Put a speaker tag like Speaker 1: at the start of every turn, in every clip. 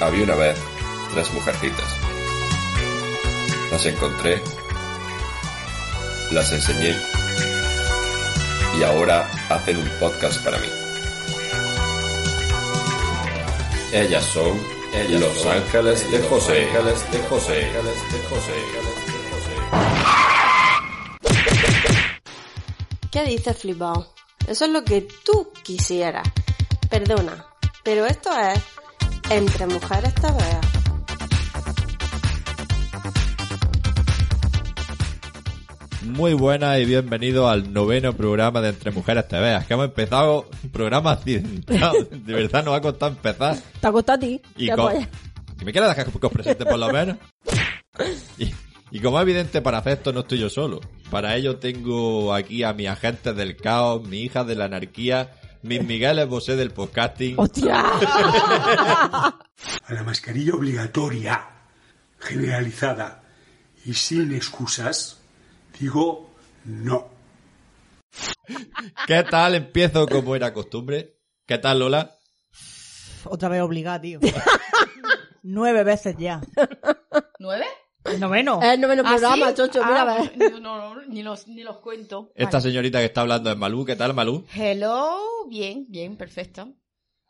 Speaker 1: Había una vez tres mujercitas. Las encontré, las enseñé y ahora hacen un podcast para mí. Ellas son Los Ángeles de José. Ángeles de José.
Speaker 2: ¿Qué dices, flipado? Eso es lo que tú quisieras. Perdona, pero esto es entre mujeres tabeas.
Speaker 3: Muy buenas y bienvenido al noveno programa de Entre Mujeres Te Veas, que hemos empezado un programa accidentado. De verdad nos ha costado empezar.
Speaker 4: Te ha costado a ti.
Speaker 3: Y
Speaker 4: Te
Speaker 3: con-
Speaker 4: apoyas.
Speaker 3: y me quiero dejar que os presente por lo menos. Y, y como es evidente, para hacer esto no estoy yo solo. Para ello tengo aquí a mis agentes del caos, mi hija de la anarquía, mis Migueles Bosé del podcasting.
Speaker 4: ¡Hostia!
Speaker 5: a la mascarilla obligatoria, generalizada y sin excusas, digo no.
Speaker 3: ¿Qué tal? Empiezo como era costumbre. ¿Qué tal, Lola?
Speaker 6: Otra vez obligada, tío. Nueve veces ya.
Speaker 7: ¿Nueve?
Speaker 6: El noveno.
Speaker 4: Es el noveno
Speaker 7: ¿Ah,
Speaker 4: programa,
Speaker 7: sí?
Speaker 4: chocho, mira, ¿eh?
Speaker 7: Ah,
Speaker 4: a ver.
Speaker 7: No, no, no, ni los, ni los cuento.
Speaker 3: Esta
Speaker 7: Vale.
Speaker 3: señorita que está hablando es Malú. ¿Qué tal, Malú?
Speaker 7: Hello, bien, bien, perfecto.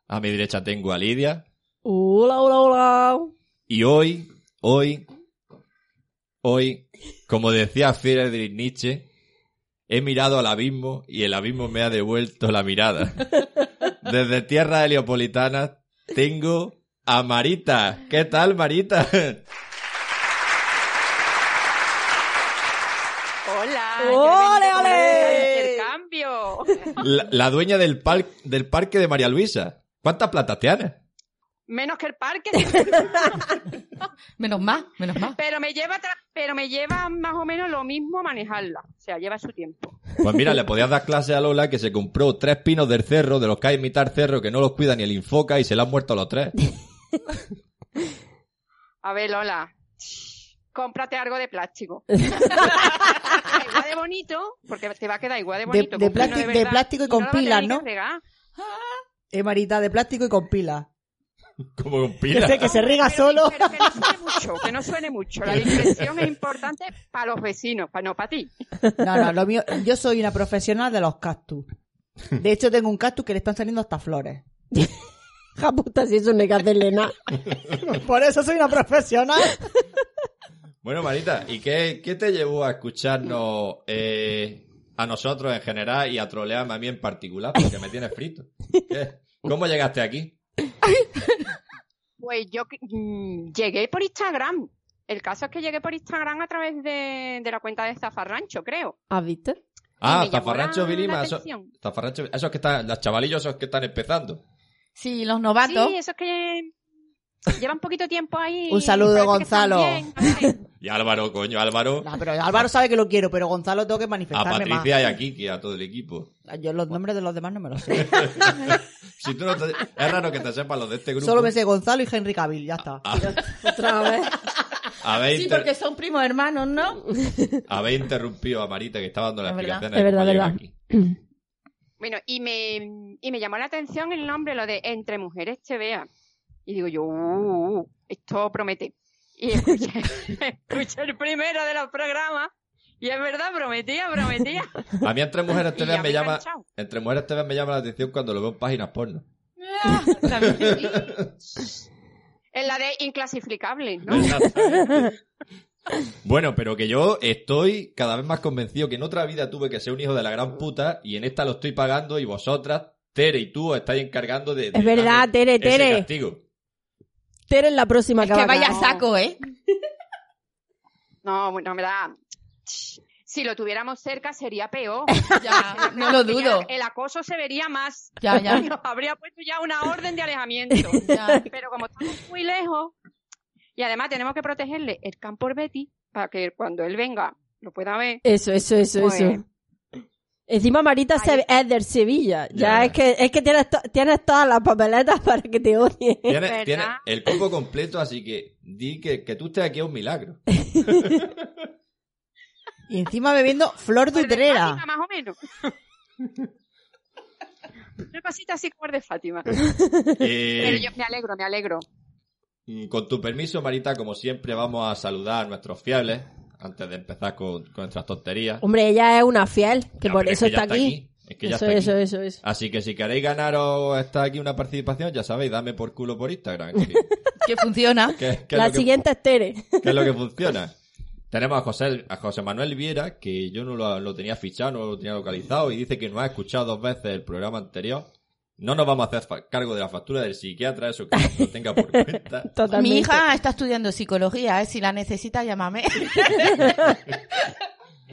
Speaker 3: A mi derecha tengo a Lidia.
Speaker 4: Hola, hola, hola.
Speaker 3: Y hoy, hoy, hoy, como decía Friedrich Nietzsche, he mirado al abismo y el abismo me ha devuelto la mirada. Desde tierra heliopolitana tengo a Marita. ¿Qué tal, Marita?
Speaker 8: Hola,
Speaker 4: ¡Ole,
Speaker 8: yo he venido con
Speaker 4: ole!
Speaker 8: una beca de intercambio.
Speaker 3: La, la dueña del, par- del parque de María Luisa. ¿Cuántas plantas tienes?
Speaker 8: Menos que el parque,
Speaker 7: Menos más, menos más.
Speaker 8: pero me lleva tra- pero me lleva más o menos lo mismo manejarla, o sea, lleva su tiempo.
Speaker 3: Pues mira, le podías dar clase a Lola que se compró tres pinos del cerro, de los que hay imitar cerro, que no los cuida ni el infoca y se le han muerto los tres.
Speaker 8: A ver, Lola, cómprate algo de plástico. igual de bonito, porque te va a quedar igual
Speaker 6: De-
Speaker 8: de bonito.
Speaker 6: de
Speaker 8: con pino
Speaker 6: plástico- de
Speaker 8: verdad,
Speaker 6: plástico y con
Speaker 8: no lo vas a
Speaker 6: pilas,
Speaker 8: tener que
Speaker 6: ¿no?
Speaker 8: fregar.
Speaker 6: Eh, Marita, de plástico y con pila.
Speaker 3: Como con
Speaker 6: Que
Speaker 3: pilas.
Speaker 6: sé que se riega
Speaker 8: Pero-
Speaker 6: solo.
Speaker 8: Pero que no suene mucho, que no suene mucho. La discreción es importante para los vecinos, para no para ti.
Speaker 6: No, no, lo mío. Yo soy una profesional de los cactus. De hecho, tengo un cactus que le están saliendo hasta flores.
Speaker 4: Ja puta, si eso no hay que hacerle nada.
Speaker 6: Por eso soy una profesional.
Speaker 3: Bueno, Marita, ¿y qué, qué te llevó a escucharnos eh, a nosotros en general y a trolearme a mí en particular? Porque me tienes frito. ¿Qué? ¿Cómo llegaste aquí?
Speaker 8: Pues yo que- mm, llegué por Instagram. El caso es que llegué por Instagram a través de, de la cuenta de Zafarrancho, creo.
Speaker 4: ¿Has visto?
Speaker 3: Ah,
Speaker 8: me llamó
Speaker 3: Zafarrancho
Speaker 8: la-
Speaker 3: Vilima,
Speaker 8: la
Speaker 3: eso-
Speaker 8: atención.
Speaker 3: Zafarrancho, esos que están, los chavalillos esos que están empezando.
Speaker 7: Sí, los novatos.
Speaker 8: Sí, eso es que llevan poquito tiempo ahí.
Speaker 6: Un saludo,
Speaker 8: Parece que están
Speaker 6: Gonzalo.
Speaker 8: bien, no sé.
Speaker 3: Y Álvaro, coño, Álvaro,
Speaker 6: No, pero Álvaro sabe que lo quiero, pero Gonzalo tengo que
Speaker 3: a
Speaker 6: manifestarme más.
Speaker 3: Patricia y a Kiki, a todo el equipo.
Speaker 6: Yo los nombres de los demás no me los sé.
Speaker 3: Si tú no te- es raro que te sepan los de este grupo. Ah.
Speaker 6: Solo me sé Gonzalo y Henry Cavill, ya está.
Speaker 4: Otra vez.
Speaker 3: Habéis,
Speaker 7: Sí,
Speaker 3: inter-
Speaker 7: porque son primos hermanos, ¿no?
Speaker 3: habéis interrumpido a Marita que estaba dando la
Speaker 7: Es verdad.
Speaker 3: explicación.
Speaker 4: Es verdad,
Speaker 3: de cómo
Speaker 4: verdad.
Speaker 3: llega aquí.
Speaker 8: Bueno, y me, y me llamó la atención el nombre, lo de Entre Mujeres Te Vea. Y digo yo, "Uh, esto promete. Y escuché, escuché el primero de los programas y es verdad, prometía, prometía.
Speaker 3: A mí entre mujeres
Speaker 8: Y
Speaker 3: TV
Speaker 8: ya me
Speaker 3: me
Speaker 8: he
Speaker 3: llama,
Speaker 8: enganchado.
Speaker 3: entre mujeres TV me llama la atención cuando lo veo en páginas porno.
Speaker 7: Ah, también sí.
Speaker 8: Es la de Inclasificable, ¿no?
Speaker 3: Exactamente. Bueno, pero que yo estoy cada vez más convencido que en otra vida tuve que ser un hijo de la gran puta y en esta lo estoy pagando y vosotras, Tere y tú, os estáis encargando de... de
Speaker 4: Es verdad,
Speaker 3: darme
Speaker 4: Tere,
Speaker 3: ese
Speaker 4: Tere.
Speaker 3: castigo.
Speaker 4: Tere en la próxima
Speaker 7: Es que
Speaker 4: va a
Speaker 7: vaya
Speaker 4: caer.
Speaker 7: saco, ¿eh?
Speaker 8: No, bueno, me da. Si lo tuviéramos cerca sería peor.
Speaker 7: Ya, no lo dudo. Ah,
Speaker 8: El acoso se vería más.
Speaker 7: Ya, ya.
Speaker 8: Nos habría puesto ya una orden de alejamiento.
Speaker 7: Ya.
Speaker 8: Pero como estamos muy lejos y además tenemos que protegerle el campo Betty para que cuando él venga lo pueda ver.
Speaker 2: Eso, eso, eso,
Speaker 8: Pues-
Speaker 2: eso. Encima Marita se-
Speaker 8: Ahí-
Speaker 2: es del Sevilla. Ya,
Speaker 4: Ya.
Speaker 2: es que es que tienes, to- tienes todas las papeletas para que te odien.
Speaker 4: Tienes,
Speaker 8: ¿Verdad?
Speaker 4: tienes el combo completo, así que di que, que tú estés aquí es un milagro.
Speaker 6: Y encima bebiendo flor de
Speaker 8: Como el de
Speaker 6: utrera.
Speaker 8: Fátima, Más o menos. Una cosita así como el de Fátima.
Speaker 4: Eh,
Speaker 8: Pero yo me alegro, me alegro.
Speaker 4: Mm, Con tu permiso, Marita, como siempre, vamos a saludar a nuestros fieles antes de empezar con, con nuestras tonterías.
Speaker 2: Hombre, ella es una fiel, que
Speaker 4: No,
Speaker 2: por
Speaker 4: pero es
Speaker 2: eso
Speaker 4: que ya
Speaker 2: está, aquí.
Speaker 4: Es que ya
Speaker 2: eso,
Speaker 4: está
Speaker 2: eso,
Speaker 4: aquí.
Speaker 2: eso, eso.
Speaker 4: Así que si queréis ganaros está aquí una participación, ya sabéis, dame por culo por Instagram. que-
Speaker 7: Que funciona.
Speaker 4: que- que es
Speaker 2: La
Speaker 4: lo que-
Speaker 2: siguiente es Tere.
Speaker 4: que es lo que funciona. Tenemos a José, a José Manuel Viera, que yo no lo, lo tenía fichado, no lo tenía localizado, y dice que no ha escuchado dos veces el programa anterior. No nos vamos a hacer fa- cargo de la factura del psiquiatra, eso que lo tenga por cuenta.
Speaker 2: Totalmente.
Speaker 7: Mi hija está estudiando psicología, ¿eh? si la necesita, llámame.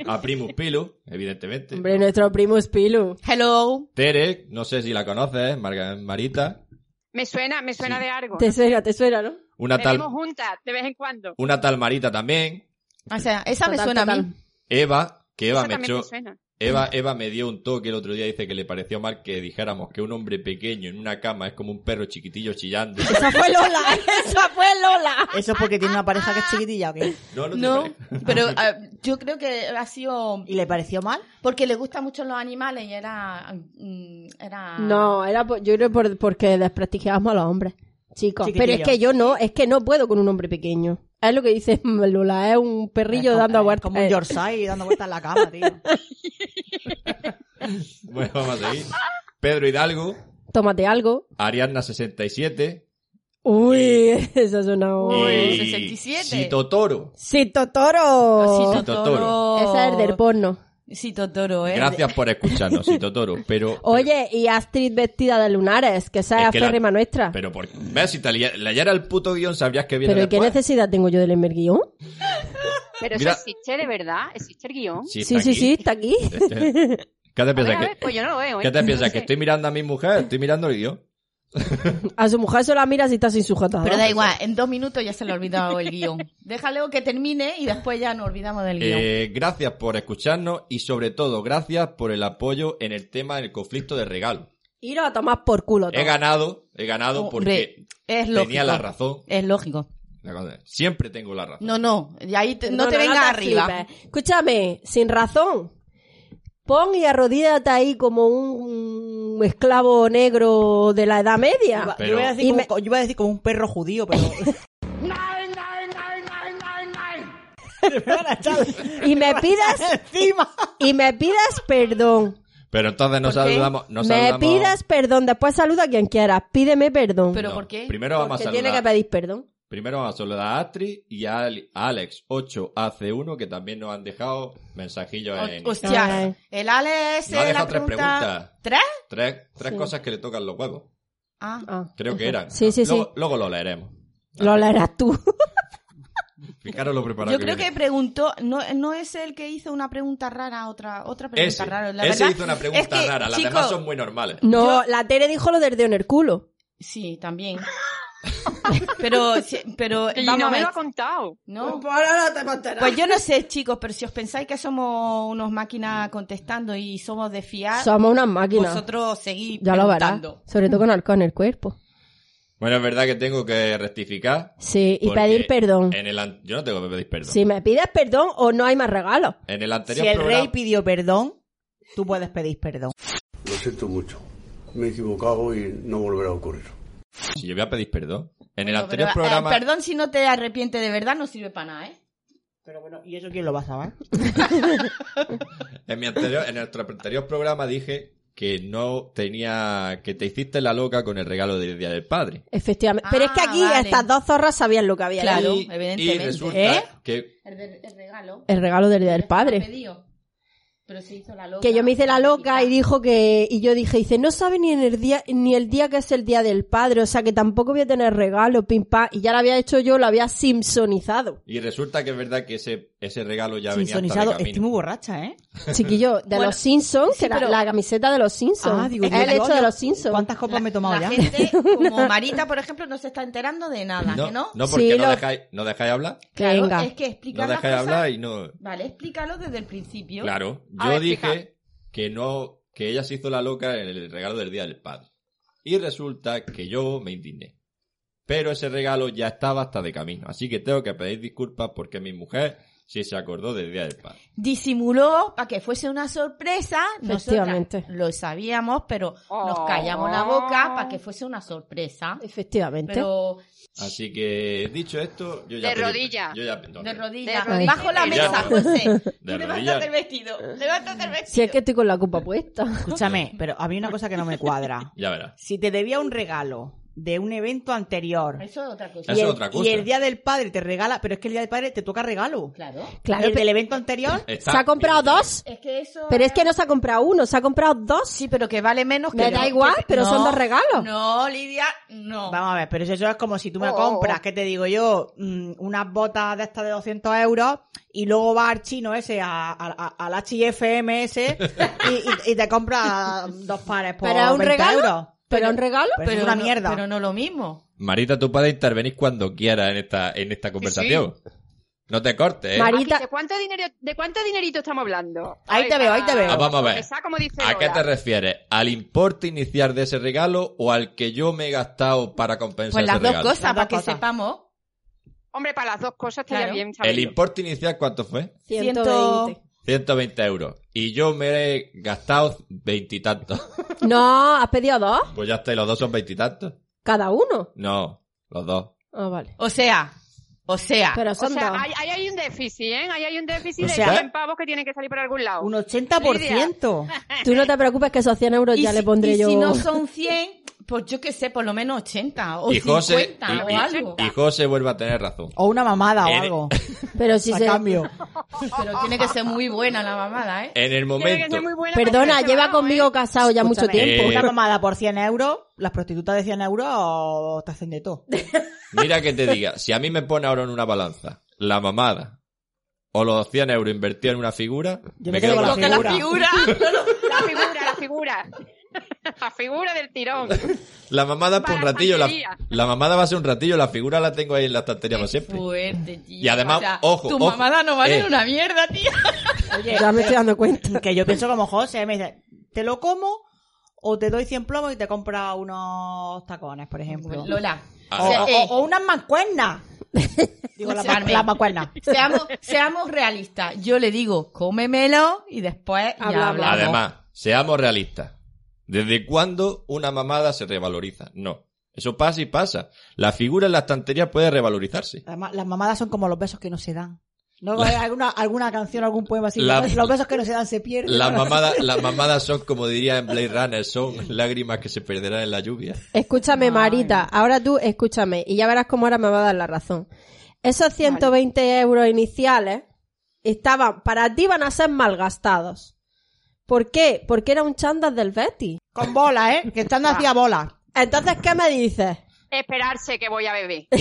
Speaker 4: A Primus Pilu, evidentemente.
Speaker 2: Hombre, nuestro primo es Pilu.
Speaker 7: Hello.
Speaker 4: Tere, no sé si la conoces, Marga- Marita.
Speaker 8: Me suena, me suena
Speaker 4: Sí.
Speaker 8: de algo.
Speaker 2: Te suena, te suena, ¿no?
Speaker 4: Una tal,
Speaker 8: Bebemos juntas de vez en cuando.
Speaker 4: una tal Marita también.
Speaker 7: O sea, esa me
Speaker 2: Total,
Speaker 7: suena a
Speaker 2: total.
Speaker 7: mí.
Speaker 4: Eva, que Eva
Speaker 8: Eso
Speaker 4: me
Speaker 8: también
Speaker 4: echó,
Speaker 8: me suena.
Speaker 4: Eva, Eva me dio un toque el otro día, dice que le pareció mal que dijéramos que un hombre pequeño en una cama es como un perro chiquitillo chillando.
Speaker 2: Esa fue Lola, esa fue Lola.
Speaker 6: Eso es porque tiene una pareja
Speaker 7: Ah.
Speaker 6: que es chiquitilla, ¿o qué?
Speaker 4: No, no, te
Speaker 7: No,
Speaker 4: parece.
Speaker 7: pero ah, yo creo que ha sido
Speaker 6: ¿Y le pareció mal?
Speaker 7: porque le gustan mucho los animales y era... mm, era...
Speaker 2: No, era por- yo creo por, porque desprestigiábamos a los hombres. Chicos, pero es
Speaker 6: Chiquitillo.
Speaker 2: que yo no, es que no puedo con un hombre pequeño. Es lo que dice Lola, es un perrillo
Speaker 6: Es como-
Speaker 2: dando
Speaker 6: es
Speaker 2: vueltas.
Speaker 6: Como un
Speaker 2: Eh,
Speaker 6: Yorkshire dando vueltas en la cama, tío.
Speaker 4: Bueno, vamos a seguir. Pedro Hidalgo,
Speaker 2: Tómate algo.
Speaker 4: Ariadna67.
Speaker 2: Uy, eso suena.
Speaker 7: Uy,
Speaker 4: y
Speaker 7: 67.
Speaker 4: Sito Toro.
Speaker 2: Sí, Totoro.
Speaker 7: Sito
Speaker 4: Sito
Speaker 7: Toro.
Speaker 2: Oh. Ese es el del porno.
Speaker 7: Sito Toro, ¿eh?
Speaker 4: Gracias por escucharnos, Sito Toro. Pero,
Speaker 2: Oye, y Astrid vestida de lunares, que esa es,
Speaker 4: Es que la-
Speaker 2: aférrima nuestra. Pero,
Speaker 4: pero por, ves, si te lia- leyera el puto guión, sabrías que viene
Speaker 2: ¿y ¿qué
Speaker 4: después.
Speaker 2: necesidad tengo yo del Emerguión?
Speaker 8: Pero
Speaker 4: Mira.
Speaker 8: eso existe de verdad, existe el guión.
Speaker 4: Sí,
Speaker 2: Sí,
Speaker 4: está
Speaker 2: sí, sí,
Speaker 4: aquí.
Speaker 2: está aquí.
Speaker 4: Este- ¿Qué te
Speaker 8: A ver,
Speaker 4: piensas
Speaker 8: a
Speaker 4: que,
Speaker 8: ver, pues yo no lo veo. ¿eh?
Speaker 4: ¿Qué te piensas?
Speaker 8: No sé.
Speaker 4: ¿Que estoy mirando a mi mujer? Estoy mirando el guión.
Speaker 2: A su mujer se la mira si está sin sujetada.
Speaker 7: Pero da igual, en dos minutos ya se le ha olvidado el guión. Déjalo que termine y después ya nos olvidamos del guión.
Speaker 4: Eh, gracias por escucharnos y sobre todo gracias por el apoyo en el tema del conflicto de regalo.
Speaker 2: Ir a tomar por culo. todo.
Speaker 4: He ganado, he ganado porque
Speaker 7: Hombre, es lógico.
Speaker 4: tenía la razón.
Speaker 7: Es lógico.
Speaker 4: La cosa- Siempre tengo la razón.
Speaker 7: No, no, y ahí te- no te
Speaker 2: Perdona,
Speaker 7: vengas
Speaker 2: te
Speaker 7: arriba.
Speaker 2: flipes. Escúchame, sin razón. Pon y arrodíllate ahí como un esclavo negro de la Edad Media.
Speaker 4: Pero-
Speaker 6: yo, iba a decir
Speaker 2: Y
Speaker 6: como,
Speaker 2: me-
Speaker 6: yo iba a decir como un perro judío, pero... Me van a echar-
Speaker 2: Y me pidas,
Speaker 6: encima.
Speaker 2: y me pidas perdón.
Speaker 4: Pero entonces no
Speaker 7: ¿Por qué?
Speaker 4: saludamos. No
Speaker 2: me
Speaker 4: saludamos-
Speaker 2: pidas perdón. Después saluda a quien quieras. Pídeme perdón.
Speaker 7: Pero
Speaker 4: No,
Speaker 7: ¿por qué?
Speaker 4: Primero vamos, a
Speaker 2: Porque tiene
Speaker 4: saludar,
Speaker 2: que pedir perdón.
Speaker 4: primero vamos a saludar a Astrid y a Ali- a Alex8AC1 que también nos han dejado mensajillos en
Speaker 7: O- Hostias,
Speaker 2: Ay.
Speaker 7: el Ale es
Speaker 4: No ha
Speaker 7: la
Speaker 4: dejado tres
Speaker 7: pregunta-
Speaker 4: preguntas.
Speaker 7: ¿Tres?
Speaker 4: tres, tres
Speaker 2: Sí.
Speaker 4: cosas que le tocan los huevos.
Speaker 7: Ah,
Speaker 2: Ah,
Speaker 4: Creo que eran.
Speaker 2: Sí, sí, sí.
Speaker 4: luego, Luego lo leeremos.
Speaker 2: Lo leerás tú.
Speaker 4: Fijaros lo preparado
Speaker 7: Yo creo que
Speaker 4: viene.
Speaker 7: preguntó, no, no es el que hizo una pregunta rara a otra, otra pregunta
Speaker 4: Ese,
Speaker 7: rara. La
Speaker 4: ese
Speaker 7: verdad
Speaker 4: hizo una pregunta
Speaker 7: es que,
Speaker 4: rara, las
Speaker 7: chico,
Speaker 4: demás son muy normales.
Speaker 2: No, la Tere dijo lo del dedo en el culo.
Speaker 7: Sí, también. pero, sí, pero,
Speaker 8: Y
Speaker 7: vamos
Speaker 8: no
Speaker 7: a
Speaker 8: me
Speaker 7: ver.
Speaker 8: lo ha contado.
Speaker 7: No. Pues yo no sé, chicos, pero si os pensáis que somos unos máquinas contestando y somos de fiar,
Speaker 2: Somos unas máquinas.
Speaker 7: vosotros seguís
Speaker 2: ya lo verás.
Speaker 7: preguntando.
Speaker 2: Sobre todo con alcohol en el cuerpo.
Speaker 4: Bueno, es verdad que tengo que rectificar.
Speaker 2: Sí, y
Speaker 4: porque
Speaker 2: pedir perdón.
Speaker 4: en el an- Yo no tengo que pedir perdón.
Speaker 2: Si me pides perdón o no hay más regalos.
Speaker 4: En
Speaker 6: Pues,
Speaker 4: el
Speaker 6: Si
Speaker 4: anterior
Speaker 6: el
Speaker 4: programa...
Speaker 6: rey pidió perdón, tú puedes pedir perdón.
Speaker 5: Lo siento mucho. Me he equivocado y no volverá a ocurrir.
Speaker 4: Si yo voy a pedir perdón. En el
Speaker 7: Bueno,
Speaker 4: anterior
Speaker 7: pero, eh,
Speaker 4: programa...
Speaker 7: perdón si no te arrepientes de verdad, no sirve para nada, ¿eh?
Speaker 6: Pero bueno, ¿y eso quién lo va a saber?
Speaker 4: En, mi anterior, en nuestro anterior programa dije que no tenía... Que te hiciste la loca con el regalo del Día del Padre.
Speaker 2: Efectivamente. Pero es que
Speaker 7: Ah,
Speaker 2: aquí
Speaker 7: vale.
Speaker 2: estas dos zorras sabían lo que había.
Speaker 7: Claro.
Speaker 4: y, y
Speaker 7: evidentemente.
Speaker 4: resulta
Speaker 2: ¿Eh?
Speaker 4: que...
Speaker 7: El, de- el regalo.
Speaker 2: El regalo del Día del Padre.
Speaker 7: Pedido. Pero se hizo la loca.
Speaker 2: Que yo me hice la loca y dijo que, y yo dije, dice, no sabe ni en el día, ni el día que es el día del padre, o sea que tampoco voy a tener regalo, pim pam. Y ya lo había hecho yo, lo había simpsonizado.
Speaker 4: Y resulta que es verdad que ese ese regalo ya venía hasta de
Speaker 6: Sinsonizado.
Speaker 4: camino.
Speaker 6: Estoy muy borracha, ¿eh?
Speaker 2: Chiquillo, de los Simpsons, que era la camiseta de los Simpsons.
Speaker 6: Ah, digo,
Speaker 2: es
Speaker 6: digo,
Speaker 2: el
Speaker 6: yo,
Speaker 2: hecho de
Speaker 6: yo,
Speaker 2: los Simpsons.
Speaker 6: ¿Cuántas copas me he tomado
Speaker 7: La
Speaker 6: ya?
Speaker 7: gente, como Marita, por ejemplo, no se está enterando de nada,
Speaker 4: No,
Speaker 7: ¿que no?
Speaker 4: no, porque
Speaker 2: Sí,
Speaker 4: no,
Speaker 2: lo-
Speaker 4: dejáis, no dejáis hablar.
Speaker 7: Claro,
Speaker 2: Venga.
Speaker 7: es que explicar
Speaker 4: No
Speaker 7: las
Speaker 4: dejáis
Speaker 7: cosas...
Speaker 4: hablar y no...
Speaker 7: Vale, explícalo desde el principio.
Speaker 4: Claro,
Speaker 8: A
Speaker 4: yo
Speaker 8: ver,
Speaker 4: dije
Speaker 8: explica.
Speaker 4: que no, que ella se hizo la loca en el regalo del Día del Padre. Y resulta que yo me indigné. Pero ese regalo ya estaba hasta de camino. Así que tengo que pedir disculpas porque mi mujer sí se acordó del Día del Padre.
Speaker 7: Disimuló para que fuese una sorpresa. Nosotras
Speaker 2: Efectivamente.
Speaker 7: lo sabíamos, pero
Speaker 8: Oh.
Speaker 7: nos callamos la boca para que fuese una sorpresa.
Speaker 2: Efectivamente.
Speaker 7: Pero
Speaker 4: Así que, dicho esto, yo ya...
Speaker 8: De
Speaker 4: pedí-
Speaker 8: rodilla.
Speaker 4: yo ya- no,
Speaker 7: de
Speaker 4: no.
Speaker 7: rodillas,
Speaker 8: De rodillas.
Speaker 7: bajo la
Speaker 4: Ya.
Speaker 7: mesa, José.
Speaker 4: De rodillas.
Speaker 7: Levántate el vestido, levántate el vestido.
Speaker 2: Si es que estoy con la copa puesta.
Speaker 4: Ah,
Speaker 6: Escúchame, pero a mí una cosa que no me cuadra.
Speaker 4: Ya verás.
Speaker 6: Si te debía un regalo de un evento anterior
Speaker 7: Eso es otra cosa.
Speaker 4: Eso
Speaker 6: y,
Speaker 4: es
Speaker 6: el,
Speaker 4: otra
Speaker 6: y
Speaker 4: cosa.
Speaker 6: el día del padre te regala, pero es que el día del padre te toca regalo.
Speaker 7: Claro.
Speaker 2: Claro,
Speaker 6: el
Speaker 2: pe-
Speaker 6: del evento anterior,
Speaker 4: Está-
Speaker 2: se ha comprado dos,
Speaker 7: Es que eso...
Speaker 2: pero es que no se ha comprado uno, se ha comprado dos.
Speaker 7: Sí, pero que vale menos que...
Speaker 2: Me da igual,
Speaker 7: que-
Speaker 2: pero son
Speaker 7: No,
Speaker 2: dos regalos.
Speaker 7: No, Lidia, no.
Speaker 6: vamos a ver, pero eso es como si tú me
Speaker 8: Oh,
Speaker 6: compras,
Speaker 8: oh.
Speaker 6: que te digo yo, Mm, unas botas de estas de 200 euros y luego va al chino ese, a, a- a- al HIFMS y, y- y te compra dos pares por
Speaker 2: ¿Pero es un
Speaker 6: 20
Speaker 2: regalo?
Speaker 6: euros.
Speaker 2: ¿Pero es un regalo?
Speaker 6: Pero, es una
Speaker 7: no-
Speaker 6: mierda.
Speaker 7: Pero no lo mismo.
Speaker 4: Marita, tú puedes intervenir cuando quieras en esta, en esta conversación. No te cortes, ¿eh?
Speaker 2: Mari-
Speaker 8: Aquí,
Speaker 2: Marita-
Speaker 8: ¿de, cuánto dinero, ¿De cuánto dinerito estamos hablando?
Speaker 6: Ahí te veo, ahí te veo.
Speaker 4: Ah, vamos a ver.
Speaker 8: Esa, como dice
Speaker 4: ¿A qué
Speaker 8: Lola.
Speaker 4: te refieres? ¿Al importe inicial de ese regalo o al que yo me he gastado para compensar
Speaker 7: Pues las
Speaker 4: ese
Speaker 7: dos
Speaker 4: regalo?
Speaker 7: cosas,
Speaker 6: Las
Speaker 7: para
Speaker 6: dos
Speaker 7: que
Speaker 6: cosas.
Speaker 7: sepamos.
Speaker 8: Hombre, para las dos cosas estaría
Speaker 7: Claro.
Speaker 8: bien saberlo.
Speaker 4: ¿El importe inicial cuánto fue?
Speaker 2: 120.
Speaker 4: 120 euros. Y yo me he gastado veintitantos.
Speaker 2: No, has pedido dos,
Speaker 4: Pues ya está, y los dos son veintitantos.
Speaker 2: cada uno.
Speaker 4: No, los dos.
Speaker 2: Ah, vale.
Speaker 7: O sea, o sea,
Speaker 2: Pero
Speaker 8: O
Speaker 2: son
Speaker 8: sea,
Speaker 2: dos.
Speaker 8: ahí ahí hay, un déficit, ¿eh? Ahí hay un déficit
Speaker 4: O
Speaker 8: de
Speaker 4: sea-
Speaker 8: 100 pavos que tienen que salir por algún lado.
Speaker 6: Un 80%.
Speaker 2: Tú no te preocupes que esos 100 euros
Speaker 7: y
Speaker 2: ya
Speaker 7: si-
Speaker 2: le pondré
Speaker 7: y
Speaker 2: yo.
Speaker 7: si no son 100, pues yo qué sé, por lo menos 80 o
Speaker 4: y José,
Speaker 7: 50
Speaker 4: y-
Speaker 7: o
Speaker 4: y-
Speaker 7: algo.
Speaker 4: y José vuelve a tener razón.
Speaker 6: O una mamada o
Speaker 4: Eres-
Speaker 6: algo.
Speaker 2: Pero si
Speaker 6: a
Speaker 2: se...
Speaker 6: cambio.
Speaker 7: Pero tiene que ser muy buena la mamada, ¿eh?
Speaker 4: En el
Speaker 8: Tiene que
Speaker 4: momento,
Speaker 8: ser muy buena
Speaker 2: Perdona,
Speaker 8: porque
Speaker 2: lleva
Speaker 8: vamos,
Speaker 2: conmigo
Speaker 8: ¿eh?
Speaker 2: casado ya mucho
Speaker 6: Escúchame,
Speaker 2: tiempo.
Speaker 4: Eh,
Speaker 6: Una mamada por 100 euros, las prostitutas de 100 euros o te hacen de todo.
Speaker 4: mira que te diga, si a mí me pone ahora en una balanza la mamada o los 100 euros invertidos en una figura,
Speaker 6: Yo
Speaker 4: me
Speaker 6: me
Speaker 4: quedo
Speaker 6: quedo
Speaker 4: con la
Speaker 6: con la
Speaker 4: figura.
Speaker 6: figura.
Speaker 8: La figura, la figura. La figura del tirón.
Speaker 4: La mamada por un
Speaker 8: Para
Speaker 4: ratillo, la,
Speaker 8: santería.
Speaker 4: la mamada va a ser un ratillo, la figura la tengo ahí en la estantería para siempre.
Speaker 7: Fuerte, tío.
Speaker 4: Y además,
Speaker 7: O sea,
Speaker 4: ojo,
Speaker 7: Tu
Speaker 4: ojo,
Speaker 7: mamada no vale
Speaker 4: eh.
Speaker 7: una mierda, tío.
Speaker 2: Ya me estoy dando cuenta.
Speaker 6: eh, Que yo pienso como José, me dice, ¿te lo como o te doy 100 plomos y te compra unos tacones, por ejemplo?
Speaker 7: Lola.
Speaker 4: Ah,
Speaker 6: O,
Speaker 7: o sea,
Speaker 6: o-
Speaker 7: eh,
Speaker 6: o unas mancuernas. Digo, las
Speaker 7: Escuchadme.
Speaker 6: la mancuernas.
Speaker 7: Seamos, seamos realistas. Yo le digo, cómemelo y después ya
Speaker 2: Hablamos.
Speaker 7: hablamos.
Speaker 4: Además, seamos realistas. ¿Desde cuándo una mamada se revaloriza? No. Eso pasa y pasa. La figura en la estantería puede revalorizarse.
Speaker 6: Además, las mamadas son como los besos que no se dan. ¿No? Hay alguna, alguna canción, algún poema así.
Speaker 4: La-
Speaker 6: los besos que no se dan se pierden.
Speaker 4: Las mamadas, las mamadas son, como diría en Blade Runner, son lágrimas que se perderán en la lluvia.
Speaker 2: Escúchame,
Speaker 6: Ay.
Speaker 2: Marita, ahora tú escúchame y ya verás cómo ahora me va a dar la razón. Esos 120 euros iniciales estaban, para ti van a ser malgastados. ¿Por qué? Porque era un chándal del Betty.
Speaker 6: Con bolas, ¿eh? Que están hacia bolas.
Speaker 2: Entonces, ¿qué me dices?
Speaker 8: Esperarse que voy a beber.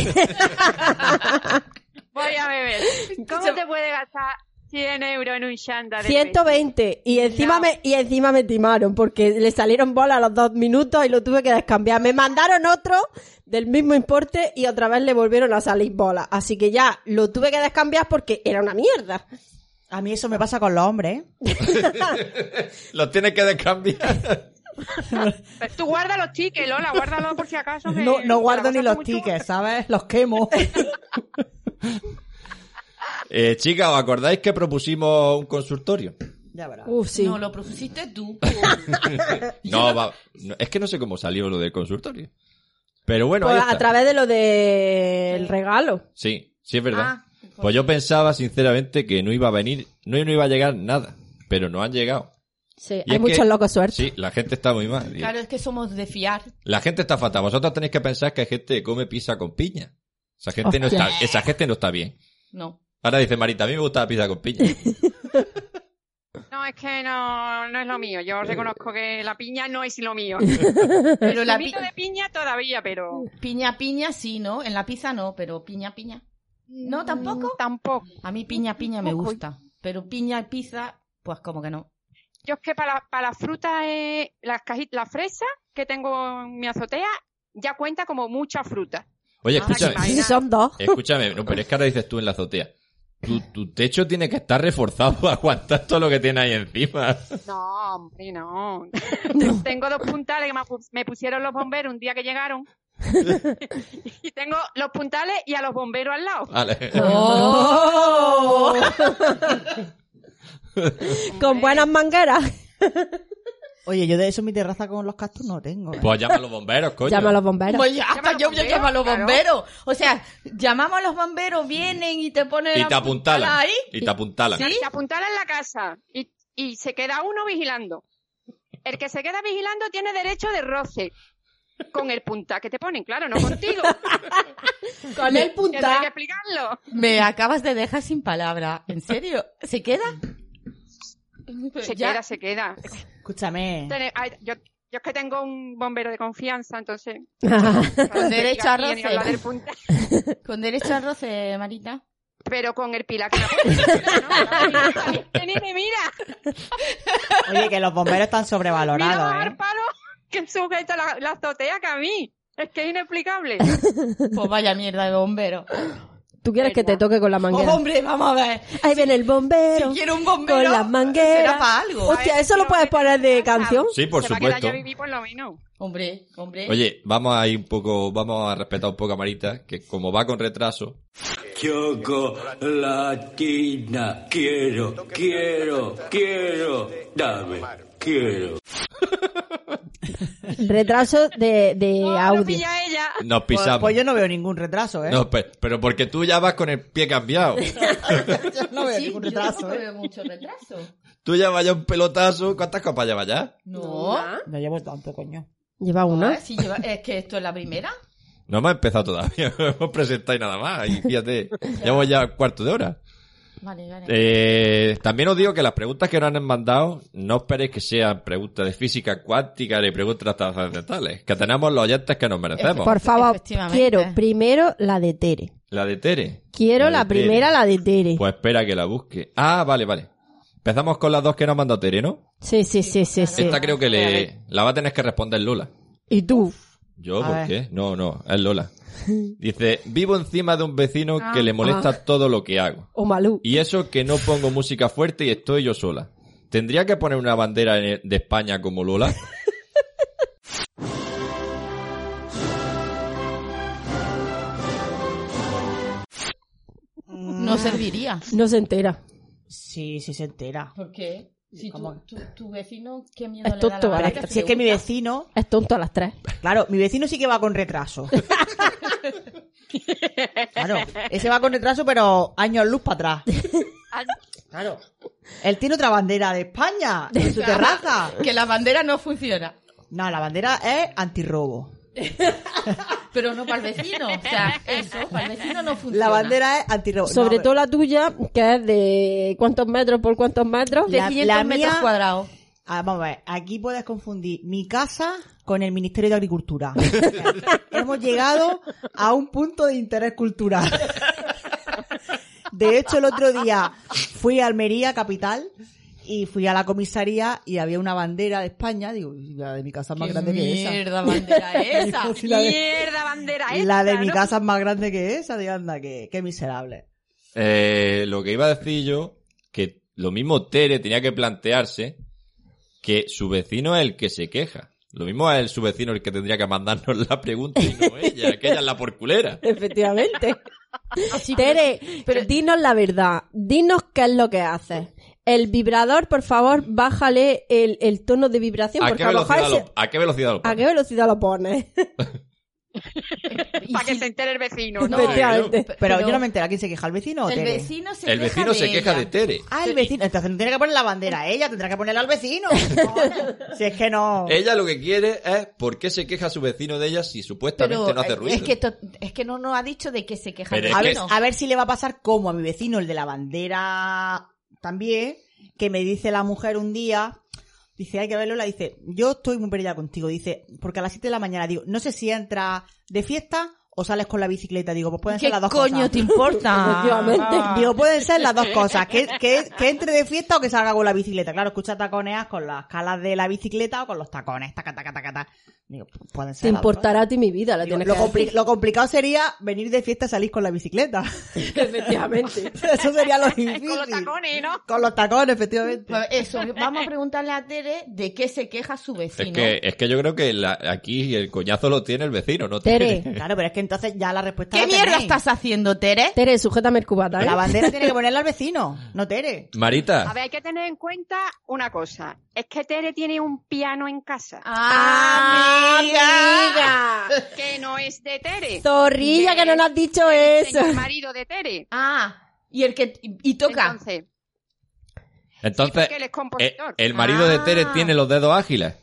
Speaker 8: voy a beber. ¿Cómo te puede gastar 100 euros en un chándal? de
Speaker 2: 120 y encima
Speaker 8: No.
Speaker 2: me y encima me timaron porque le salieron bolas a los dos minutos y lo tuve que descambiar. Me mandaron otro del mismo importe y otra vez le volvieron a salir bolas. Así que ya lo tuve que descambiar porque era una mierda.
Speaker 6: A mí eso me pasa con los hombres. ¿eh?
Speaker 4: Los tienes que descambiar.
Speaker 8: beso? Pero Tú guarda los tickets, Lola, guárdalos por si acaso. que
Speaker 6: No, no guardo ni
Speaker 8: la cosa
Speaker 6: los
Speaker 8: está muy chunga.
Speaker 6: tickets, ¿sabes? Los quemo.
Speaker 4: Eh, chicas, ¿os acordáis que propusimos un consultorio?
Speaker 6: ya verás.
Speaker 2: Uf, sí.
Speaker 7: No, lo propusiste tú.
Speaker 4: No, va- no, es que no sé cómo salió lo del consultorio. Pero bueno, ahí
Speaker 2: Pues,
Speaker 4: está.
Speaker 2: a través de lo del regalo.
Speaker 4: Sí, sí es verdad.
Speaker 7: Ah, pues-
Speaker 4: pues yo pensaba sinceramente que no iba a venir, no, no iba a llegar nada, pero no han llegado.
Speaker 2: Sí,
Speaker 4: Y
Speaker 2: hay
Speaker 4: es
Speaker 2: muchos
Speaker 4: que-
Speaker 2: locos suerte.
Speaker 4: Sí, la gente está muy mal. tío.
Speaker 7: Claro, es que somos de fiar.
Speaker 4: La gente está fatal. Vosotros tenéis que pensar que hay gente que come pizza con piña. Esa gente no
Speaker 2: Hostia.
Speaker 4: está, esa gente no está bien.
Speaker 7: No.
Speaker 4: Ahora dice Marita, a mí me gusta la pizza con piña.
Speaker 8: No, es que no, no es lo mío. Yo reconozco que la piña no es lo mío.
Speaker 7: Pero la
Speaker 8: Zumito
Speaker 7: pi-
Speaker 8: de piña todavía, pero...
Speaker 7: piña piña sí, ¿no? En la pizza no, pero piña piña. No, tampoco.
Speaker 8: Mm, Tampoco.
Speaker 7: A mí piña, piña me
Speaker 8: Tampoco.
Speaker 7: gusta. Pero piña y pizza, pues como que no.
Speaker 8: Yo es que para la, para la fruta, eh, las cajitas, la fresa que tengo en mi azotea, ya cuenta como mucha fruta.
Speaker 4: Oye,
Speaker 8: Ah, qué
Speaker 4: escúchame.
Speaker 8: vaina.
Speaker 2: Sí, son dos.
Speaker 4: Escúchame, no, pero es que ahora dices tú en la azotea. Tu, tu techo tiene que estar reforzado para aguantar todo lo que tiene ahí encima.
Speaker 8: No, hombre, no. tengo dos puntales que me pu- me pusieron los bomberos un día que llegaron. y tengo los puntales y a los bomberos al lado.
Speaker 4: Vale.
Speaker 2: Con buenas mangueras.
Speaker 6: Oye, yo de eso en mi terraza con los cactus no tengo. ¿eh?
Speaker 4: Pues llama a los bomberos, coño.
Speaker 2: Llama a los bomberos.
Speaker 7: Pues ya,
Speaker 8: Llama a
Speaker 7: hasta
Speaker 8: los
Speaker 7: yo voy a
Speaker 8: bomberos,
Speaker 7: llamar a los
Speaker 8: claro.
Speaker 7: bomberos. O sea, llamamos a los bomberos, vienen y te ponen
Speaker 4: Y
Speaker 7: la
Speaker 4: te apuntalan.
Speaker 7: puntada ahí.
Speaker 4: Y te apuntalan.
Speaker 8: Se apuntaron en la casa y, y se queda uno vigilando. El que se queda vigilando tiene derecho de roce con el punta que te ponen, claro, no contigo.
Speaker 2: Con el
Speaker 8: Que no hay que
Speaker 2: puntal.
Speaker 8: explicarlo.
Speaker 7: Me acabas de dejar sin palabra. ¿En serio? ¿Se queda?
Speaker 2: Pues
Speaker 8: Se
Speaker 7: Ya.
Speaker 8: queda, se queda.
Speaker 6: Escúchame.
Speaker 8: Tene- ay, yo, yo es que tengo un bombero de confianza, entonces.
Speaker 7: Con derecho a
Speaker 8: Y ni hablar del
Speaker 7: roce.
Speaker 8: punta.
Speaker 7: Con derecho a roce, Marita.
Speaker 8: Pero con el pilar que me ha puesto, ¿no? Ni me mira.
Speaker 6: Oye, que los bomberos están
Speaker 8: Mira
Speaker 6: sobrevalorados,
Speaker 8: más al
Speaker 6: ¿eh?
Speaker 8: palo que sujeta la, la azotea que a mí. Es que es inexplicable.
Speaker 7: Pues vaya mierda de bombero.
Speaker 2: ¿Tú quieres que te toque con la
Speaker 7: Oh,
Speaker 2: manguera?
Speaker 7: hombre, vamos a ver.
Speaker 2: Ahí viene el bombero.
Speaker 7: Si quiero un bombero,
Speaker 2: con las mangueras.
Speaker 7: será para algo. ¿eh?
Speaker 2: Hostia, ¿eso lo puedes poner de canción?
Speaker 4: Sí, por
Speaker 8: Se va a quedar
Speaker 4: supuesto.
Speaker 8: ya vivir por lo menos.
Speaker 7: Hombre, hombre.
Speaker 4: Oye, vamos a ir un poco, vamos a respetar un poco a Marita, que como va con retraso,
Speaker 5: Chocolatina, quiero, quiero, quiero, dame, quiero.
Speaker 2: Retraso de, de
Speaker 7: Oh,
Speaker 8: No, lo
Speaker 2: audio.
Speaker 8: pilla ella.
Speaker 4: nos
Speaker 6: Pues,
Speaker 4: pisamos.
Speaker 6: pues yo no veo ningún retraso, ¿eh?
Speaker 4: No, pe- pero, porque tú ya vas con el pie cambiado.
Speaker 6: Yo no veo
Speaker 7: Sí,
Speaker 6: ningún
Speaker 7: yo
Speaker 6: retraso,
Speaker 7: tampoco
Speaker 6: ¿eh?
Speaker 7: veo mucho retraso.
Speaker 4: Tú ya vas ya un pelotazo. ¿Cuántas copas llevas ya?
Speaker 7: No.
Speaker 6: No llevo tanto, coño.
Speaker 2: Lleva una.
Speaker 7: Ah, sí, lleva- es que esto es la primera.
Speaker 4: No hemos empezado todavía. No hemos presentado y nada más. Y fíjate, llevamos ya un cuarto de hora.
Speaker 7: Vale, vale.
Speaker 4: Eh, también os digo que las preguntas que nos han mandado, no esperéis que sean preguntas de física cuántica ni preguntas trascendentales. Que tenemos los oyentes que nos merecemos.
Speaker 2: Por favor,
Speaker 7: Efectivamente.
Speaker 2: quiero primero la de Tere.
Speaker 4: La de Tere.
Speaker 2: Quiero la
Speaker 4: de Tere.
Speaker 2: primera, la de Tere.
Speaker 4: Pues espera que la busque. Ah, vale, vale. Empezamos con las dos que nos ha mandado Tere, ¿no?
Speaker 2: Sí, sí, sí, sí, sí.
Speaker 4: Esta creo que le, la va a tener que responder Lola.
Speaker 2: ¿Y tú?
Speaker 4: ¿Yo?
Speaker 6: A
Speaker 4: ¿Por
Speaker 6: ver.
Speaker 4: qué? No, no, es Lola. Dice, vivo encima de un vecino que le molesta todo lo que hago.
Speaker 2: ¿O Malú?
Speaker 4: Y eso que no pongo música fuerte y estoy yo sola. ¿Tendría que poner una bandera de de España como Lola?
Speaker 7: No serviría.
Speaker 2: No se entera.
Speaker 6: Sí, sí se entera.
Speaker 7: ¿Por qué? Si tu,
Speaker 6: ¿Cómo?
Speaker 7: tu, tu vecino, qué miedo
Speaker 2: Es
Speaker 7: le da a
Speaker 2: tonto,
Speaker 7: la
Speaker 2: ¿vale?
Speaker 7: vaca,
Speaker 6: Si es
Speaker 7: le
Speaker 6: que mi
Speaker 7: gusta.
Speaker 6: vecino,
Speaker 2: Es tonto a las tres.
Speaker 6: claro, mi vecino sí que va con retraso. Claro, ese va con retraso, pero años luz para atrás. Claro. Él tiene otra bandera de España en su terraza.
Speaker 7: Que la bandera no funciona.
Speaker 6: No, la bandera es antirrobo.
Speaker 7: Pero no para el vecino. O sea, eso, para el vecino no funciona.
Speaker 6: La bandera es antirrobo.
Speaker 2: Sobre
Speaker 6: No, eh.
Speaker 2: todo la tuya, que es de cuántos metros por cuántos metros.
Speaker 7: de
Speaker 6: la-
Speaker 7: 500
Speaker 6: la
Speaker 7: metros
Speaker 6: mía-
Speaker 7: cuadrados.
Speaker 6: Ah, vamos a ver, aquí puedes confundir mi casa con el Ministerio de Agricultura. O sea, Hemos llegado a un punto de interés cultural. De hecho, el otro día fui a Almería, capital, y fui a la comisaría y había una bandera de España. Digo, la de mi casa es más grande que esa.
Speaker 7: mierda bandera es esa?
Speaker 6: Digo, si la de,
Speaker 8: Mierda, bandera
Speaker 6: la
Speaker 8: esta,
Speaker 6: de mi
Speaker 8: ¿no?
Speaker 6: casa es más grande que esa. Digo, anda, que, que miserable.
Speaker 4: Eh, lo que iba a decir yo, que lo mismo Tere tenía que plantearse que su vecino es el que se queja. Lo mismo es el su vecino el que tendría que mandarnos la pregunta y no ella, que ella es la porculera.
Speaker 2: Efectivamente. Tere, pero dinos la verdad. Dinos qué es lo que haces. El vibrador, por favor, bájale el, el tono de vibración.
Speaker 4: ¿A
Speaker 2: porque
Speaker 4: qué
Speaker 2: a lo mejor
Speaker 4: velocidad
Speaker 2: ese-
Speaker 4: lo, a qué velocidad lo
Speaker 2: ¿A
Speaker 4: pones?
Speaker 2: qué velocidad lo pones?
Speaker 8: Para que se entere el vecino, ¿no?
Speaker 2: Efectivamente.
Speaker 7: Pe-
Speaker 6: Pero, yo no me entero, ¿a quién se queja? ¿El vecino o
Speaker 7: El
Speaker 6: Tere?
Speaker 7: vecino se
Speaker 4: El
Speaker 7: queja
Speaker 4: vecino se queja de
Speaker 7: ella.
Speaker 4: Tere.
Speaker 6: Ah, el vecino. Entonces no tiene que poner la
Speaker 7: Eh.
Speaker 6: bandera ella, tendrá que ponerla al vecino. Coño. si es que no.
Speaker 4: Ella lo que quiere es por qué se queja su vecino de ella si supuestamente
Speaker 7: Pero
Speaker 4: no hace
Speaker 7: eh,
Speaker 4: ruido.
Speaker 7: es que, to- es que no nos ha dicho de que se queja
Speaker 4: Pero
Speaker 7: de
Speaker 4: es
Speaker 6: A
Speaker 4: que-
Speaker 6: ver,
Speaker 7: vecino.
Speaker 6: a ver si le va a pasar como a mi vecino, el de la bandera también, que me dice la mujer un día, dice, hay que verlo, la dice, yo estoy muy perdida contigo, dice, porque a las 7 de la mañana digo, no sé si entra de fiesta o sales con la bicicleta. Digo, pues pueden
Speaker 7: ¿Qué
Speaker 6: ser las dos
Speaker 7: coño
Speaker 6: cosas.
Speaker 7: te importa?
Speaker 4: Efectivamente.
Speaker 7: Ah.
Speaker 6: Digo, pueden ser las dos cosas. Que, que- que entre de fiesta o que salga con la bicicleta. Claro, escucha taconeas con las calas de la bicicleta o con los tacones. Taca, taca, taca, taca. Digo, pu- pueden ser
Speaker 4: Te
Speaker 6: las dos cosas.
Speaker 4: importará a ti mi vida, la
Speaker 6: Digo,
Speaker 4: tienes
Speaker 6: lo,
Speaker 4: que
Speaker 6: compli-
Speaker 4: decir.
Speaker 6: lo complicado sería venir de fiesta y salir con la bicicleta.
Speaker 4: Efectivamente.
Speaker 6: Eso sería lo difícil.
Speaker 8: Con los tacones, ¿no?
Speaker 6: Con los tacones, efectivamente.
Speaker 7: Pues Eso, vamos a preguntarle a Tere de qué se queja su vecino.
Speaker 3: Es que, es que yo creo que la- aquí el coñazo lo tiene el vecino, ¿no?
Speaker 4: Tere,
Speaker 6: Claro, pero es que entonces ya la respuesta
Speaker 7: ¿Qué
Speaker 6: la
Speaker 7: mierda
Speaker 6: tenéis.
Speaker 7: estás haciendo, Tere?
Speaker 4: Tere, sujétame el cubata, ¿eh?
Speaker 6: La bandera tiene que ponerla al vecino, no Tere.
Speaker 3: Marita,
Speaker 8: A ver, hay que tener en cuenta una cosa. Es que Tere tiene un piano en casa
Speaker 7: Ah.
Speaker 4: Ah, ¡Amiga!
Speaker 8: que no es de Tere.
Speaker 4: Zorrilla, que no nos has dicho eso.
Speaker 8: El marido de Tere.
Speaker 7: Ah, y el que y toca.
Speaker 8: Entonces,
Speaker 3: entonces,
Speaker 8: porque él es
Speaker 3: eh,
Speaker 8: compositor.
Speaker 3: el marido de
Speaker 7: Ah.
Speaker 3: Tere tiene los dedos ágiles.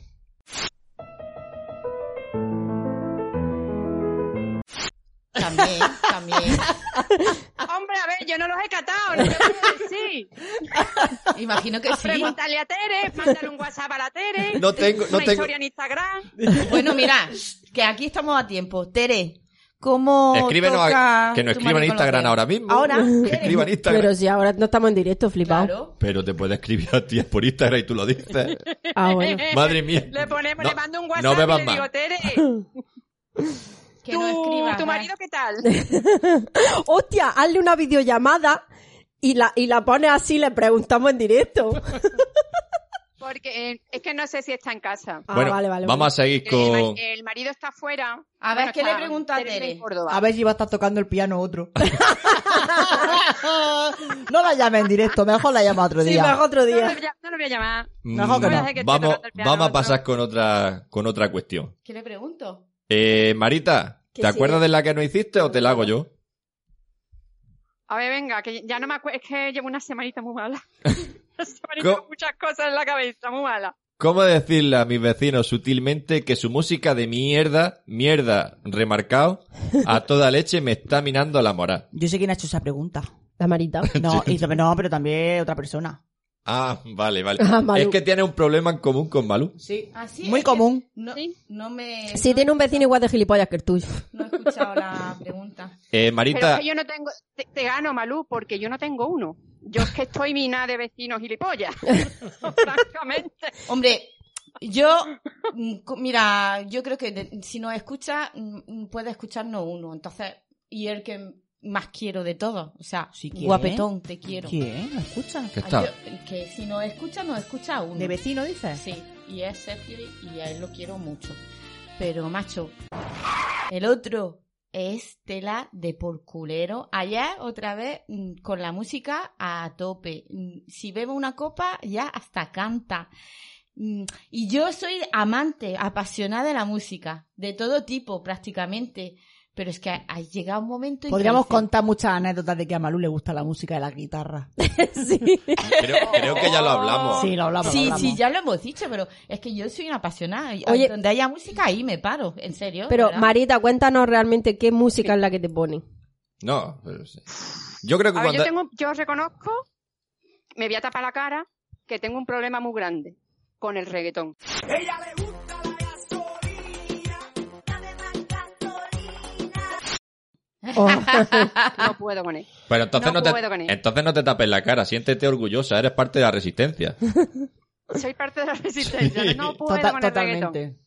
Speaker 7: También, también.
Speaker 8: Hombre, a ver, yo no los he catado, no te puedo decir.
Speaker 7: Imagino que sí.
Speaker 8: Pregúntale a Tere, mándale un WhatsApp a la Tere.
Speaker 3: No tengo- no
Speaker 8: una
Speaker 3: tengo-
Speaker 8: historia en Instagram.
Speaker 7: Bueno, mira, que aquí estamos a tiempo. Tere, ¿cómo
Speaker 3: Escríbenos a-
Speaker 7: toca
Speaker 3: que nos
Speaker 7: tu
Speaker 3: escriban
Speaker 7: marido
Speaker 3: en Instagram
Speaker 7: con
Speaker 3: ahora
Speaker 7: los
Speaker 3: mismo.
Speaker 7: Ahora,
Speaker 3: que
Speaker 7: Tere.
Speaker 3: escriban en Instagram.
Speaker 4: Pero si ahora no estamos en directo, flipado.
Speaker 7: Claro.
Speaker 3: Pero te puede escribir a ti por Instagram y tú lo dices.
Speaker 4: Ah, bueno.
Speaker 3: Madre mía.
Speaker 8: Le ponemos,
Speaker 3: No,
Speaker 8: le mando un
Speaker 3: no
Speaker 8: WhatsApp
Speaker 3: bebas
Speaker 8: y le
Speaker 3: más.
Speaker 8: digo, Tere,
Speaker 7: Que
Speaker 8: tu,
Speaker 7: no escriba.
Speaker 8: tu marido, ¿qué tal?
Speaker 4: Hostia, hazle una videollamada y la, y la pones así, le preguntamos en directo.
Speaker 8: Porque eh, es que no sé si está en casa.
Speaker 4: Ah,
Speaker 3: bueno,
Speaker 4: vale, vale,
Speaker 3: vamos a seguir
Speaker 8: El ma-
Speaker 3: con...
Speaker 8: El, marido está afuera.
Speaker 7: A ver, ¿qué
Speaker 8: está-
Speaker 7: le pregunta a
Speaker 8: vive
Speaker 7: Tere?
Speaker 8: en Córdoba.
Speaker 6: A ver si va a estar tocando el piano otro. no la llame en directo, mejor la llama otro
Speaker 4: Sí,
Speaker 6: día.
Speaker 4: mejor otro
Speaker 8: No,
Speaker 4: día.
Speaker 8: lo voy a- no lo voy a llamar.
Speaker 6: Mejor que
Speaker 3: Mm,
Speaker 6: no.
Speaker 8: Parece que esté
Speaker 3: Vamos,
Speaker 8: tocando el piano,
Speaker 3: vamos a
Speaker 8: ¿no?
Speaker 3: pasar con otra, con otra cuestión.
Speaker 7: ¿Qué le pregunto?
Speaker 3: Eh, Marita,
Speaker 4: Que
Speaker 3: ¿te
Speaker 4: sí.
Speaker 3: acuerdas de la que no hiciste o te la hago yo?
Speaker 8: A ver, venga, que ya no me acuerdo. Es que llevo una semanita muy mala. Una semanita
Speaker 3: Co-
Speaker 8: con muchas cosas en la cabeza, muy mala.
Speaker 3: ¿Cómo decirle a mis vecinos sutilmente que su música de mierda, mierda, remarcado, a toda leche me está minando la moral?
Speaker 6: Yo sé quién ha hecho esa pregunta.
Speaker 4: La marita.
Speaker 6: No, y sobre- no, pero también otra persona.
Speaker 3: Ah, vale, vale.
Speaker 4: Ah, Malú.
Speaker 3: es que tiene un problema en común con Malú.
Speaker 6: Sí.
Speaker 7: Así
Speaker 6: Muy
Speaker 7: es que
Speaker 6: común.
Speaker 7: No, no me.
Speaker 4: Si
Speaker 7: Eh, no-
Speaker 4: tiene un vecino igual de gilipollas que el tuyo.
Speaker 7: No he escuchado la pregunta.
Speaker 3: Eh,
Speaker 8: Pero es
Speaker 3: Marita,
Speaker 8: que yo no tengo. Te, te gano, Malú, porque yo no tengo uno. Yo es que estoy mina de vecinos gilipollas. Francamente.
Speaker 7: Hombre, yo. mm, cu- Mira, yo creo que de- si nos escucha, mm, puede escucharnos uno. Entonces, y el que más quiero de todos. O sea,
Speaker 6: Si quiere.
Speaker 7: guapetón, te quiero.
Speaker 6: ¿Quién? ¿La escucha?
Speaker 3: ¿qué
Speaker 7: Ah,
Speaker 3: está?
Speaker 7: yo- que si nos escucha, nos escucha uno.
Speaker 6: ¿De vecino dices?
Speaker 7: Sí, y es Sergio y a él lo quiero mucho. Pero, macho, el otro es tela de por culero. Allá, otra vez, mm, con la música a tope. Mm, Si bebe una copa, ya hasta canta. Mm, Y yo soy amante, apasionada de la música, de todo tipo, prácticamente. Pero es que ha ha llegado un momento en que
Speaker 6: Podríamos
Speaker 7: dices,
Speaker 6: contar muchas anécdotas de que a Malú le gusta la música de la guitarra.
Speaker 4: Sí.
Speaker 3: Creo, creo que ya
Speaker 8: Oh.
Speaker 3: lo hablamos.
Speaker 6: Sí, lo hablamos. lo
Speaker 7: Oh. Sí,
Speaker 6: hablamos.
Speaker 7: sí, ya lo hemos dicho, pero es que yo soy una apasionada. Y
Speaker 4: Oye-
Speaker 7: donde haya música, ahí me paro, en serio.
Speaker 4: Pero,
Speaker 7: ¿verdad?
Speaker 4: Marita, cuéntanos realmente qué música es la que te pone.
Speaker 3: No, pero sí. yo creo que
Speaker 8: A ver,
Speaker 3: cuando...
Speaker 8: yo, tengo, yo reconozco, me voy a tapar la cara, que tengo un problema muy grande con el reggaetón.
Speaker 4: Oh.
Speaker 8: No puedo con él.
Speaker 3: Pero entonces
Speaker 8: No
Speaker 3: no, te,
Speaker 8: puedo con él.
Speaker 3: entonces no te tapes la cara, siéntete orgullosa, eres parte de la resistencia.
Speaker 8: Soy parte de la resistencia.
Speaker 3: Sí.
Speaker 8: No puedo
Speaker 6: Tota-
Speaker 8: con el reggaetón.
Speaker 6: totalmente.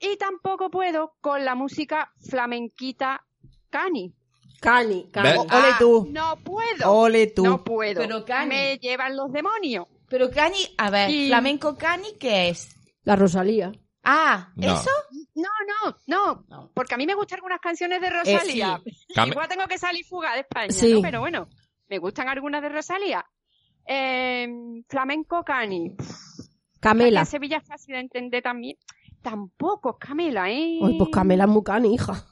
Speaker 8: Y tampoco puedo con la música flamenquita cani.
Speaker 4: Cani, Cani.
Speaker 3: ¿Ves?
Speaker 6: O-
Speaker 7: Ah,
Speaker 6: ole tú.
Speaker 8: Ah, No puedo.
Speaker 6: Ole tú.
Speaker 8: No puedo.
Speaker 7: Pero cani.
Speaker 8: Me llevan los demonios.
Speaker 7: Pero Cani, a ver,
Speaker 8: Y-
Speaker 7: flamenco Cani, ¿qué es?
Speaker 4: La Rosalía.
Speaker 7: Ah,
Speaker 3: No.
Speaker 7: ¿eso?
Speaker 8: No, no, no, Porque a mí me gustan algunas canciones de
Speaker 7: sí.
Speaker 8: Rosalía.
Speaker 3: Cam-
Speaker 8: Igual tengo que salir fuga de España,
Speaker 4: Sí.
Speaker 8: ¿no? Pero bueno, me gustan algunas de Rosalía. Eh, flamenco cani.
Speaker 4: Camela.
Speaker 8: En Sevilla es fácil de entender también. Tampoco, Camela, ¿eh?
Speaker 4: Ay, pues Camela es muy cani, hija.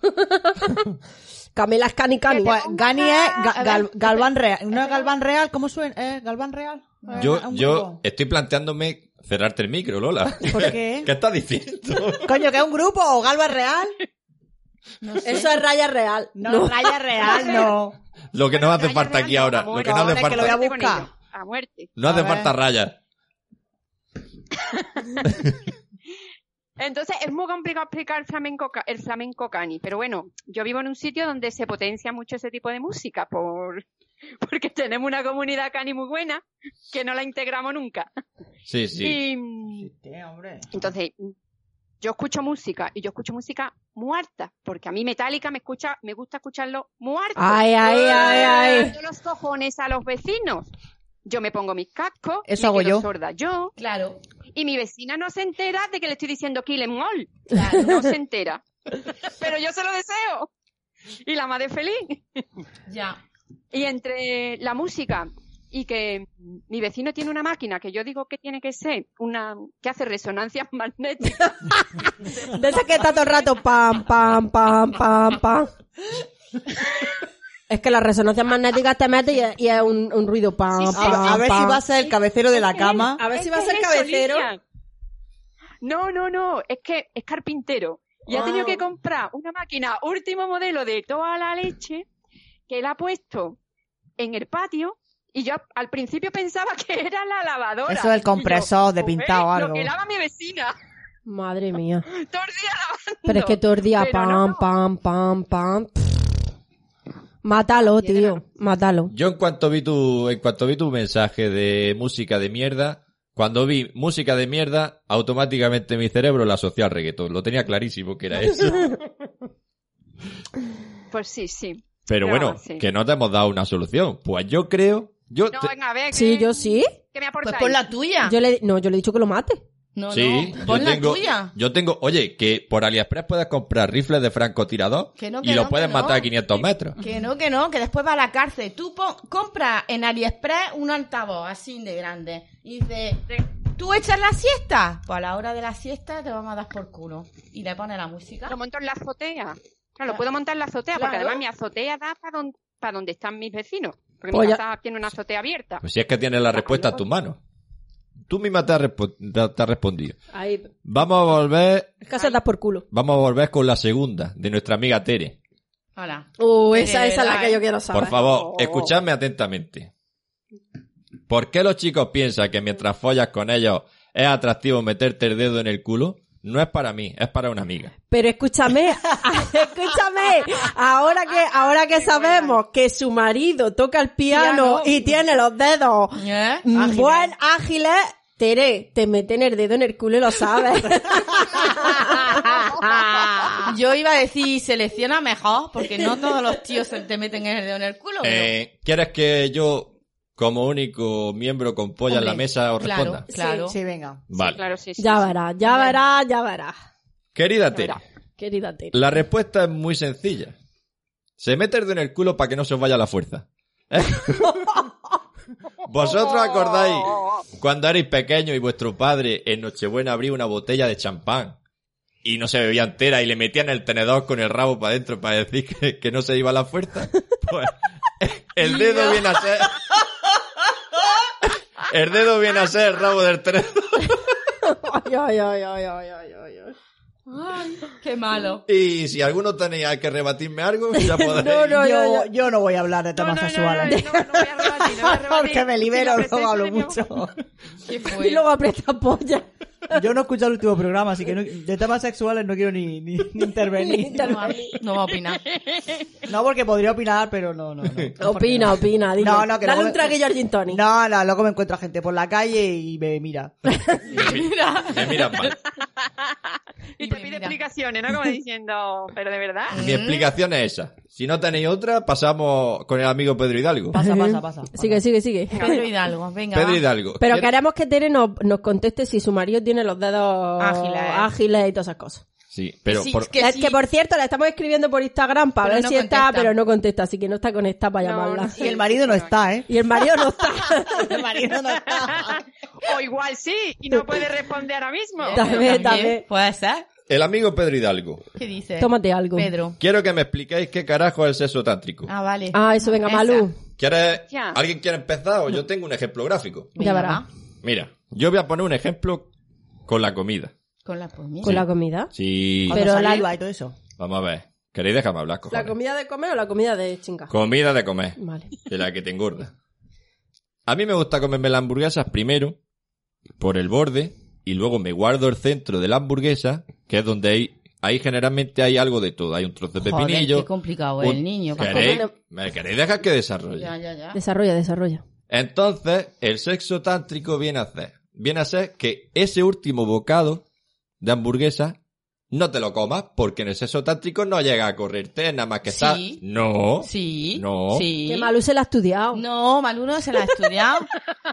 Speaker 4: Camela es cani, cani.
Speaker 6: Pues Gani es Ga-
Speaker 7: A ver,
Speaker 6: Gal- Galván Real. ¿No es Galván Real? ¿Cómo suena? ¿Eh? ¿Galván Real? Eh,
Speaker 3: Yo,
Speaker 6: un
Speaker 3: yo
Speaker 6: grupo.
Speaker 3: estoy planteándome cerrarte el micro, Lola.
Speaker 6: ¿Por qué?
Speaker 3: ¿Qué estás diciendo?
Speaker 6: Coño, ¿que es un grupo o Galván Real?
Speaker 4: Eso es raya real.
Speaker 6: No, Raya Real, no.
Speaker 3: Lo que no hace
Speaker 8: Raya
Speaker 3: falta
Speaker 8: Real,
Speaker 3: aquí
Speaker 8: no,
Speaker 3: ahora.
Speaker 8: amor,
Speaker 3: Lo que no
Speaker 6: ahora
Speaker 3: hace
Speaker 6: es que lo voy a
Speaker 3: falta.
Speaker 8: Fuerte con
Speaker 6: buscar.
Speaker 8: ello, A muerte.
Speaker 3: No hace
Speaker 6: A ver.
Speaker 3: falta rayas.
Speaker 8: Entonces es muy complicado explicar el flamenco, ca- el flamenco cani, pero bueno, yo vivo en un sitio donde se potencia mucho ese tipo de música por porque tenemos una comunidad cani muy buena que no la integramos nunca.
Speaker 4: Sí, sí.
Speaker 8: Y,
Speaker 6: hombre.
Speaker 8: entonces, yo escucho música y yo escucho música muerta, porque a mí Metallica me escucha, me gusta escucharlo muerto.
Speaker 2: Ay, ay, ay, ay.
Speaker 8: Yo los cojones a los vecinos. Yo me pongo mis cascos,
Speaker 6: Eso
Speaker 8: me
Speaker 6: hago
Speaker 8: quedo
Speaker 6: yo.
Speaker 8: sorda yo,
Speaker 7: Claro,
Speaker 8: y mi vecina no se entera de que le estoy diciendo kill em all.
Speaker 7: claro.
Speaker 8: No se entera. Pero yo se lo deseo. Y la madre feliz.
Speaker 7: Ya.
Speaker 8: Y entre la música y que mi vecino tiene una máquina que yo digo que tiene que ser una que hace resonancias magnéticas
Speaker 2: De esa que está todo el rato pam, pam, pam, pam, pam. Es que las resonancias magnéticas te meten y, y es un, un ruido pam,
Speaker 8: Sí, sí.
Speaker 2: pam,
Speaker 9: A, a ver si
Speaker 2: pam.
Speaker 9: va a ser el cabecero de la cama.
Speaker 2: A ver si
Speaker 8: Es
Speaker 2: va a
Speaker 8: que
Speaker 2: ser
Speaker 8: es eso,
Speaker 2: cabecero.
Speaker 8: Lidia. No, no, no, es que es carpintero. Y ha tenido
Speaker 2: Wow.
Speaker 8: que comprar una máquina último modelo de toda la leche que él ha puesto en el patio. Y yo al principio pensaba que era la lavadora.
Speaker 6: Eso es el
Speaker 8: Y yo,
Speaker 6: compresor de
Speaker 8: "Joder,
Speaker 6: pintado o
Speaker 8: Lo
Speaker 6: algo".
Speaker 8: que lava mi vecina.
Speaker 2: Madre mía.
Speaker 8: Todo el día lavando.
Speaker 2: Pero es que todo el día
Speaker 8: Pero
Speaker 2: pam,
Speaker 8: no.
Speaker 2: pam, pam, pam. Mátalo, tío. Mátalo.
Speaker 4: Yo en cuanto vi tu, en cuanto vi tu mensaje de música de mierda, cuando vi música de mierda, automáticamente mi cerebro la asoció al reggaetón. Lo tenía clarísimo que era eso.
Speaker 8: Pues sí, sí.
Speaker 4: Pero
Speaker 8: No,
Speaker 4: bueno,
Speaker 8: sí.
Speaker 4: que no te hemos dado una solución. Pues yo creo, yo
Speaker 8: No,
Speaker 4: te-
Speaker 8: venga, a ver.
Speaker 2: Sí,
Speaker 8: ¿qué-
Speaker 2: yo sí.
Speaker 8: ¿Qué me
Speaker 7: Pues
Speaker 8: aportáis?
Speaker 7: pon la tuya.
Speaker 2: Yo le, no, yo le he dicho que lo mate.
Speaker 7: No,
Speaker 4: sí,
Speaker 7: no.
Speaker 4: yo
Speaker 7: Pon la
Speaker 4: tengo,
Speaker 7: tuya.
Speaker 4: yo tengo, oye, que por AliExpress puedes comprar rifles de francotirador
Speaker 7: Que no, que
Speaker 4: y los
Speaker 7: no,
Speaker 4: puedes
Speaker 7: que no.
Speaker 4: matar a 500 metros.
Speaker 7: Que no, que no, que después va a la cárcel. Tú pon- compra en AliExpress un altavoz así de grande. Y dice, ¿tú echas la siesta? Pues a la hora de la siesta te vamos a dar por culo. Y le pone la música.
Speaker 8: Lo monto en la azotea. Claro, lo puedo montar en la azotea porque
Speaker 7: Claro.
Speaker 8: además mi azotea da para donde, para donde están mis vecinos. Porque
Speaker 2: Pues
Speaker 8: mi
Speaker 2: ya-
Speaker 8: casa tiene una azotea abierta.
Speaker 4: Pues si es que tienes la respuesta a tus manos. Tú misma te has, respo- te- te has respondido.
Speaker 2: Ahí.
Speaker 4: Vamos a volver,
Speaker 2: Es que se da por culo.
Speaker 4: vamos a volver con la segunda de nuestra amiga Tere.
Speaker 7: Hola.
Speaker 2: Uh,
Speaker 7: De
Speaker 2: esa, esa es la
Speaker 7: verdad,
Speaker 2: que yo
Speaker 7: ¿eh?
Speaker 2: quiero
Speaker 4: Por
Speaker 2: saber.
Speaker 4: favor,
Speaker 8: Oh.
Speaker 4: escuchadme atentamente. ¿Por qué los chicos piensan que mientras follas con ellos es atractivo meterte el dedo en el culo? No es para mí, es para una amiga.
Speaker 2: Pero escúchame, escúchame, ahora que, ahora que sabemos que su marido toca el piano
Speaker 7: Piano.
Speaker 2: y tiene los dedos
Speaker 7: ¿Eh?
Speaker 2: mm,
Speaker 7: Ágil.
Speaker 2: buen ágiles, Tere, te meten el dedo en el culo y lo sabes.
Speaker 7: Yo iba a decir, selecciona mejor, porque no todos los tíos se te meten el dedo en el culo. pero-
Speaker 4: Eh, ¿Quieres que yo, como único miembro con polla en la
Speaker 7: Hombre,
Speaker 4: mesa, os
Speaker 7: claro,
Speaker 4: responda?
Speaker 7: Claro.
Speaker 6: Sí, venga.
Speaker 4: Vale.
Speaker 8: Claro, sí, sí.
Speaker 2: ya
Speaker 8: sí.
Speaker 2: verás, ya verás, ya verás.
Speaker 4: Querida Tere,
Speaker 2: Querida Tere.
Speaker 4: la respuesta es muy sencilla. Se mete el dedo en el culo para que no se os vaya la fuerza. ¿Vosotros acordáis cuando erais pequeños y vuestro padre en Nochebuena abría una botella de champán y no se bebía entera y le metían el tenedor con el rabo para adentro para decir que, que no se iba la fuerza? Pues el dedo viene a ser... El dedo viene a ser el rabo del tenedor.
Speaker 2: Ay, ay, ay, ay, ay, ay, ay, ay.
Speaker 7: Ay, qué malo.
Speaker 4: Y si alguno tenéis que rebatirme algo, ya podéis.
Speaker 2: No, no,
Speaker 6: yo,
Speaker 2: yo, yo.
Speaker 6: yo no voy a hablar de
Speaker 8: No, no,
Speaker 6: temas
Speaker 8: no, no,
Speaker 6: sexuales.
Speaker 8: no, no, no voy a rebatir, no voy a rebatir.
Speaker 6: Porque me libero,
Speaker 8: Si la
Speaker 6: luego hablo
Speaker 8: presencia
Speaker 6: mucho.
Speaker 7: Qué
Speaker 2: Y
Speaker 7: fuerte.
Speaker 2: luego aprieta polla.
Speaker 6: Yo no he escuchado el último programa, así que no- de temas sexuales no quiero ni, ni- ni intervenir.
Speaker 7: No va, no va a opinar.
Speaker 6: No, porque podría opinar, pero no, no, no. No, porque
Speaker 2: Opina,
Speaker 6: no.
Speaker 2: opina, dile.
Speaker 6: No, no, que
Speaker 2: Dale
Speaker 6: luego-
Speaker 2: un traguillo al gin tonic.
Speaker 6: No, no, luego me encuentro a gente por la calle y me mira.
Speaker 7: Mira.
Speaker 4: Me miran mal.
Speaker 8: no- Y te pide
Speaker 7: Mira.
Speaker 8: explicaciones, ¿no? Como diciendo, pero de verdad.
Speaker 4: Mi explicación es esa. Si no tenéis otra, pasamos con el amigo Pedro Hidalgo.
Speaker 6: Pasa, pasa, pasa. pasa.
Speaker 2: Sigue, sigue, sigue.
Speaker 7: Pedro Hidalgo, venga.
Speaker 4: Pedro
Speaker 7: va.
Speaker 4: Hidalgo.
Speaker 2: Pero
Speaker 4: ¿quiere-
Speaker 2: queremos que Tere nos, nos conteste si su marido tiene los dedos
Speaker 7: Ágiles.
Speaker 2: ágiles y todas esas cosas.
Speaker 4: Sí, pero
Speaker 7: Sí,
Speaker 4: por-
Speaker 7: que
Speaker 2: es
Speaker 7: sí.
Speaker 2: que por cierto, la estamos escribiendo por Instagram para
Speaker 7: Pero
Speaker 2: ver
Speaker 7: no
Speaker 2: si está,
Speaker 7: contesta.
Speaker 2: pero no contesta, así que no está conectada para
Speaker 8: No,
Speaker 2: llamarla.
Speaker 8: no.
Speaker 6: Y el marido no está, ¿eh?
Speaker 2: Y el marido no está.
Speaker 6: El marido no está.
Speaker 8: O igual sí, y no puede responder ahora mismo.
Speaker 7: Eh,
Speaker 2: Tal vez, tal vez.
Speaker 7: Puede ser.
Speaker 4: el amigo Pedro Hidalgo.
Speaker 7: ¿Qué dice?
Speaker 2: Tómate algo.
Speaker 7: Pedro.
Speaker 4: Quiero que me expliquéis qué carajo es el sexo tántrico.
Speaker 7: Ah, vale.
Speaker 2: Ah, eso, venga,
Speaker 7: Esa.
Speaker 2: Malu.
Speaker 4: ¿Quiere-
Speaker 8: Ya.
Speaker 4: ¿Alguien quiere empezar o yo tengo un ejemplo gráfico?
Speaker 2: Ya
Speaker 7: Venga,
Speaker 2: verás.
Speaker 7: va.
Speaker 4: Mira, yo voy a poner un ejemplo con la comida.
Speaker 7: Con la comida.
Speaker 2: Con la comida.
Speaker 4: Sí,
Speaker 2: Pero
Speaker 6: Pero
Speaker 2: la-
Speaker 6: la y todo eso.
Speaker 4: vamos a ver. ¿Queréis dejarme hablar?
Speaker 2: ¿La
Speaker 4: cojones?
Speaker 2: comida de comer o la comida de chinga?
Speaker 4: Comida de comer.
Speaker 2: Vale.
Speaker 4: de la que te engorda. A mí me gusta comerme las hamburguesas primero por el borde
Speaker 3: y luego me guardo el centro de la hamburguesa, que es donde hay, ahí generalmente hay algo de todo. Hay un trozo de
Speaker 7: Joder,
Speaker 3: pepinillo.
Speaker 7: qué complicado
Speaker 3: un-
Speaker 7: el niño.
Speaker 3: ¿Queréis?
Speaker 4: comer-
Speaker 3: ¿Me queréis dejar que desarrolle?
Speaker 7: Ya, ya, ya.
Speaker 4: Desarrolla, desarrolla.
Speaker 3: Entonces, el sexo tántrico viene a hacer, viene a ser que ese último bocado de hamburguesa no te lo comas porque en el sexo tántrico no llega a correrte, nada más que está.
Speaker 7: Sí.
Speaker 3: No.
Speaker 7: Sí.
Speaker 3: No.
Speaker 7: Sí.
Speaker 4: Que Malú se la ha estudiado.
Speaker 7: No, Malú no se la ha estudiado.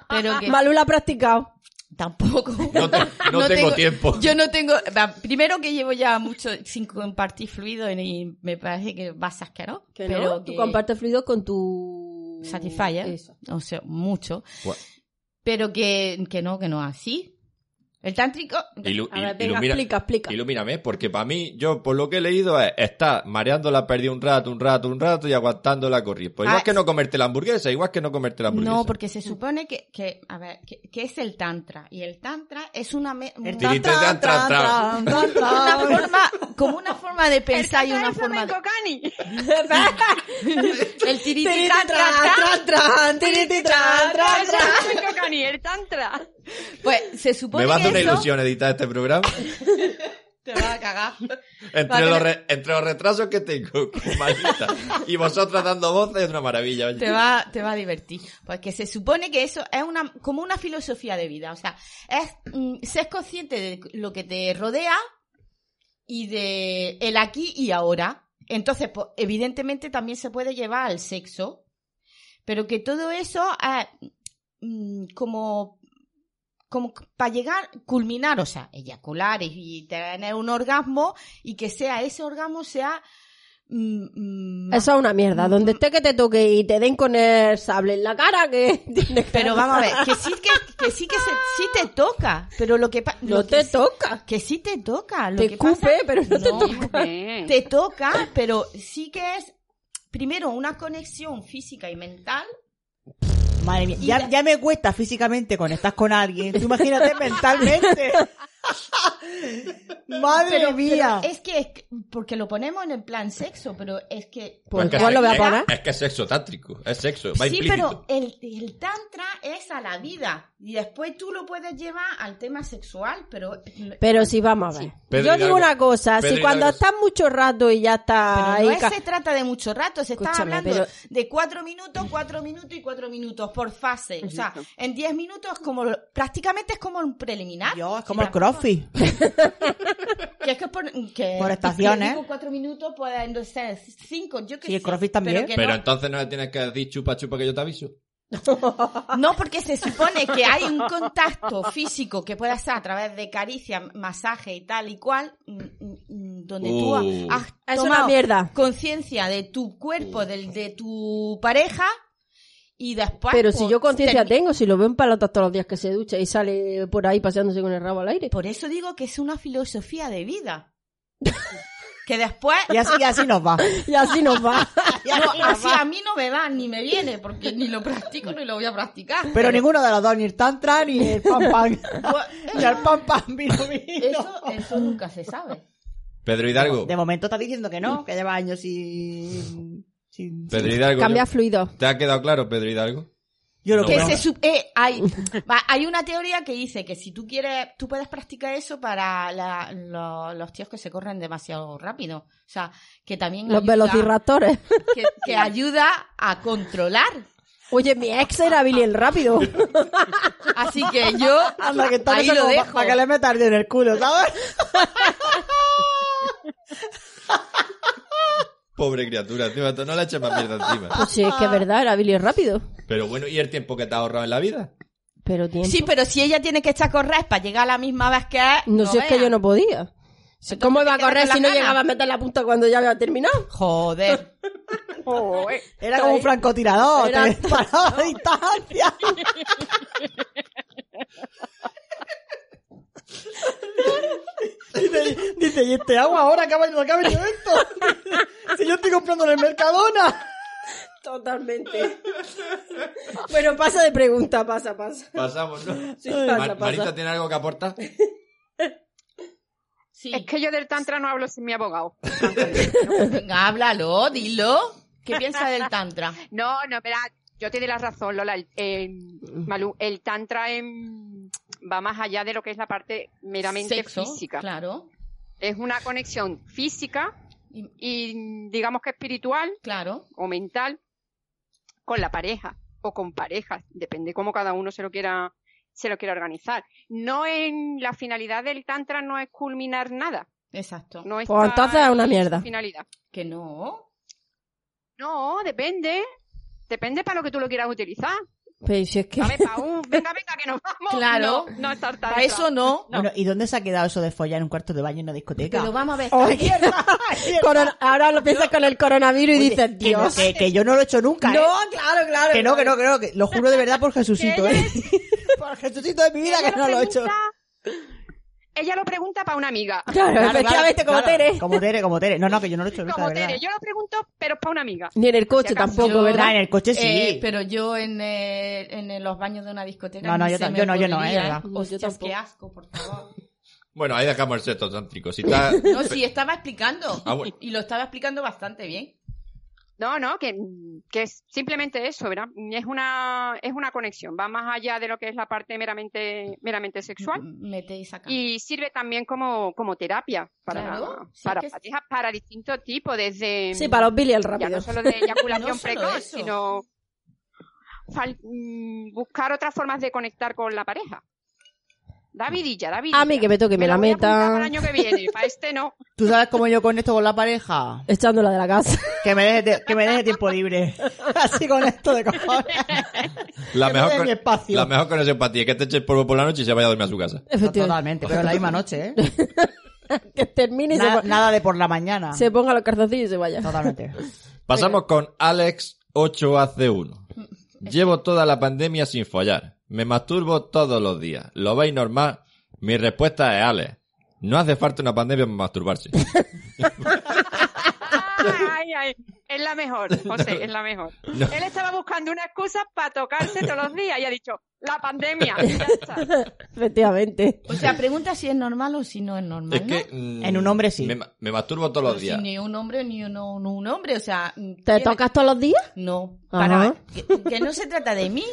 Speaker 7: pero que
Speaker 4: Malú la ha practicado.
Speaker 7: tampoco.
Speaker 3: No te- no tengo tiempo.
Speaker 7: Yo no tengo. va, Primero que llevo ya mucho sin compartir fluido y me parece que vas asqueroso.
Speaker 4: Que
Speaker 7: pero
Speaker 4: no, tú
Speaker 7: que-
Speaker 4: compartes fluido con tu...
Speaker 7: Satisfyer.
Speaker 4: Eso.
Speaker 7: O sea, mucho.
Speaker 3: Gua-
Speaker 7: Pero que, que no, que no así. El tántrico.
Speaker 3: Ilu-
Speaker 4: A
Speaker 3: il-
Speaker 4: ver, venga, explica, explica.
Speaker 3: Ilumíname, porque para mí, yo por lo que he leído, es estar mareando la pérdida un rato, un rato, un rato y aguantando la corriente. Pues igual
Speaker 7: Ah,
Speaker 3: que no comerte la hamburguesa, igual que no comerte la hamburguesa.
Speaker 7: No, porque se supone que, que a ver, que, que es el tantra. Y el tantra es una, me-
Speaker 6: El
Speaker 7: una,
Speaker 3: Tiri- tan, tan, tan,
Speaker 7: una forma, como una forma de pensar y una forma de...
Speaker 8: Cani.
Speaker 7: El tiriti
Speaker 4: Tiriti,
Speaker 7: tantra,
Speaker 4: tran, tran, tiriti, tran, tran, tran.
Speaker 8: flamenco cani, el tantra.
Speaker 7: Pues se supone
Speaker 3: Me va a
Speaker 7: que
Speaker 3: hacer una
Speaker 7: eso-
Speaker 3: ilusión editar este programa.
Speaker 7: Te va a cagar.
Speaker 3: Entre,
Speaker 7: Vale.
Speaker 3: los re- entre los retrasos que tengo, pues, maldita, y vosotras dando voces es una maravilla. oye.
Speaker 7: Te va, te va a divertir. Porque se supone que eso es una, como una filosofía de vida. O sea, es mm, ser consciente de lo que te rodea y de el aquí y ahora. Entonces, pues, evidentemente también se puede llevar al sexo. Pero que todo eso es mm, como, como para llegar, culminar, o sea, eyacular y- y tener un orgasmo y que sea ese orgasmo sea mm, mm,
Speaker 4: Eso es una mierda. Donde esté que te toque y te den con el sable en la cara, que tienes que-
Speaker 7: Pero vamos a ver, que sí que, que sí que se, sí te toca, pero lo que pa-
Speaker 4: No
Speaker 7: lo que
Speaker 4: te
Speaker 7: sí-
Speaker 4: toca.
Speaker 7: que sí te toca, lo
Speaker 4: Te
Speaker 7: que pasa-
Speaker 4: escupe, pero no te
Speaker 7: toca.
Speaker 8: Bien.
Speaker 7: Te toca, pero sí que es primero una conexión física y mental.
Speaker 6: Madre mía, ya, ya me cuesta físicamente conectar con alguien. Tú imagínate mentalmente. Madre
Speaker 7: Pero,
Speaker 6: mía.
Speaker 7: pero es que es que- porque lo ponemos en el plan sexo, pero es que
Speaker 4: Pues
Speaker 3: Es que
Speaker 4: igual lo voy a
Speaker 3: es-
Speaker 4: poner.
Speaker 3: Es que es sexo tántrico, es sexo, va
Speaker 7: sí,
Speaker 3: implícito.
Speaker 7: pero el, el tantra es a la vida y después tú lo puedes llevar al tema sexual, pero
Speaker 4: Pero sí, vamos a ver.
Speaker 3: Pedro
Speaker 4: Yo digo
Speaker 3: Hidalgo.
Speaker 4: una cosa,
Speaker 3: Pedro
Speaker 4: si cuando
Speaker 3: Hidalgo.
Speaker 4: estás mucho rato y ya estás
Speaker 7: Pero
Speaker 4: ahí
Speaker 7: no es-
Speaker 4: ca-
Speaker 7: se trata de mucho rato, se está
Speaker 4: Escúchame,
Speaker 7: hablando
Speaker 4: pero-
Speaker 7: de cuatro minutos, cuatro minutos y cuatro minutos por fase. O sea, en diez minutos es como prácticamente es como un preliminar.
Speaker 6: Dios, es como el
Speaker 7: Sí,
Speaker 6: crossfit.
Speaker 7: Que es que por, que-
Speaker 6: Por estaciones.
Speaker 7: si digo cuatro minutos pueden ser cinco, yo que
Speaker 6: Sí, el
Speaker 7: sé,
Speaker 6: crossfit también.
Speaker 7: que
Speaker 3: Pero
Speaker 7: no-
Speaker 3: entonces no le tienes que decir chupa, chupa que yo te aviso.
Speaker 7: No, porque se supone que hay un contacto físico que puede ser a través de caricia, masaje y tal y cual, mm, mm, mm, donde tú
Speaker 3: Uh.
Speaker 7: ha- has
Speaker 4: Es una
Speaker 7: tomado
Speaker 4: mierda.
Speaker 7: conciencia de tu cuerpo, del de tu pareja y después.
Speaker 4: Pero si
Speaker 7: pues,
Speaker 4: yo conciencia
Speaker 7: termi-
Speaker 4: tengo, si lo veo en palotas todos los días que se ducha y sale por ahí paseándose con el rabo al aire.
Speaker 7: Por eso digo que es una filosofía de vida. que después.
Speaker 6: Y así, y así nos va.
Speaker 4: Y así nos va.
Speaker 7: No, así a mí no me va ni me viene porque ni lo practico ni lo voy a practicar.
Speaker 6: Pero ninguno de los dos, ni el tantra, ni el pan pan. ni el pan pan vino vino.
Speaker 7: Eso, eso nunca se sabe.
Speaker 3: Pedro Hidalgo,
Speaker 6: De momento está diciendo que no, que lleva años sin... sin-
Speaker 3: Pedro Hidalgo.
Speaker 4: Cambia
Speaker 3: yo-
Speaker 4: fluido.
Speaker 3: ¿Te ha quedado claro, Pedro Hidalgo?
Speaker 6: Yo lo
Speaker 3: Que
Speaker 7: que
Speaker 6: creo.
Speaker 7: se sup- eh, hay, va, hay una teoría que dice que si tú quieres, tú puedes practicar eso para la- lo- los tíos que se corren demasiado rápido. O sea, que también
Speaker 4: Los
Speaker 7: ayuda,
Speaker 4: velociraptores.
Speaker 7: que, que ayuda a controlar.
Speaker 4: Oye, mi ex era Billy el rápido.
Speaker 7: Así que yo
Speaker 6: Anda, que
Speaker 7: ahí lo dejo.
Speaker 6: Para que le metas en el culo, ¿sabes?
Speaker 3: Pobre criatura, encima, tú no le eches más mierda encima.
Speaker 4: Pues sí, es que es verdad, era Billy el rápido.
Speaker 3: Pero bueno, ¿y el tiempo que te has ahorrado en la vida?
Speaker 4: Pero tiempo.
Speaker 7: Sí, pero si ella tiene que echar a correr para llegar a la misma vez que él,
Speaker 4: no sé, es que
Speaker 7: veas.
Speaker 4: yo no podía. Si-
Speaker 7: Entonces
Speaker 4: ¿Cómo
Speaker 7: te
Speaker 4: iba a
Speaker 7: quedas
Speaker 4: correr
Speaker 7: con las
Speaker 4: si no
Speaker 7: ganas.
Speaker 4: llegaba a meter la punta cuando ya había terminado?
Speaker 7: Joder.
Speaker 6: Era como un francotirador.
Speaker 4: Era-
Speaker 6: Te disparaba a distancia. dice, dice, ¿y este agua ahora? ¿Qué ha venido- qué ha venido esto? si yo estoy comprando en el Mercadona.
Speaker 4: Totalmente. bueno, pasa de pregunta, pasa, pasa.
Speaker 3: Pasamos, ¿no?
Speaker 4: Sí, pasa,
Speaker 3: Mar-
Speaker 4: pasa.
Speaker 3: Marita, ¿tiene algo que aportar?
Speaker 7: Sí.
Speaker 8: Es que yo del tantra no hablo sin mi abogado.
Speaker 7: Venga, háblalo, dilo. ¿Qué piensa del tantra?
Speaker 8: No, no, espera. Yo te di la razón, Lola. El, eh, Malú, el tantra en va más allá de lo que es la parte meramente
Speaker 7: Sexo,
Speaker 8: física.
Speaker 7: Claro,
Speaker 8: Es una conexión física
Speaker 7: Y-
Speaker 8: y digamos que espiritual
Speaker 7: claro.
Speaker 8: o mental con la pareja o con parejas, depende cómo cada uno se lo quiera se lo quiera organizar. No en la finalidad del tantra no es culminar nada,
Speaker 7: Exacto.
Speaker 8: no es
Speaker 4: Pues entonces es una mierda.
Speaker 8: finalidad.
Speaker 7: Que no.
Speaker 8: No, depende, depende para lo que tú lo quieras utilizar.
Speaker 4: Pero si es que...
Speaker 8: ¿Sabes? Para un, venga, venga, que nos vamos.
Speaker 7: Claro.
Speaker 8: no, no estar
Speaker 7: Para eso no.
Speaker 6: Bueno, ¿y dónde se ha quedado eso de follar en un cuarto de baño en una discoteca?
Speaker 7: Pero vamos a
Speaker 4: Oh,
Speaker 7: ver.
Speaker 6: ¡Ay, mierda!
Speaker 4: corona- Ahora lo piensas con el coronavirus y
Speaker 6: Oye,
Speaker 4: dices,
Speaker 6: que no,
Speaker 4: Dios.
Speaker 6: Que, que yo no lo he hecho nunca. ¿eh?
Speaker 4: claro, claro.
Speaker 6: Que no, que no, que no, que lo juro de verdad por Jesucito,
Speaker 8: Que ella
Speaker 6: ¿eh? Por Jesucito de mi vida que no lo he hecho.
Speaker 8: Ella lo pregunta para una amiga.
Speaker 4: Claro, efectivamente, como
Speaker 6: claro.
Speaker 4: Tere.
Speaker 6: Como Tere, como Tere. No, no, que yo no lo he hecho nunca,
Speaker 8: Como
Speaker 6: de verdad.
Speaker 8: Tere, yo lo pregunto, pero para una amiga.
Speaker 4: Ni en el coche
Speaker 8: Si acaso
Speaker 4: tampoco,
Speaker 7: yo-
Speaker 4: ¿verdad?
Speaker 6: Ah, en el coche sí.
Speaker 7: Eh, pero yo en, eh, en eh, los baños de una discoteca.
Speaker 6: No, no,
Speaker 7: ni
Speaker 6: yo
Speaker 7: se
Speaker 6: tam-
Speaker 7: me
Speaker 6: yo no, yo no,
Speaker 7: ocurriría.
Speaker 6: eh, de verdad.
Speaker 4: No, yo
Speaker 7: Hostias,
Speaker 4: tampoco.
Speaker 7: qué asco, por favor.
Speaker 3: Bueno, ahí dejamos el sexto tántrico. Si está...
Speaker 7: No, sí, estaba explicando.
Speaker 3: Ah, bueno.
Speaker 7: Y lo estaba explicando bastante bien.
Speaker 8: No, no, que, que es simplemente eso, ¿verdad? Es una, es una conexión, va más allá de lo que es la parte meramente, meramente sexual.
Speaker 7: Mete y saca.
Speaker 8: Y sirve también como, como terapia para,
Speaker 7: Claro, sí,
Speaker 8: para
Speaker 7: que es-
Speaker 8: parejas, para distintos tipos, desde
Speaker 4: Sí, para los Billy el
Speaker 8: ya
Speaker 4: rápido.
Speaker 8: no solo de eyaculación
Speaker 7: No solo
Speaker 8: precoz,
Speaker 7: eso.
Speaker 8: sino fal- mm, buscar otras formas de conectar con la pareja. Davidilla, David.
Speaker 4: Mm. A mí que me toque, me la
Speaker 8: voy a apuntar
Speaker 4: meta.
Speaker 8: Para el año que viene, para este no.
Speaker 6: ¿Tú sabes cómo yo conecto con la pareja?
Speaker 4: Echándola de la casa.
Speaker 6: Que me deje, te- que me deje tiempo libre. Así con esto de cojones.
Speaker 3: La
Speaker 6: Que me
Speaker 3: mejor,
Speaker 6: dé
Speaker 3: con-
Speaker 6: mi espacio.
Speaker 3: la mejor conexión para ti es que te eche el polvo por la noche y se vaya a dormir a su casa.
Speaker 6: Totalmente,
Speaker 4: Efectivamente.
Speaker 6: pero la misma noche, ¿eh?
Speaker 4: que termine y se,
Speaker 6: Na-
Speaker 4: po-
Speaker 6: nada de por la mañana.
Speaker 4: se ponga los calzoncillos y se vaya.
Speaker 6: Totalmente.
Speaker 3: Pasamos con Alex 8AC1. Llevo toda la pandemia sin follar. Me masturbo todos los días. ¿Lo veis normal? Mi respuesta es Alex. No hace falta una pandemia para masturbarse.
Speaker 8: Ay, ay, es la mejor, José, es la mejor. Él estaba buscando una excusa para tocarse todos los días y ha dicho, la pandemia. y ya está.
Speaker 4: Efectivamente.
Speaker 7: O sea, pregunta si es normal o si no es normal.
Speaker 3: es
Speaker 7: ¿no?
Speaker 3: que... mm,
Speaker 6: En un hombre sí.
Speaker 3: Me, ma- me masturbo todos
Speaker 7: Pero
Speaker 3: los
Speaker 7: si
Speaker 3: días.
Speaker 7: ni un hombre ni un, un- un hombre, o sea... mm,
Speaker 4: ¿Te tocas todos los días?
Speaker 7: No,
Speaker 4: Ajá.
Speaker 7: para, que, que no se trata de mí,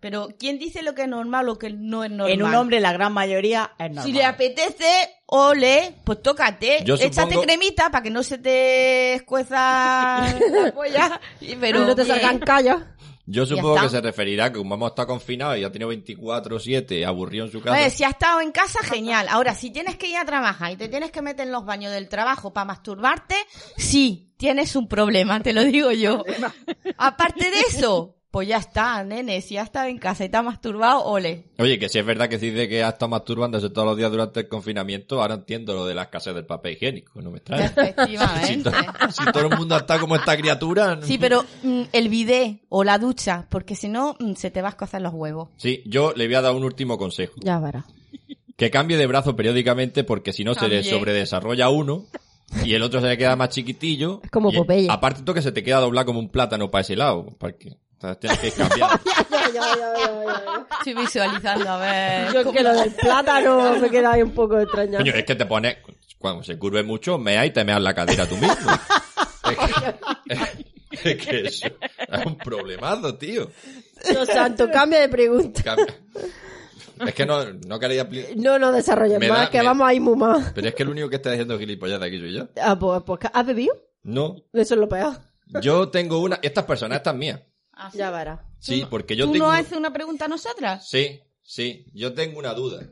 Speaker 7: pero ¿quién dice lo que es normal o que no es normal?
Speaker 6: En un hombre la gran mayoría es normal.
Speaker 7: Si le apetece, ole, pues tócate,
Speaker 3: Yo
Speaker 7: échate
Speaker 3: supongo-
Speaker 7: cremita para que no se te escueza la polla, y- pero
Speaker 4: Pero no te
Speaker 7: bien.
Speaker 4: salgan callos.
Speaker 3: Yo
Speaker 7: Ya
Speaker 3: supongo
Speaker 7: está.
Speaker 3: que se referirá que como hemos estado confinados y ha tenido 24-7 aburrido en su casa.
Speaker 7: Oye, si has estado en casa, genial. Ahora, si tienes que ir a trabajar y te tienes que meter en los baños del trabajo para masturbarte, sí, tienes un problema, te lo digo yo. Aparte de eso, pues ya está, nene, si has estado en casa y te has masturbado, ole.
Speaker 3: Oye, que si es verdad que se dice que ha estado masturbándose todos los días durante el confinamiento, ahora entiendo lo de la escasez del papel higiénico, no me extraña. Si,
Speaker 7: Efectivamente.
Speaker 3: to- si todo el mundo está como esta criatura. no-
Speaker 7: Sí, pero mm, el bidé o la ducha, porque si no, mm, se te vas a cocer los huevos.
Speaker 3: Sí, yo le voy a dar un último consejo.
Speaker 4: Ya verás.
Speaker 3: Que cambie de brazo periódicamente porque si no se le
Speaker 7: Cambie.
Speaker 3: sobredesarrolla uno y el otro se le queda más chiquitillo.
Speaker 4: Es como
Speaker 3: Y-
Speaker 4: Popeye.
Speaker 3: Aparte tú que se te queda doblado como un plátano para ese lado. Porque, o sea, tienes que cambiar.
Speaker 7: Estoy visualizando, a ver.
Speaker 4: Yo es que lo del plátano me queda ahí un poco extraña.
Speaker 3: Coño, es que te pones... Cuando se curve mucho, mea y te meas la cadera tú mismo. es que, es que eso es un problemazo, tío.
Speaker 4: Dios santo, cambia de pregunta.
Speaker 3: Cambia. Es que no, no quería... apli-
Speaker 4: No nos desarrolles
Speaker 3: Me
Speaker 4: más,
Speaker 3: da-
Speaker 4: que
Speaker 3: me-
Speaker 4: vamos a ir muy más.
Speaker 3: Pero es que el único que está diciendo gilipollas de aquí soy yo.
Speaker 4: Ah, pues, pues, ¿Has bebido?
Speaker 3: No,
Speaker 4: Eso es lo peor.
Speaker 3: yo tengo una... Estas personas, estas mías.
Speaker 7: Ah, sí.
Speaker 4: Ya verás.
Speaker 3: Sí, porque yo
Speaker 7: ¿Tú
Speaker 3: tengo.
Speaker 7: no haces una pregunta a nosotras?
Speaker 3: Sí, sí, yo tengo una duda.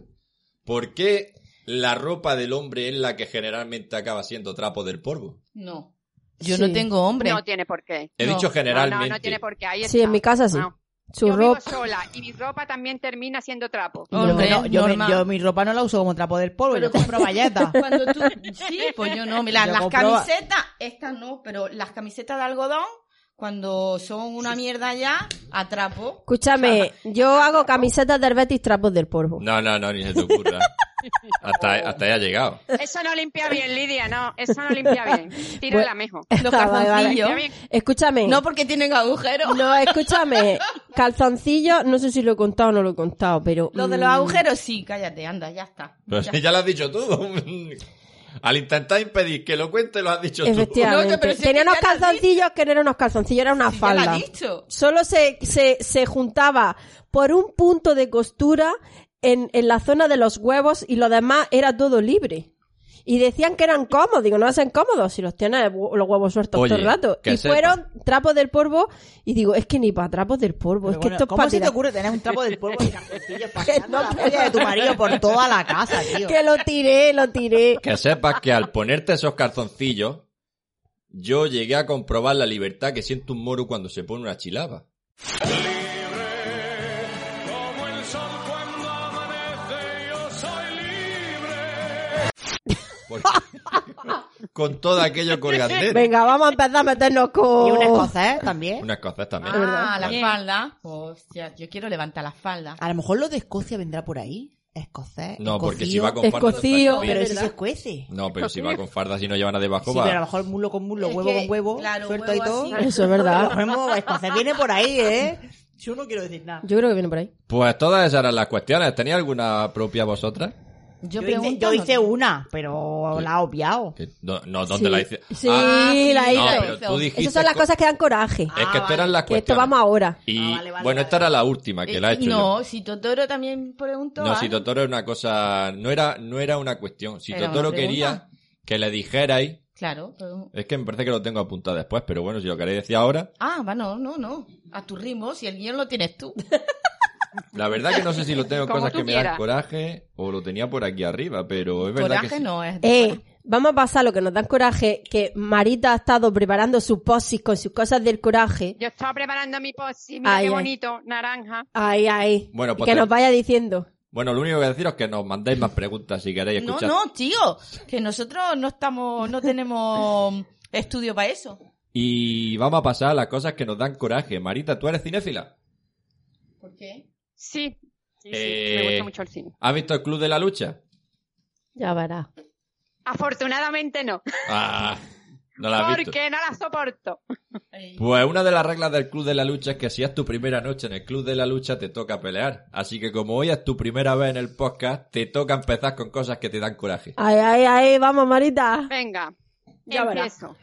Speaker 3: ¿Por qué la ropa del hombre es la que generalmente acaba siendo trapo del polvo?
Speaker 7: No. Yo
Speaker 4: Sí.
Speaker 7: no tengo hombre.
Speaker 8: No tiene por qué.
Speaker 3: He
Speaker 7: No,
Speaker 3: dicho
Speaker 7: no,
Speaker 8: No,
Speaker 3: generalmente.
Speaker 8: no, no tiene por qué. Ahí
Speaker 4: Sí,
Speaker 8: está.
Speaker 4: en mi casa sí.
Speaker 8: No.
Speaker 4: Su
Speaker 8: yo
Speaker 4: ropa.
Speaker 8: vivo sola y mi ropa también termina siendo trapo.
Speaker 6: Yo,
Speaker 7: Hombre,
Speaker 6: no, yo, mi,
Speaker 7: normal.
Speaker 6: yo mi ropa no la uso como trapo del polvo,
Speaker 7: Pero
Speaker 6: yo compro valletas.
Speaker 7: Cuando tú... Sí, pues yo no. Mira,
Speaker 6: Yo
Speaker 7: las
Speaker 6: compro-
Speaker 7: camisetas, estas no, pero las camisetas de algodón, cuando son una mierda ya, atrapo.
Speaker 4: Escúchame, yo hago camisetas del Betis trapos del polvo.
Speaker 3: No, no, no, ni se te ocurra. hasta, hasta ahí ha llegado.
Speaker 8: Eso no limpia bien, Lidia, no. Eso no limpia bien. Tírala mejor.
Speaker 7: Los
Speaker 4: Vale, vale.
Speaker 7: calzoncillos.
Speaker 4: Escúchame.
Speaker 7: No porque tienen agujeros.
Speaker 4: No, escúchame. Calzoncillo, no sé si lo he contado o no lo he contado, pero. mm,
Speaker 7: Lo de los agujeros, sí, cállate, anda, ya está.
Speaker 3: Pero
Speaker 7: Ya
Speaker 3: si ya lo has dicho tú. Al intentar impedir que lo cuente, lo has dicho tú.
Speaker 4: Efectivamente.
Speaker 7: No, pero si es
Speaker 4: Tenía
Speaker 7: que
Speaker 4: unos
Speaker 7: ya lo has
Speaker 4: calzoncillos que no eran unos calzoncillos, era una
Speaker 7: Sí, ya lo
Speaker 4: falda.
Speaker 7: has dicho.
Speaker 4: Solo se, se, se juntaba por un punto de costura en, en la zona de los huevos y lo demás era todo libre. Y decían que eran cómodos. Digo, no hacen cómodos si los tienes hue- los huevos sueltos
Speaker 3: Oye,
Speaker 4: todo el rato.
Speaker 3: que
Speaker 4: Y
Speaker 3: sepa.
Speaker 4: fueron trapos del polvo. Y digo, es que ni para trapos del polvo. pues es
Speaker 6: Pero
Speaker 4: que
Speaker 6: bueno,
Speaker 4: esto es
Speaker 6: ¿Cómo
Speaker 4: para
Speaker 6: se te
Speaker 4: tirar.
Speaker 6: ocurre tener un trapo del polvo de calzoncillos
Speaker 4: Que
Speaker 6: pasando
Speaker 4: no
Speaker 6: la
Speaker 4: puedo.
Speaker 6: polla de tu marido por toda la casa, tío?
Speaker 4: Que lo tiré, lo tiré.
Speaker 3: Que sepas que al ponerte esos calzoncillos, yo llegué a comprobar la libertad que siente un moro cuando se pone una chilaba. Porque- con todo aquello colgandero.
Speaker 4: Venga, vamos a empezar a meternos con...
Speaker 6: Y un escocés también.
Speaker 3: Unas cosas también.
Speaker 7: Oh. Ah, la falda. Hostia, yo quiero levantar la falda.
Speaker 6: A lo mejor lo de Escocia vendrá por ahí. Escocés.
Speaker 3: No, porque
Speaker 6: escocío.
Speaker 3: si va con farda. no está
Speaker 4: Escocío,
Speaker 3: escocío.
Speaker 6: Pero ese
Speaker 4: ¿Verdad?
Speaker 6: se escuece.
Speaker 3: No, pero si va con farda si no lleva nada debajo,
Speaker 6: Sí,
Speaker 3: va.
Speaker 6: pero a lo mejor mulo con mulo,
Speaker 7: Es
Speaker 6: huevo
Speaker 7: que,
Speaker 6: con huevo,
Speaker 7: claro,
Speaker 6: suelto
Speaker 7: huevo
Speaker 6: y todo.
Speaker 7: así.
Speaker 4: Eso es verdad.
Speaker 6: Lo vemos, escocés viene por ahí, ¿eh? Yo no quiero decir nada.
Speaker 4: Yo creo que viene por ahí.
Speaker 3: Pues todas esas eran las cuestiones. ¿Tenéis alguna propia vosotras?
Speaker 7: Yo,
Speaker 6: Yo, hice,
Speaker 7: pregunto.
Speaker 6: yo hice
Speaker 7: ¿no?
Speaker 6: una, pero la he obviado.
Speaker 3: Que No, no, ¿dónde la hice?
Speaker 4: Sí,
Speaker 3: Ah,
Speaker 7: sí,
Speaker 4: la hice.
Speaker 3: no,
Speaker 7: hice.
Speaker 3: pero tú dijiste
Speaker 4: Esas son las
Speaker 3: co-
Speaker 4: cosas que dan coraje.
Speaker 3: Es que esto eran las
Speaker 4: que esto
Speaker 3: cuestiones.
Speaker 4: vamos ahora.
Speaker 3: Y
Speaker 6: Ah, vale, vale,
Speaker 3: bueno, esta
Speaker 6: vale.
Speaker 3: era la última que la he
Speaker 7: Eh,
Speaker 3: hecho.
Speaker 7: No, si Totoro también preguntó.
Speaker 3: yo. no
Speaker 7: ¿ah?
Speaker 3: si Totoro era una cosa, no era, no era una cuestión. Si
Speaker 7: Era
Speaker 3: Totoro
Speaker 7: una pregunta.
Speaker 3: quería que le dijerais,
Speaker 7: Claro. pero-
Speaker 3: es que me parece que lo tengo apuntado después, pero bueno, si lo queréis decir ahora,
Speaker 7: Ah, va, no, no, no. A tu ritmo, si el guión lo tienes tú.
Speaker 3: la verdad que no sé si lo tengo en
Speaker 8: Como
Speaker 3: cosas
Speaker 8: tú
Speaker 3: que me dan
Speaker 8: quieras.
Speaker 3: coraje o lo tenía por aquí arriba, pero es verdad que
Speaker 7: Coraje
Speaker 3: sí.
Speaker 7: no es.
Speaker 4: Eh, vamos a pasar lo que nos dan coraje, que Marita ha estado preparando su posis con sus cosas del coraje.
Speaker 8: Yo estaba preparando mi posi, mira
Speaker 4: Ay,
Speaker 8: qué
Speaker 4: ay.
Speaker 8: bonito, naranja.
Speaker 4: Ahí, ahí.
Speaker 3: Bueno,
Speaker 4: Y
Speaker 3: pues
Speaker 4: que
Speaker 3: te-
Speaker 4: nos vaya diciendo.
Speaker 3: Bueno, lo único que deciros es que nos mandéis más preguntas si queréis
Speaker 7: No,
Speaker 3: escuchar.
Speaker 7: no, tío. Que nosotros no estamos, no tenemos estudio para eso.
Speaker 3: Y vamos a pasar a las cosas que nos dan coraje. Marita, ¿tú eres cinéfila?
Speaker 7: ¿Por qué?
Speaker 8: Sí, sí, sí,
Speaker 3: Eh,
Speaker 8: me gusta mucho el cine.
Speaker 3: ¿Has visto el Club de la Lucha?
Speaker 4: Ya verá.
Speaker 8: Afortunadamente no,
Speaker 3: Ah, no la has visto.
Speaker 8: porque no la soporto.
Speaker 3: Pues una de las reglas del Club de la Lucha es que si es tu primera noche en el Club de la Lucha te toca pelear. Así que como hoy es tu primera vez en el podcast, te toca empezar con cosas que te dan coraje.
Speaker 4: Ahí, ahí, ahí. Vamos, Marita.
Speaker 8: Venga,
Speaker 4: Ah. Ya verás.
Speaker 8: empiezo.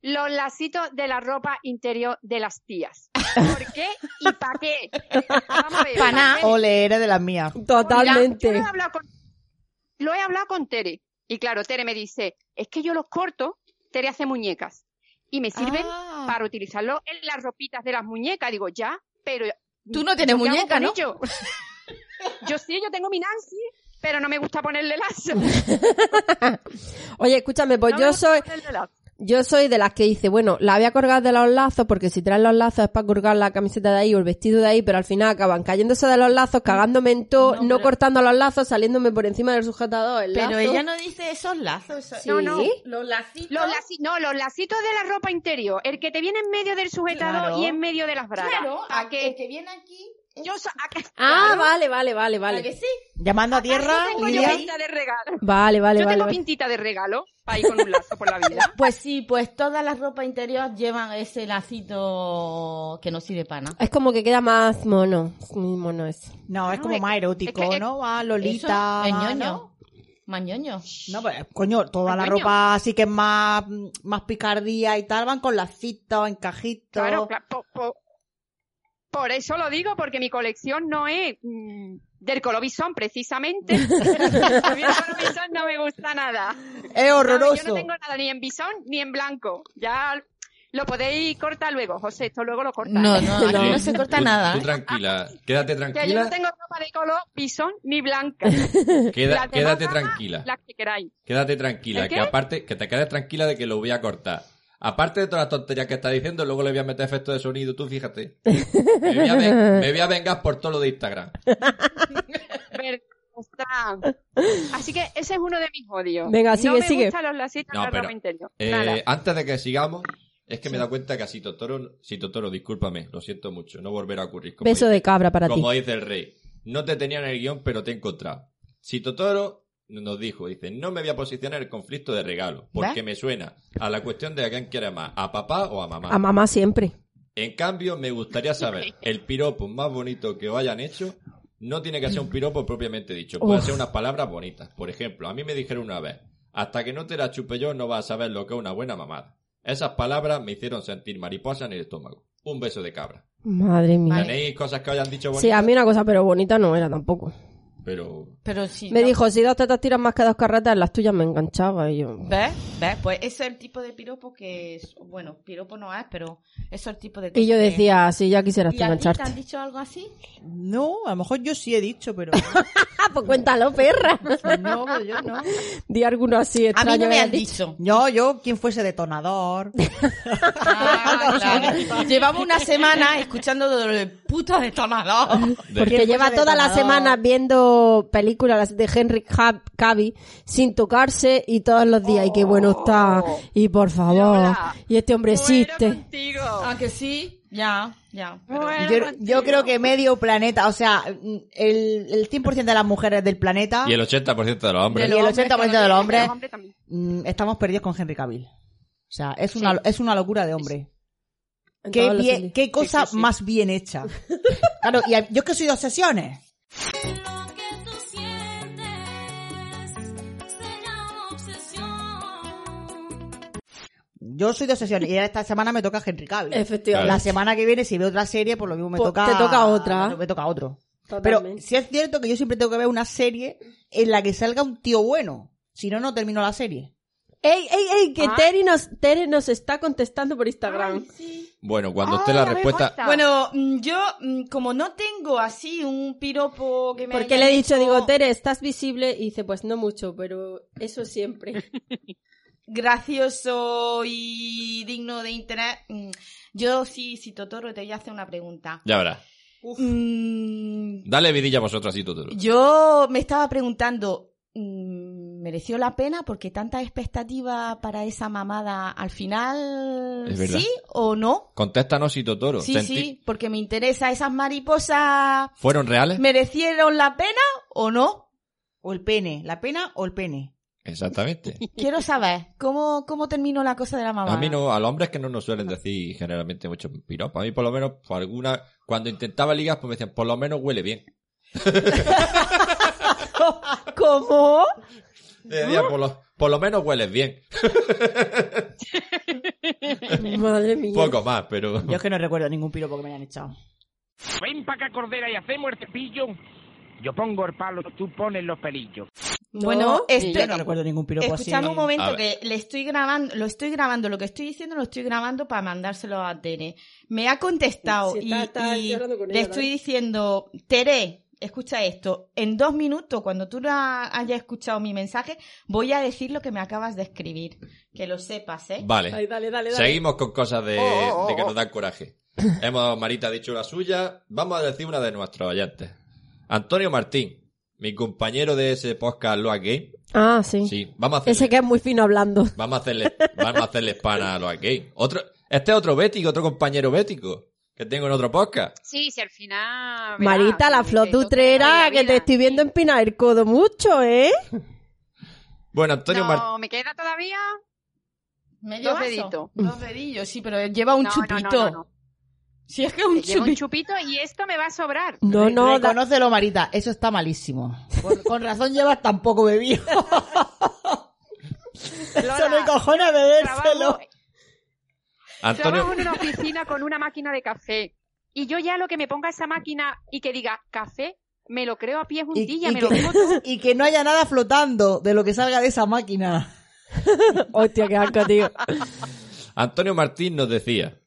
Speaker 8: Los lacitos de la ropa interior de las tías. ¿Por qué y para qué? Vamos a ver.
Speaker 7: Pa' nada.
Speaker 8: ¿pa' qué?
Speaker 6: Ole, eres de las mías.
Speaker 8: Mira,
Speaker 4: Totalmente.
Speaker 8: yo lo he hablado con, lo he hablado con Tere. Y claro, Tere me dice, es que yo los corto, Tere hace muñecas. Y me sirven
Speaker 7: Ah.
Speaker 8: para utilizarlo en las ropitas de las muñecas. Digo, ya, pero...
Speaker 7: Tú no tienes
Speaker 8: ¿qué hago
Speaker 7: muñeca,
Speaker 8: con
Speaker 7: ¿no?
Speaker 8: ello? yo sí, yo tengo mi Nancy, pero no me gusta ponerle lazo.
Speaker 4: Oye, escúchame, pues
Speaker 8: No me
Speaker 4: yo
Speaker 8: gusta
Speaker 4: soy,
Speaker 8: ponerle lazo.
Speaker 4: yo soy de las que dice, bueno, la voy a colgar de los lazos, porque si traes los lazos es para colgar la camiseta de ahí o el vestido de ahí, pero al final acaban cayéndose de los lazos, cagándome en todo, no, cortando los lazos, saliéndome por encima del sujetador. el
Speaker 7: Pero
Speaker 4: lazo.
Speaker 7: ella no dice esos lazos. esos-
Speaker 4: Sí.
Speaker 8: No, no.
Speaker 7: Los lacitos.
Speaker 8: Los laci- no, los lacitos de la ropa interior. El que te viene en medio del sujetador
Speaker 7: Claro.
Speaker 8: y en medio de las bragas.
Speaker 7: Claro,
Speaker 8: ¿A
Speaker 7: a- el
Speaker 8: que
Speaker 7: que viene aquí.
Speaker 8: yo so- a que-
Speaker 4: Ah, vale, vale, vale,
Speaker 7: ¿a
Speaker 4: vale.
Speaker 7: que sí? Ah,
Speaker 6: Llamando a tierra,
Speaker 8: Yo tengo yo
Speaker 6: Lidia.
Speaker 8: pinta de regalo.
Speaker 4: Vale, vale,
Speaker 8: yo
Speaker 4: vale.
Speaker 8: tengo
Speaker 4: vale.
Speaker 8: pintita de regalo para ir con un lazo por la vida.
Speaker 7: Pues sí, pues toda la ropa interior llevan ese lacito que no sirve para nada.
Speaker 4: Es como que queda más mono. Es muy mono eso.
Speaker 6: No, es
Speaker 8: No,
Speaker 6: como
Speaker 8: es-
Speaker 6: más
Speaker 8: es
Speaker 6: erótico,
Speaker 8: que-
Speaker 6: ¿no? Va
Speaker 7: Eso
Speaker 6: Lolita.
Speaker 7: es
Speaker 6: va, ¿no?
Speaker 7: ñoño. Más ñoño.
Speaker 6: No, pues, coño, toda la
Speaker 8: Coño.
Speaker 6: ropa así que es más, más picardía y tal, van con lacitos, encajitos.
Speaker 8: Claro, claro, po- po- por eso lo digo, porque mi colección no es mm, del colobisón, precisamente. A mí el colobisón no me gusta nada.
Speaker 6: Es
Speaker 8: Yo no
Speaker 6: horroroso.
Speaker 8: tengo nada ni en bisón ni en blanco. Ya lo podéis cortar luego, José, esto luego lo cortas.
Speaker 7: No, no, aquí
Speaker 4: No.
Speaker 7: no, se corta
Speaker 3: Tú-
Speaker 7: nada.
Speaker 3: Tú
Speaker 7: ¿eh?
Speaker 3: tranquila, quédate
Speaker 8: Que yo no
Speaker 3: tranquila,
Speaker 8: tengo ropa de color bisón ni blanca.
Speaker 3: queda-
Speaker 8: Las demás
Speaker 3: quédate
Speaker 8: ramas,
Speaker 3: tranquila,
Speaker 8: Las que queráis.
Speaker 3: quédate tranquila,
Speaker 8: ¿El
Speaker 3: que
Speaker 8: qué?
Speaker 3: aparte, que te quedes tranquila de que lo voy a cortar. Aparte de todas las tonterías que está diciendo, luego le voy a meter efecto de sonido, tú fíjate. Me voy a, ven- me voy a vengar por todo lo de Instagram.
Speaker 8: Vergüenza. Así que ese es uno de mis odios.
Speaker 4: Venga, sigue,
Speaker 8: no me
Speaker 4: sigue.
Speaker 8: gustan los lacitos
Speaker 3: No,
Speaker 8: de la
Speaker 3: pero,
Speaker 8: ropa interior.
Speaker 3: Eh,
Speaker 8: Nada.
Speaker 3: antes de que sigamos, es que me da cuenta que a Sito Toro, Sito Toro, discúlpame, lo siento mucho, no volverá a ocurrir. Como
Speaker 4: Beso
Speaker 3: dice,
Speaker 4: de cabra para ti.
Speaker 3: como dice el rey, no te tenía en el guión, pero te he encontrado. Sito Toro nos dijo, dice, no me voy a posicionar en el conflicto de regalo, porque me suena a la cuestión de a quién quiere más, a papá o a mamá.
Speaker 4: A mamá siempre.
Speaker 3: En cambio, me gustaría saber, el piropo más bonito que os hayan hecho no tiene que ser un piropo propiamente dicho, puede
Speaker 4: Uf.
Speaker 3: ser unas palabras bonitas. Por ejemplo, a mí me dijeron una vez, hasta que no te la chupe yo no vas a saber lo que es una buena mamada. Esas palabras me hicieron sentir mariposa en el estómago. Un beso de cabra.
Speaker 4: Madre mía.
Speaker 3: ¿Tenéis cosas que hayan dicho
Speaker 4: Sí,
Speaker 3: bonitas?
Speaker 4: a mí una cosa, pero bonita no era tampoco.
Speaker 3: Pero
Speaker 7: Pero si
Speaker 4: Me
Speaker 7: no-
Speaker 4: dijo, si dos tetas tiran más que dos carretas, las tuyas me enganchaba. Y yo,
Speaker 7: ¿Ves? ¿Ves? Pues ese es el tipo de piropo que es... Bueno, piropo no es, pero eso es el tipo de...
Speaker 4: y yo
Speaker 7: cosa que-
Speaker 4: decía, si ya quisieras
Speaker 7: ¿Y
Speaker 4: tú
Speaker 7: a ti te
Speaker 4: engancharte.
Speaker 7: han dicho algo así?
Speaker 6: No, a lo mejor yo sí he dicho, pero
Speaker 4: Ah, pues cuéntalo, perra.
Speaker 6: Pues no, pero yo no.
Speaker 4: Di alguno así
Speaker 7: A
Speaker 4: extraño.
Speaker 7: mí
Speaker 4: ¿eh?
Speaker 7: no
Speaker 4: que
Speaker 7: me
Speaker 4: hayas
Speaker 7: han dicho.
Speaker 6: Yo, yo, quien fuese detonador.
Speaker 7: Ah, claro. Llevamos una semana escuchando de lo del puto detonador.
Speaker 4: Porque
Speaker 6: ¿Quién
Speaker 4: lleva
Speaker 6: fuese
Speaker 4: toda la
Speaker 6: detonador?
Speaker 4: semana viendo películas de Henry Cab- Cavill sin tocarse y todos los días, y qué bueno
Speaker 6: Oh.
Speaker 4: está, y por favor,
Speaker 8: Lola,
Speaker 4: y este hombre
Speaker 8: Muero
Speaker 4: existe.
Speaker 8: contigo.
Speaker 7: Aunque Ah, sí, ya, ya. pero-
Speaker 8: Muero
Speaker 6: Yo, yo
Speaker 8: contigo.
Speaker 6: creo que medio planeta, o sea, el, el 100% de las mujeres del planeta
Speaker 3: y el 80% de los hombres.
Speaker 6: y el
Speaker 7: hombres,
Speaker 6: 80% de los hombres
Speaker 8: también.
Speaker 6: mm, estamos perdidos con Henry Cavill. O sea, es una, es una locura de hombre.
Speaker 4: En
Speaker 6: Qué,
Speaker 4: todos los
Speaker 6: bien-
Speaker 4: sentidos.
Speaker 6: qué cosa más bien hecha. Claro, y a- yo es que soy de obsesiones. Yo soy de obsesiones y esta semana me toca Henry Cavill.
Speaker 4: Efectivamente.
Speaker 6: La semana que viene, si veo otra serie, por lo mismo me
Speaker 4: Pues
Speaker 6: toca.
Speaker 4: te toca otra.
Speaker 6: Me toca otro. Pero
Speaker 4: Totalmente.
Speaker 6: si es cierto que yo siempre tengo que ver una serie en la que salga un tío bueno. Si no, no termino la serie.
Speaker 4: ¡Ey, ey, ey! Que
Speaker 8: Ah.
Speaker 4: Tere, nos, Tere nos está contestando por Instagram.
Speaker 3: Bueno, cuando esté la
Speaker 8: Ay, a ver,
Speaker 3: respuesta,
Speaker 8: Marta.
Speaker 7: Bueno, mm, yo, mm, como no tengo así un piropo que me.
Speaker 4: Porque
Speaker 7: haya
Speaker 4: le he dicho, digo,
Speaker 7: dicho,
Speaker 4: Tere, ¿estás visible? Y dice, pues no mucho, pero eso siempre.
Speaker 7: gracioso y digno de interés. mm, Yo sí, si Totoro te voy a hacer una pregunta.
Speaker 3: ya verás.
Speaker 7: Mm,
Speaker 3: Dale vidilla a vosotros así, Totoro.
Speaker 7: Yo me estaba preguntando, mm, ¿mereció la pena? Porque tanta expectativa para esa mamada al final,
Speaker 3: Es verdad.
Speaker 7: ¿sí o no?
Speaker 3: Contéstanos si Totoro.
Speaker 7: Sí,
Speaker 3: senti-
Speaker 7: sí, porque me interesa, ¿esas mariposas
Speaker 3: ¿Fueron reales?
Speaker 7: merecieron la pena o no?
Speaker 6: O el pene. La pena o el pene.
Speaker 3: Exactamente.
Speaker 7: Quiero saber, ¿cómo, cómo terminó la cosa de la mamada?
Speaker 3: A mí no, a los hombres que no nos suelen decir generalmente muchos piropos. A mí por lo menos, por alguna, cuando intentaba ligas, pues me decían, por lo menos huele bien.
Speaker 4: ¿Cómo?
Speaker 3: Me decían, por, lo, por lo menos hueles bien.
Speaker 4: Madre mía.
Speaker 3: Poco más, pero...
Speaker 6: Yo es que no recuerdo ningún piropo que me hayan echado.
Speaker 10: Ven para acá, Cordera, y hacemos el cepillo. Yo pongo el palo, tú pones los pelillos.
Speaker 4: ¿No?
Speaker 7: Bueno, este,
Speaker 6: Yo no recuerdo pues ningún piropo así.
Speaker 7: Escuchadme un
Speaker 3: A
Speaker 7: momento
Speaker 3: ver.
Speaker 7: que le estoy grabando, lo estoy grabando, lo que estoy diciendo lo estoy grabando para mandárselo a Tere. Me ha contestado
Speaker 4: Sí,
Speaker 7: y,
Speaker 4: está- está-
Speaker 7: y
Speaker 4: estoy hablando con
Speaker 7: le
Speaker 4: ella,
Speaker 7: estoy
Speaker 4: ¿vale?
Speaker 7: diciendo, Tere, escucha esto, en dos minutos, cuando tú la- hayas escuchado mi mensaje, voy a decir lo que me acabas de escribir. Que lo sepas, ¿eh?
Speaker 3: Vale.
Speaker 4: Ay, dale, dale, dale.
Speaker 3: Seguimos con cosas
Speaker 7: Oh,
Speaker 3: de, de que nos dan coraje. Hemos, Marita ha dicho la suya. Vamos a decir una de nuestros oyentes. Antonio Martín, mi compañero de ese podcast Loa Game.
Speaker 4: Ah, sí.
Speaker 3: Sí, vamos a hacerle,
Speaker 4: Ese que es muy fino hablando.
Speaker 3: vamos a hacerle, vamos a hacerle spam a Loa Game. Otro, este es otro bético, otro compañero bético que tengo en otro podcast.
Speaker 8: Sí, si al final. verás,
Speaker 4: Marita, la
Speaker 8: si
Speaker 4: flor
Speaker 8: te toca la
Speaker 4: utrera, que te
Speaker 8: vida.
Speaker 4: estoy viendo empinar el codo mucho, ¿eh?
Speaker 3: Bueno, Antonio
Speaker 8: no,
Speaker 3: Martín.
Speaker 8: me queda todavía.
Speaker 7: Medio
Speaker 8: Dos
Speaker 7: vaso.
Speaker 8: deditos.
Speaker 7: Dos dedillos, sí, pero lleva un
Speaker 8: No, no, no,
Speaker 7: chupito.
Speaker 8: no, no.
Speaker 7: Si es que es un
Speaker 8: Que llevo un
Speaker 7: chupito.
Speaker 8: chupito y esto me va a sobrar.
Speaker 4: No, no, da-
Speaker 6: Reconócelo, Marita. Eso está malísimo. Con, con razón llevas tan poco bebido. Eso
Speaker 8: Lola,
Speaker 6: me cojona bebérselo.
Speaker 8: Trabajo, trabajo
Speaker 3: Antonio,
Speaker 8: en una oficina con una máquina de café. Y yo ya lo que me ponga esa máquina y que diga café, me lo creo a pie juntilla, me lo como todo.
Speaker 6: que, y que no haya nada flotando de lo que salga de esa máquina.
Speaker 4: Hostia, qué asco, tío.
Speaker 3: Antonio Martín nos decía.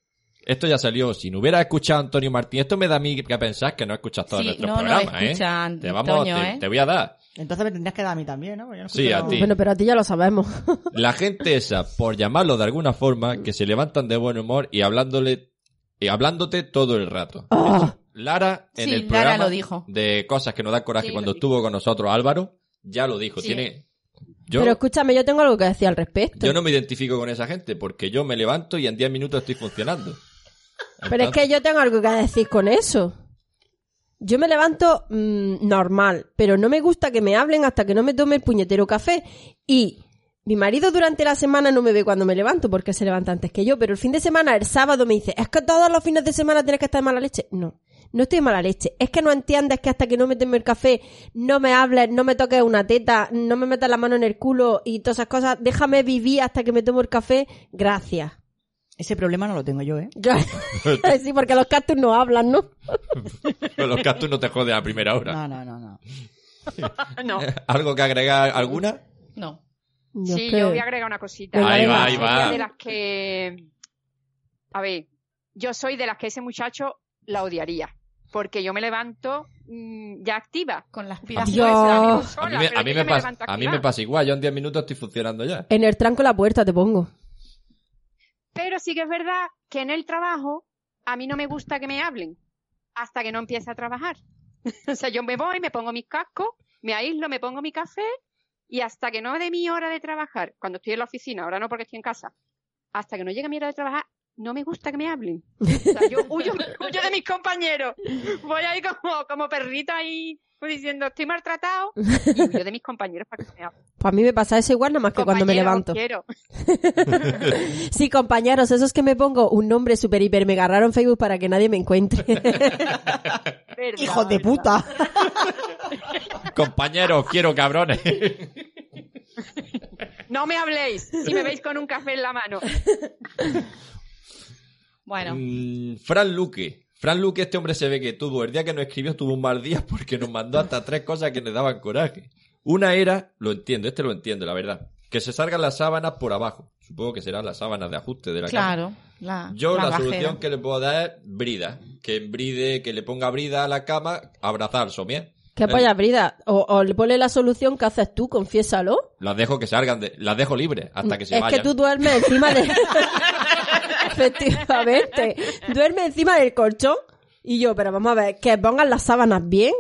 Speaker 3: Esto ya salió. Si no hubiera escuchado a Antonio Martín, esto me da a mí que pensar que no escuchas todos
Speaker 7: Sí,
Speaker 3: nuestros
Speaker 7: no, no
Speaker 3: programas,
Speaker 7: escucha,
Speaker 3: ¿eh? Te vamos,
Speaker 7: Antonio,
Speaker 3: te-
Speaker 7: ¿eh?
Speaker 3: te voy a dar.
Speaker 6: Entonces me tendrías que dar a mí también, ¿no? Porque yo no
Speaker 3: Sí,
Speaker 6: escucho-
Speaker 3: a ti.
Speaker 4: Bueno, pero a ti ya lo sabemos.
Speaker 3: La gente esa, por llamarlo de alguna forma, que se levantan de buen humor y hablándole y hablándote todo el rato.
Speaker 4: Ah.
Speaker 3: Lara en
Speaker 7: Sí,
Speaker 3: el
Speaker 7: Lara
Speaker 3: programa
Speaker 7: lo dijo.
Speaker 3: de cosas que nos da coraje
Speaker 8: Sí,
Speaker 3: cuando
Speaker 8: lo dijo.
Speaker 3: estuvo con nosotros Álvaro, ya lo dijo.
Speaker 7: Sí.
Speaker 3: Tiene yo
Speaker 4: Pero escúchame, yo tengo algo que decir al respecto.
Speaker 3: yo no me identifico con esa gente porque yo me levanto y en 10 minutos estoy funcionando.
Speaker 4: Pero es que yo tengo algo que decir con eso. Yo me levanto mm, normal, pero no me gusta que me hablen hasta que no me tome el puñetero café. Y mi marido durante la semana no me ve cuando me levanto porque se levanta antes que yo, pero el fin de semana, el sábado, me dice, es que todos los fines de semana tienes que estar de mala leche. No, no estoy de mala leche. Es que no entiendes que hasta que no me tome el café, no me hables, no me toques una teta, no me metas la mano en el culo y todas esas cosas. Déjame vivir hasta que me tomo el café. Gracias.
Speaker 6: Ese problema no lo tengo yo, ¿eh?
Speaker 4: sí, porque los cactus no hablan, ¿no?
Speaker 3: Con los cactus no te jodes a primera hora.
Speaker 6: No, no, no, no.
Speaker 8: No,
Speaker 3: ¿Algo que agregar? ¿Alguna?
Speaker 7: No.
Speaker 8: sí, yo voy a agregar una cosita.
Speaker 3: Venga, Ahí va,
Speaker 8: Yo
Speaker 3: ahí
Speaker 8: soy
Speaker 3: va.
Speaker 8: de las que... A ver, yo soy de las que ese muchacho la odiaría. Porque yo me levanto mm, ya activa.
Speaker 7: Con las
Speaker 8: Yo-
Speaker 7: pilas.
Speaker 3: Oh. A mí, me- a mí me pasa, a mí me pasa igual. Yo en 10 minutos estoy funcionando ya.
Speaker 4: En el tranco de la puerta te pongo.
Speaker 8: Pero sí que es verdad que en el trabajo a mí no me gusta que me hablen hasta que no empiece a trabajar. o sea, yo me voy, me pongo mis cascos, me aíslo, me pongo mi café y hasta que no dé mi hora de trabajar, cuando estoy en la oficina, ahora no porque estoy en casa, hasta que no llegue mi hora de trabajar, no me gusta que me hablen. O sea, yo huyo, huyo de mis compañeros. Voy ahí como, como perrita ahí diciendo estoy maltratado y huyo de mis compañeros para que no me hablen.
Speaker 4: Pues a mí me pasa eso igual, nada más que cuando me
Speaker 8: Compañeros,
Speaker 4: levanto.
Speaker 8: os quiero.
Speaker 4: Sí, compañeros, eso es que me pongo un nombre super hiper mega raro en Facebook para que nadie me encuentre.
Speaker 8: Verdad,
Speaker 6: ¡Hijos de
Speaker 8: verdad.
Speaker 6: puta!
Speaker 3: Compañeros, quiero cabrones.
Speaker 8: No me habléis si me veis con un café en la mano.
Speaker 7: Bueno,
Speaker 3: Mm, Fran Luque. Fran Luque, este hombre se ve que tuvo el día que no escribió, tuvo un mal día porque nos mandó hasta tres cosas que le daban coraje. Una era, lo entiendo, este lo entiendo, la verdad, que se salgan las sábanas por abajo. Supongo que serán las sábanas de ajuste de la cama.
Speaker 7: claro. La,
Speaker 3: Yo la,
Speaker 7: bajera.
Speaker 3: solución que le puedo dar es brida. Que bride, que le ponga brida a la cama, abrazar, somier.
Speaker 4: Qué polla brida. O, o le ponle la solución que haces tú, confiésalo.
Speaker 3: Las dejo que salgan, de- las dejo libres hasta que se
Speaker 4: es
Speaker 3: vayan.
Speaker 4: que tú duermes encima de... Efectivamente. Duermes encima del colchón. Y yo, pero vamos a ver, que pongan las sábanas bien.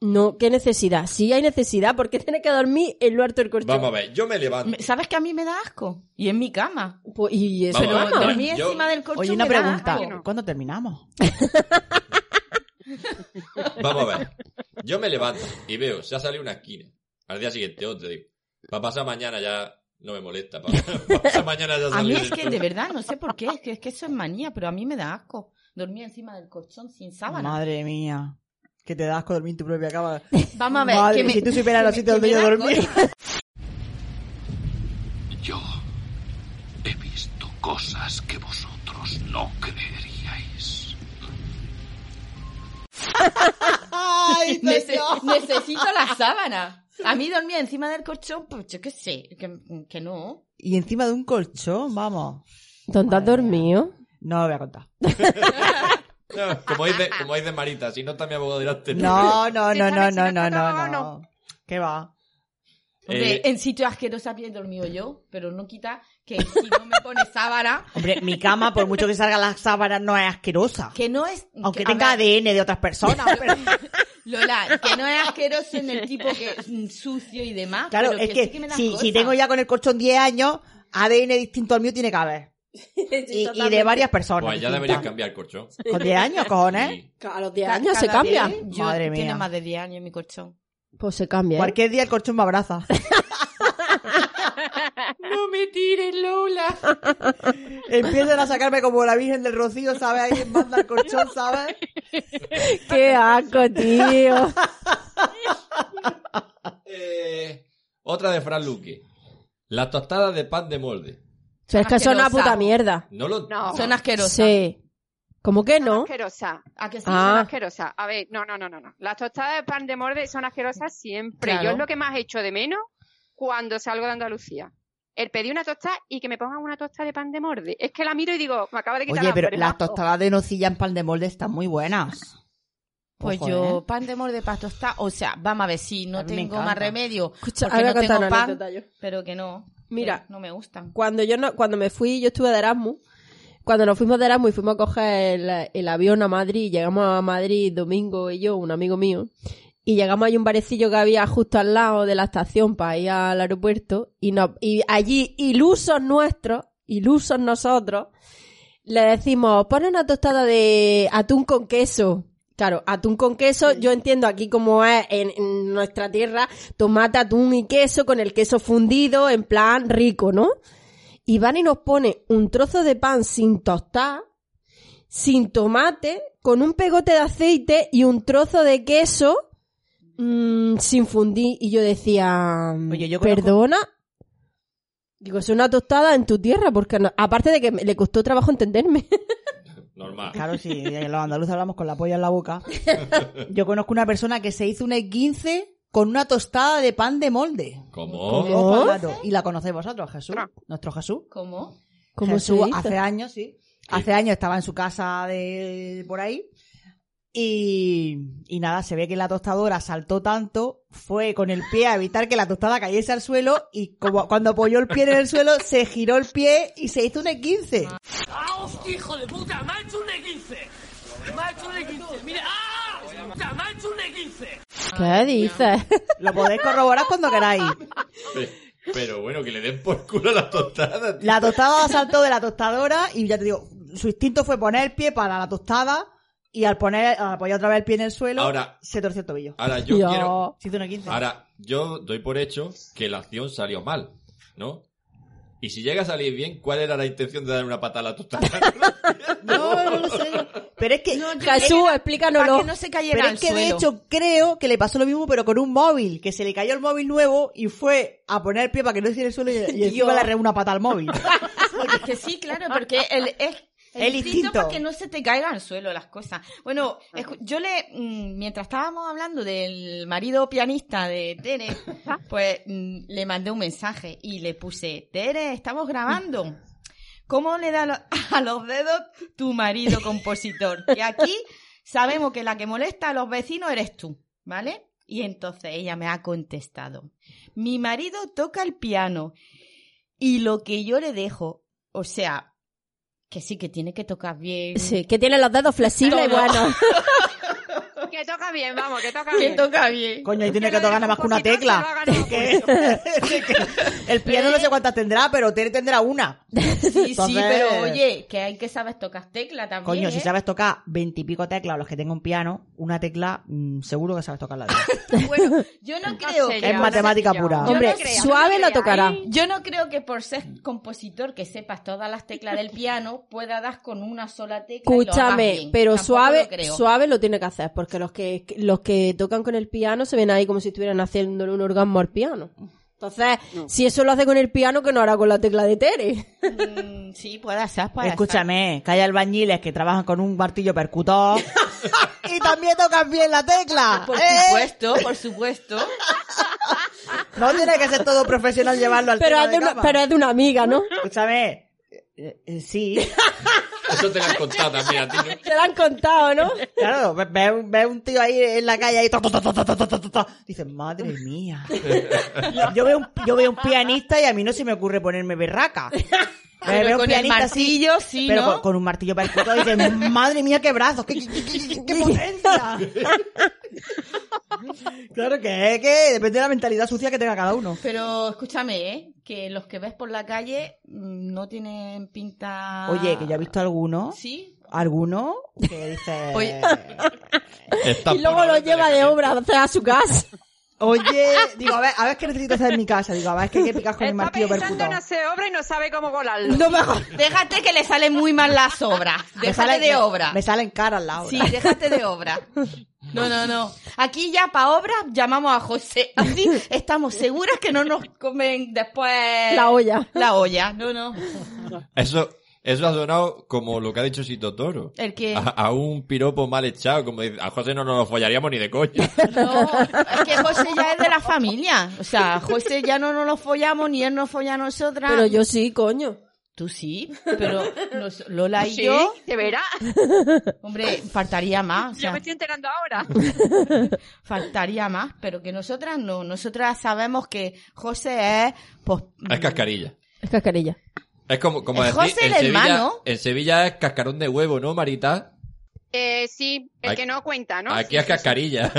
Speaker 4: No, ¿qué necesidad? Sí hay necesidad, porque tienes que dormir en lo alto del colchón?
Speaker 3: Vamos a ver, yo me levanto.
Speaker 7: Me- ¿Sabes que a mí me da asco? Y en mi cama.
Speaker 4: Pues, y eso
Speaker 3: Vamos a ver,
Speaker 7: Pero
Speaker 3: yo-
Speaker 7: dormí
Speaker 3: yo-
Speaker 7: encima del colchón.
Speaker 6: Oye, una
Speaker 7: me da
Speaker 6: pregunta.
Speaker 7: asco.
Speaker 6: ¿Cuándo terminamos?
Speaker 3: Vamos a ver. Yo me levanto y veo, se ha salido una esquina. Al día siguiente, otro, digo. Para pasar mañana ya no me molesta. Para, pasar mañana ya
Speaker 7: A mí
Speaker 3: salió.
Speaker 7: es que de verdad, no sé por qué, es que, es que eso es manía, pero a mí me da asco. Dormir encima del colchón sin sábana.
Speaker 6: Madre mía. Que te das asco dormir en tu propia cama.
Speaker 7: Vamos a ver.
Speaker 6: Madre,
Speaker 7: que me-
Speaker 6: si tú supieras los
Speaker 7: que me-
Speaker 6: sitios donde
Speaker 7: que
Speaker 6: yo
Speaker 7: me da
Speaker 6: dormí.
Speaker 7: asco.
Speaker 10: Yo he visto cosas que vosotros no creeríais.
Speaker 6: ¡Ay,
Speaker 7: Nece- necesito la sábana. A mí dormir encima del colchón, pues yo qué sé, que, que no.
Speaker 6: Y encima de un colchón, vamos.
Speaker 4: ¿Dónde has dormido?
Speaker 6: No lo voy a contar.
Speaker 3: No, como, dice, como dice Marita, si no está mi abogado delante.
Speaker 6: No, no,
Speaker 8: Si
Speaker 6: no, no,
Speaker 8: sabes si
Speaker 6: no,
Speaker 8: me
Speaker 6: no, no,
Speaker 8: trataba o
Speaker 6: no. ¿Qué va?
Speaker 7: Hombre,
Speaker 3: Eh,
Speaker 7: en sitios asquerosos había dormido yo, pero no quita que si no me pone sábana,
Speaker 6: Hombre, mi cama, por mucho que salgan las sábanas, no es asquerosa.
Speaker 7: que no es...
Speaker 6: Aunque
Speaker 7: que- a
Speaker 6: tenga
Speaker 7: ver,
Speaker 6: ADN de otras personas. pero-
Speaker 7: Lola, que no es asqueroso en el tipo que mm, sucio y demás.
Speaker 6: Claro,
Speaker 7: pero
Speaker 6: es
Speaker 7: que,
Speaker 6: que,
Speaker 7: sí que me da
Speaker 6: si,
Speaker 7: cosa.
Speaker 6: si tengo ya con el colchón 10 años, ADN distinto al mío tiene que haber. Y, y de varias personas.
Speaker 3: pues ya
Speaker 6: distintas.
Speaker 3: deberías cambiar el colchón.
Speaker 6: Con 10 años, cojones.
Speaker 7: ¿eh?
Speaker 3: Y-
Speaker 4: A los 10
Speaker 7: Ca-
Speaker 4: años se
Speaker 7: cada
Speaker 4: cambia.
Speaker 7: día- yo
Speaker 6: Madre
Speaker 7: tiene
Speaker 6: mía.
Speaker 7: más de 10 años mi colchón.
Speaker 4: Pues se cambia. ¿eh?
Speaker 6: Cualquier día el colchón me abraza.
Speaker 7: No me tires, Lola.
Speaker 6: Empiezan a sacarme como la Virgen del Rocío, ¿sabes? Ahí manda el colchón, ¿sabes?
Speaker 4: Qué asco, tío.
Speaker 3: eh, otra de Fran Luque. Las tostadas de pan de molde.
Speaker 4: Pero es que son una
Speaker 7: Asquerosa.
Speaker 4: puta mierda.
Speaker 3: No lo...
Speaker 8: No.
Speaker 7: Son asquerosas.
Speaker 4: Ah, Sí. ¿Cómo que no?
Speaker 8: Asquerosa.
Speaker 7: ¿A que sí?
Speaker 8: Son
Speaker 4: Ah,
Speaker 8: asquerosas. A ver, no, no, no, no, no. Las tostadas de pan de morde son asquerosas siempre.
Speaker 7: Claro.
Speaker 8: Yo es lo que más echo de menos cuando salgo de Andalucía. El pedir una tostada y que me pongan una tostada de pan de morde. Es que la miro y digo, me acaba de quitar
Speaker 6: Oye,
Speaker 8: el
Speaker 6: pero
Speaker 8: hambre,
Speaker 6: las
Speaker 8: majo.
Speaker 6: tostadas de nocilla en pan de molde están muy buenas.
Speaker 7: Pues
Speaker 6: Ojo,
Speaker 7: yo,
Speaker 6: ¿eh?
Speaker 7: pan de molde para tostar. O sea, vamos a ver si
Speaker 6: A
Speaker 7: no
Speaker 6: mí me
Speaker 7: tengo
Speaker 6: encanta.
Speaker 7: más remedio.
Speaker 4: escucha,
Speaker 7: porque
Speaker 4: ahora
Speaker 7: no
Speaker 4: voy a contar
Speaker 7: tengo
Speaker 4: una
Speaker 7: pan,
Speaker 4: anécdota yo.
Speaker 7: pero que no.
Speaker 4: Mira.
Speaker 7: que No me gustan.
Speaker 4: Cuando yo no, cuando me fui, yo estuve de Erasmus. Cuando nos fuimos de Erasmus y fuimos a coger el, el avión a Madrid, llegamos a Madrid domingo y yo, un amigo mío, y llegamos a un barecillo que había justo al lado de la estación para ir al aeropuerto, y, nos, y allí, ilusos nuestros, ilusos nosotros, le decimos, pon una tostada de atún con queso. Claro, atún con queso, yo entiendo aquí como es en, en nuestra tierra, tomate, atún y queso con el queso fundido, en plan rico, ¿no? Y van y nos pone un trozo de pan sin tostar, sin tomate, con un pegote de aceite y un trozo de queso mm, sin fundir. Y yo decía,
Speaker 6: Oye, yo conozco-
Speaker 4: perdona, Digo, es una tostada en tu tierra, porque no- aparte de que me- le costó trabajo entenderme.
Speaker 3: Normal.
Speaker 6: Claro, si los andaluces hablamos con la polla en la boca. Yo conozco una persona que se hizo un E15 con una tostada de pan de molde.
Speaker 3: ¿Cómo?
Speaker 6: Con huevo palato. Y la conocéis vosotros, Jesús. Nuestro Jesús.
Speaker 7: ¿Cómo?
Speaker 4: ¿Cómo se
Speaker 6: Jesús
Speaker 4: hizo?
Speaker 6: hace años, sí. Hace años estaba en su casa de por ahí. Y, y nada, se ve que la tostadora saltó tanto, fue con el pie a evitar que la tostada cayese al suelo y como cuando apoyó el pie en el suelo, se giró el pie y se hizo un E E15.
Speaker 11: ¡Ah, hostia, hijo de puta! ¡Me ha hecho un E15! ¡Me ha hecho un E15! ¡Mira! ¡Ah! Puta, ¡Me ha hecho un E15!
Speaker 4: ¿Qué dices?
Speaker 6: Lo podéis corroborar cuando queráis.
Speaker 3: Pe- Pero bueno, que le den por culo a la tostada. tío.
Speaker 6: La tostada saltó de la tostadora y ya te digo, su instinto fue poner el pie para la tostada y al poner, al apoyar otra vez el pie en el suelo,
Speaker 3: Ahora-
Speaker 6: se torció el tobillo.
Speaker 3: Ahora yo
Speaker 4: Dios.
Speaker 3: quiero.
Speaker 6: Se hizo un E15.
Speaker 3: Ahora, yo doy por hecho que la acción salió mal, ¿no? Y si llega a salir bien, ¿cuál era la intención de dar una patada a la tostada?
Speaker 6: No, no lo sé. Pero es que.
Speaker 4: Jesús, explícanoslo.
Speaker 12: Para que no se cayera
Speaker 6: Pero
Speaker 12: al
Speaker 6: es que de
Speaker 12: suelo.
Speaker 6: hecho creo que le pasó lo mismo, pero con un móvil, que se le cayó el móvil nuevo y fue a poner el pie para que no hiciera el suelo y, y encima
Speaker 12: Dios.
Speaker 6: le regó una pata al móvil.
Speaker 7: Porque es que sí, claro, porque el, es el,
Speaker 6: El instinto.
Speaker 7: para que no se te caigan al suelo las cosas. Bueno, escu- yo le, mm, mientras estábamos hablando del marido pianista de Tere, pues mm, le mandé un mensaje y le puse, Tere, estamos grabando. ¿Cómo le da lo- a los dedos tu marido compositor? Que aquí sabemos que la que molesta a los vecinos eres tú, ¿vale? Y entonces ella me ha contestado, mi marido toca el piano y lo que yo le dejo, o sea, que sí, que tiene que tocar bien.
Speaker 4: Sí, que tiene los dedos flexibles y
Speaker 7: Todo.
Speaker 4: bueno.
Speaker 8: Que toca bien, vamos, que toca
Speaker 7: Que
Speaker 8: bien.
Speaker 7: toca bien.
Speaker 6: Coño, ahí tiene que
Speaker 8: lo
Speaker 6: tocar
Speaker 8: del
Speaker 6: nada más que una
Speaker 8: compositor
Speaker 6: tecla.
Speaker 8: se lo hagan
Speaker 6: Que- que el piano no sé cuántas tendrá, pero Tere tendrá una.
Speaker 7: Sí, sí,
Speaker 6: Entonces-
Speaker 7: pero oye, que hay que saber tocar tecla también.
Speaker 6: Coño,
Speaker 7: ¿eh?
Speaker 6: si sabes tocar veintipico teclas o los que tengan un piano, una tecla mm, seguro que sabes tocarla. bien.
Speaker 7: Bueno, yo no creo
Speaker 8: sé
Speaker 7: que.
Speaker 8: yo,
Speaker 6: es
Speaker 8: no
Speaker 6: matemática
Speaker 8: sé yo.
Speaker 6: pura.
Speaker 8: Yo
Speaker 4: Hombre,
Speaker 8: no creo,
Speaker 4: suave
Speaker 8: yo
Speaker 4: lo
Speaker 8: no creo.
Speaker 4: tocará.
Speaker 8: Ay,
Speaker 7: Yo no creo que por ser compositor que sepas todas las teclas del piano pueda dar con una sola tecla. y lo hagas
Speaker 4: Escúchame,
Speaker 7: bien.
Speaker 4: pero
Speaker 7: Tampoco
Speaker 4: suave,
Speaker 7: lo creo.
Speaker 4: suave lo tiene que hacer, porque los que, los que tocan con el piano se ven ahí como si estuvieran haciéndole un orgasmo al piano. Entonces, si eso lo hace con el piano, que no hará con la tecla de Tere.
Speaker 7: Mm, sí, puede ser, puede ser.
Speaker 6: Escúchame, que hay albañiles que trabajan con un martillo percutor y también tocan bien la tecla.
Speaker 7: Por
Speaker 6: ¿eh?
Speaker 7: supuesto, por supuesto.
Speaker 6: No tiene que ser todo profesional llevarlo al
Speaker 4: Pero,
Speaker 6: tecla
Speaker 4: es de
Speaker 6: de
Speaker 4: una,
Speaker 6: cama.
Speaker 4: pero es de una amiga, ¿no?
Speaker 6: Escúchame. eh, eh, sí,
Speaker 3: Eso te lo han contado también a ti, ¿no?
Speaker 4: Te lo han contado, ¿no?
Speaker 6: claro, ve, ve un- ve un tío ahí en la calle ahí, ta, ta, ta, ta, ta, ta, ta, ta. dices, madre mía. Yo veo, un, yo veo un pianista y a mí no se me ocurre ponerme berraca.
Speaker 7: Pero
Speaker 6: veo un
Speaker 7: con el
Speaker 6: pianista así,
Speaker 7: martillo, sí,
Speaker 6: pero
Speaker 7: ¿no?
Speaker 6: con, con un martillo percutor dices, madre mía, qué brazos, qué, qué- qué- qué- qué potencia. claro que es que depende de la mentalidad sucia que tenga cada uno.
Speaker 7: Pero escúchame, ¿eh? que los que ves por la calle mm, no tienen pinta.
Speaker 6: Oye, que yo he visto alguno,
Speaker 7: Sí.
Speaker 6: alguno que dice,
Speaker 7: Oye.
Speaker 3: Está
Speaker 4: Y luego
Speaker 3: por
Speaker 4: lo
Speaker 3: ahí,
Speaker 4: lleva de obra o sea, a su casa.
Speaker 6: oye, digo, a ver, a ver qué necesito hacer en mi casa, digo, a ver, es que hay que picar con el
Speaker 8: Está
Speaker 6: martillo
Speaker 8: pensando
Speaker 6: percutor.
Speaker 8: en hacer obra y no sabe cómo colarlo.
Speaker 6: No me jodas.
Speaker 7: Déjate que le salen muy mal las obras.
Speaker 6: Me
Speaker 7: Déjate de
Speaker 6: me-
Speaker 7: obra.
Speaker 6: Me salen caras las obras.
Speaker 7: Sí, déjate de obra. No, no, no. Aquí ya para obra llamamos a José. Así estamos seguras que no nos comen después
Speaker 4: La olla.
Speaker 7: La olla, no, no.
Speaker 3: Eso, eso ha sonado como lo que ha dicho Sito Toro.
Speaker 4: Eh.
Speaker 7: El que
Speaker 3: A, a un piropo mal echado, como dice, a José no nos lo follaríamos ni de coño.
Speaker 7: no, es que José ya es de la familia. O sea, José ya no nos lo follamos ni él nos folla a nosotras.
Speaker 4: Pero yo sí, coño.
Speaker 7: Tú sí, pero nos- Lola y
Speaker 8: Sí,
Speaker 7: yo,
Speaker 8: de veras.
Speaker 7: hombre, faltaría más. o
Speaker 8: Yo
Speaker 7: sea,
Speaker 8: me estoy enterando ahora.
Speaker 7: faltaría más, pero que nosotras no. Nosotras sabemos que José es, pues,
Speaker 3: Es cascarilla.
Speaker 4: Es cascarilla.
Speaker 3: Es como, como
Speaker 7: El
Speaker 3: decir,
Speaker 7: José
Speaker 3: en,
Speaker 7: el
Speaker 3: Sevilla,
Speaker 7: hermano.
Speaker 3: en Sevilla es cascarón de huevo, ¿no, Marita?
Speaker 8: Eh, sí, el
Speaker 3: Aquí-
Speaker 8: que no cuenta, ¿no?
Speaker 3: Aquí es cascarilla.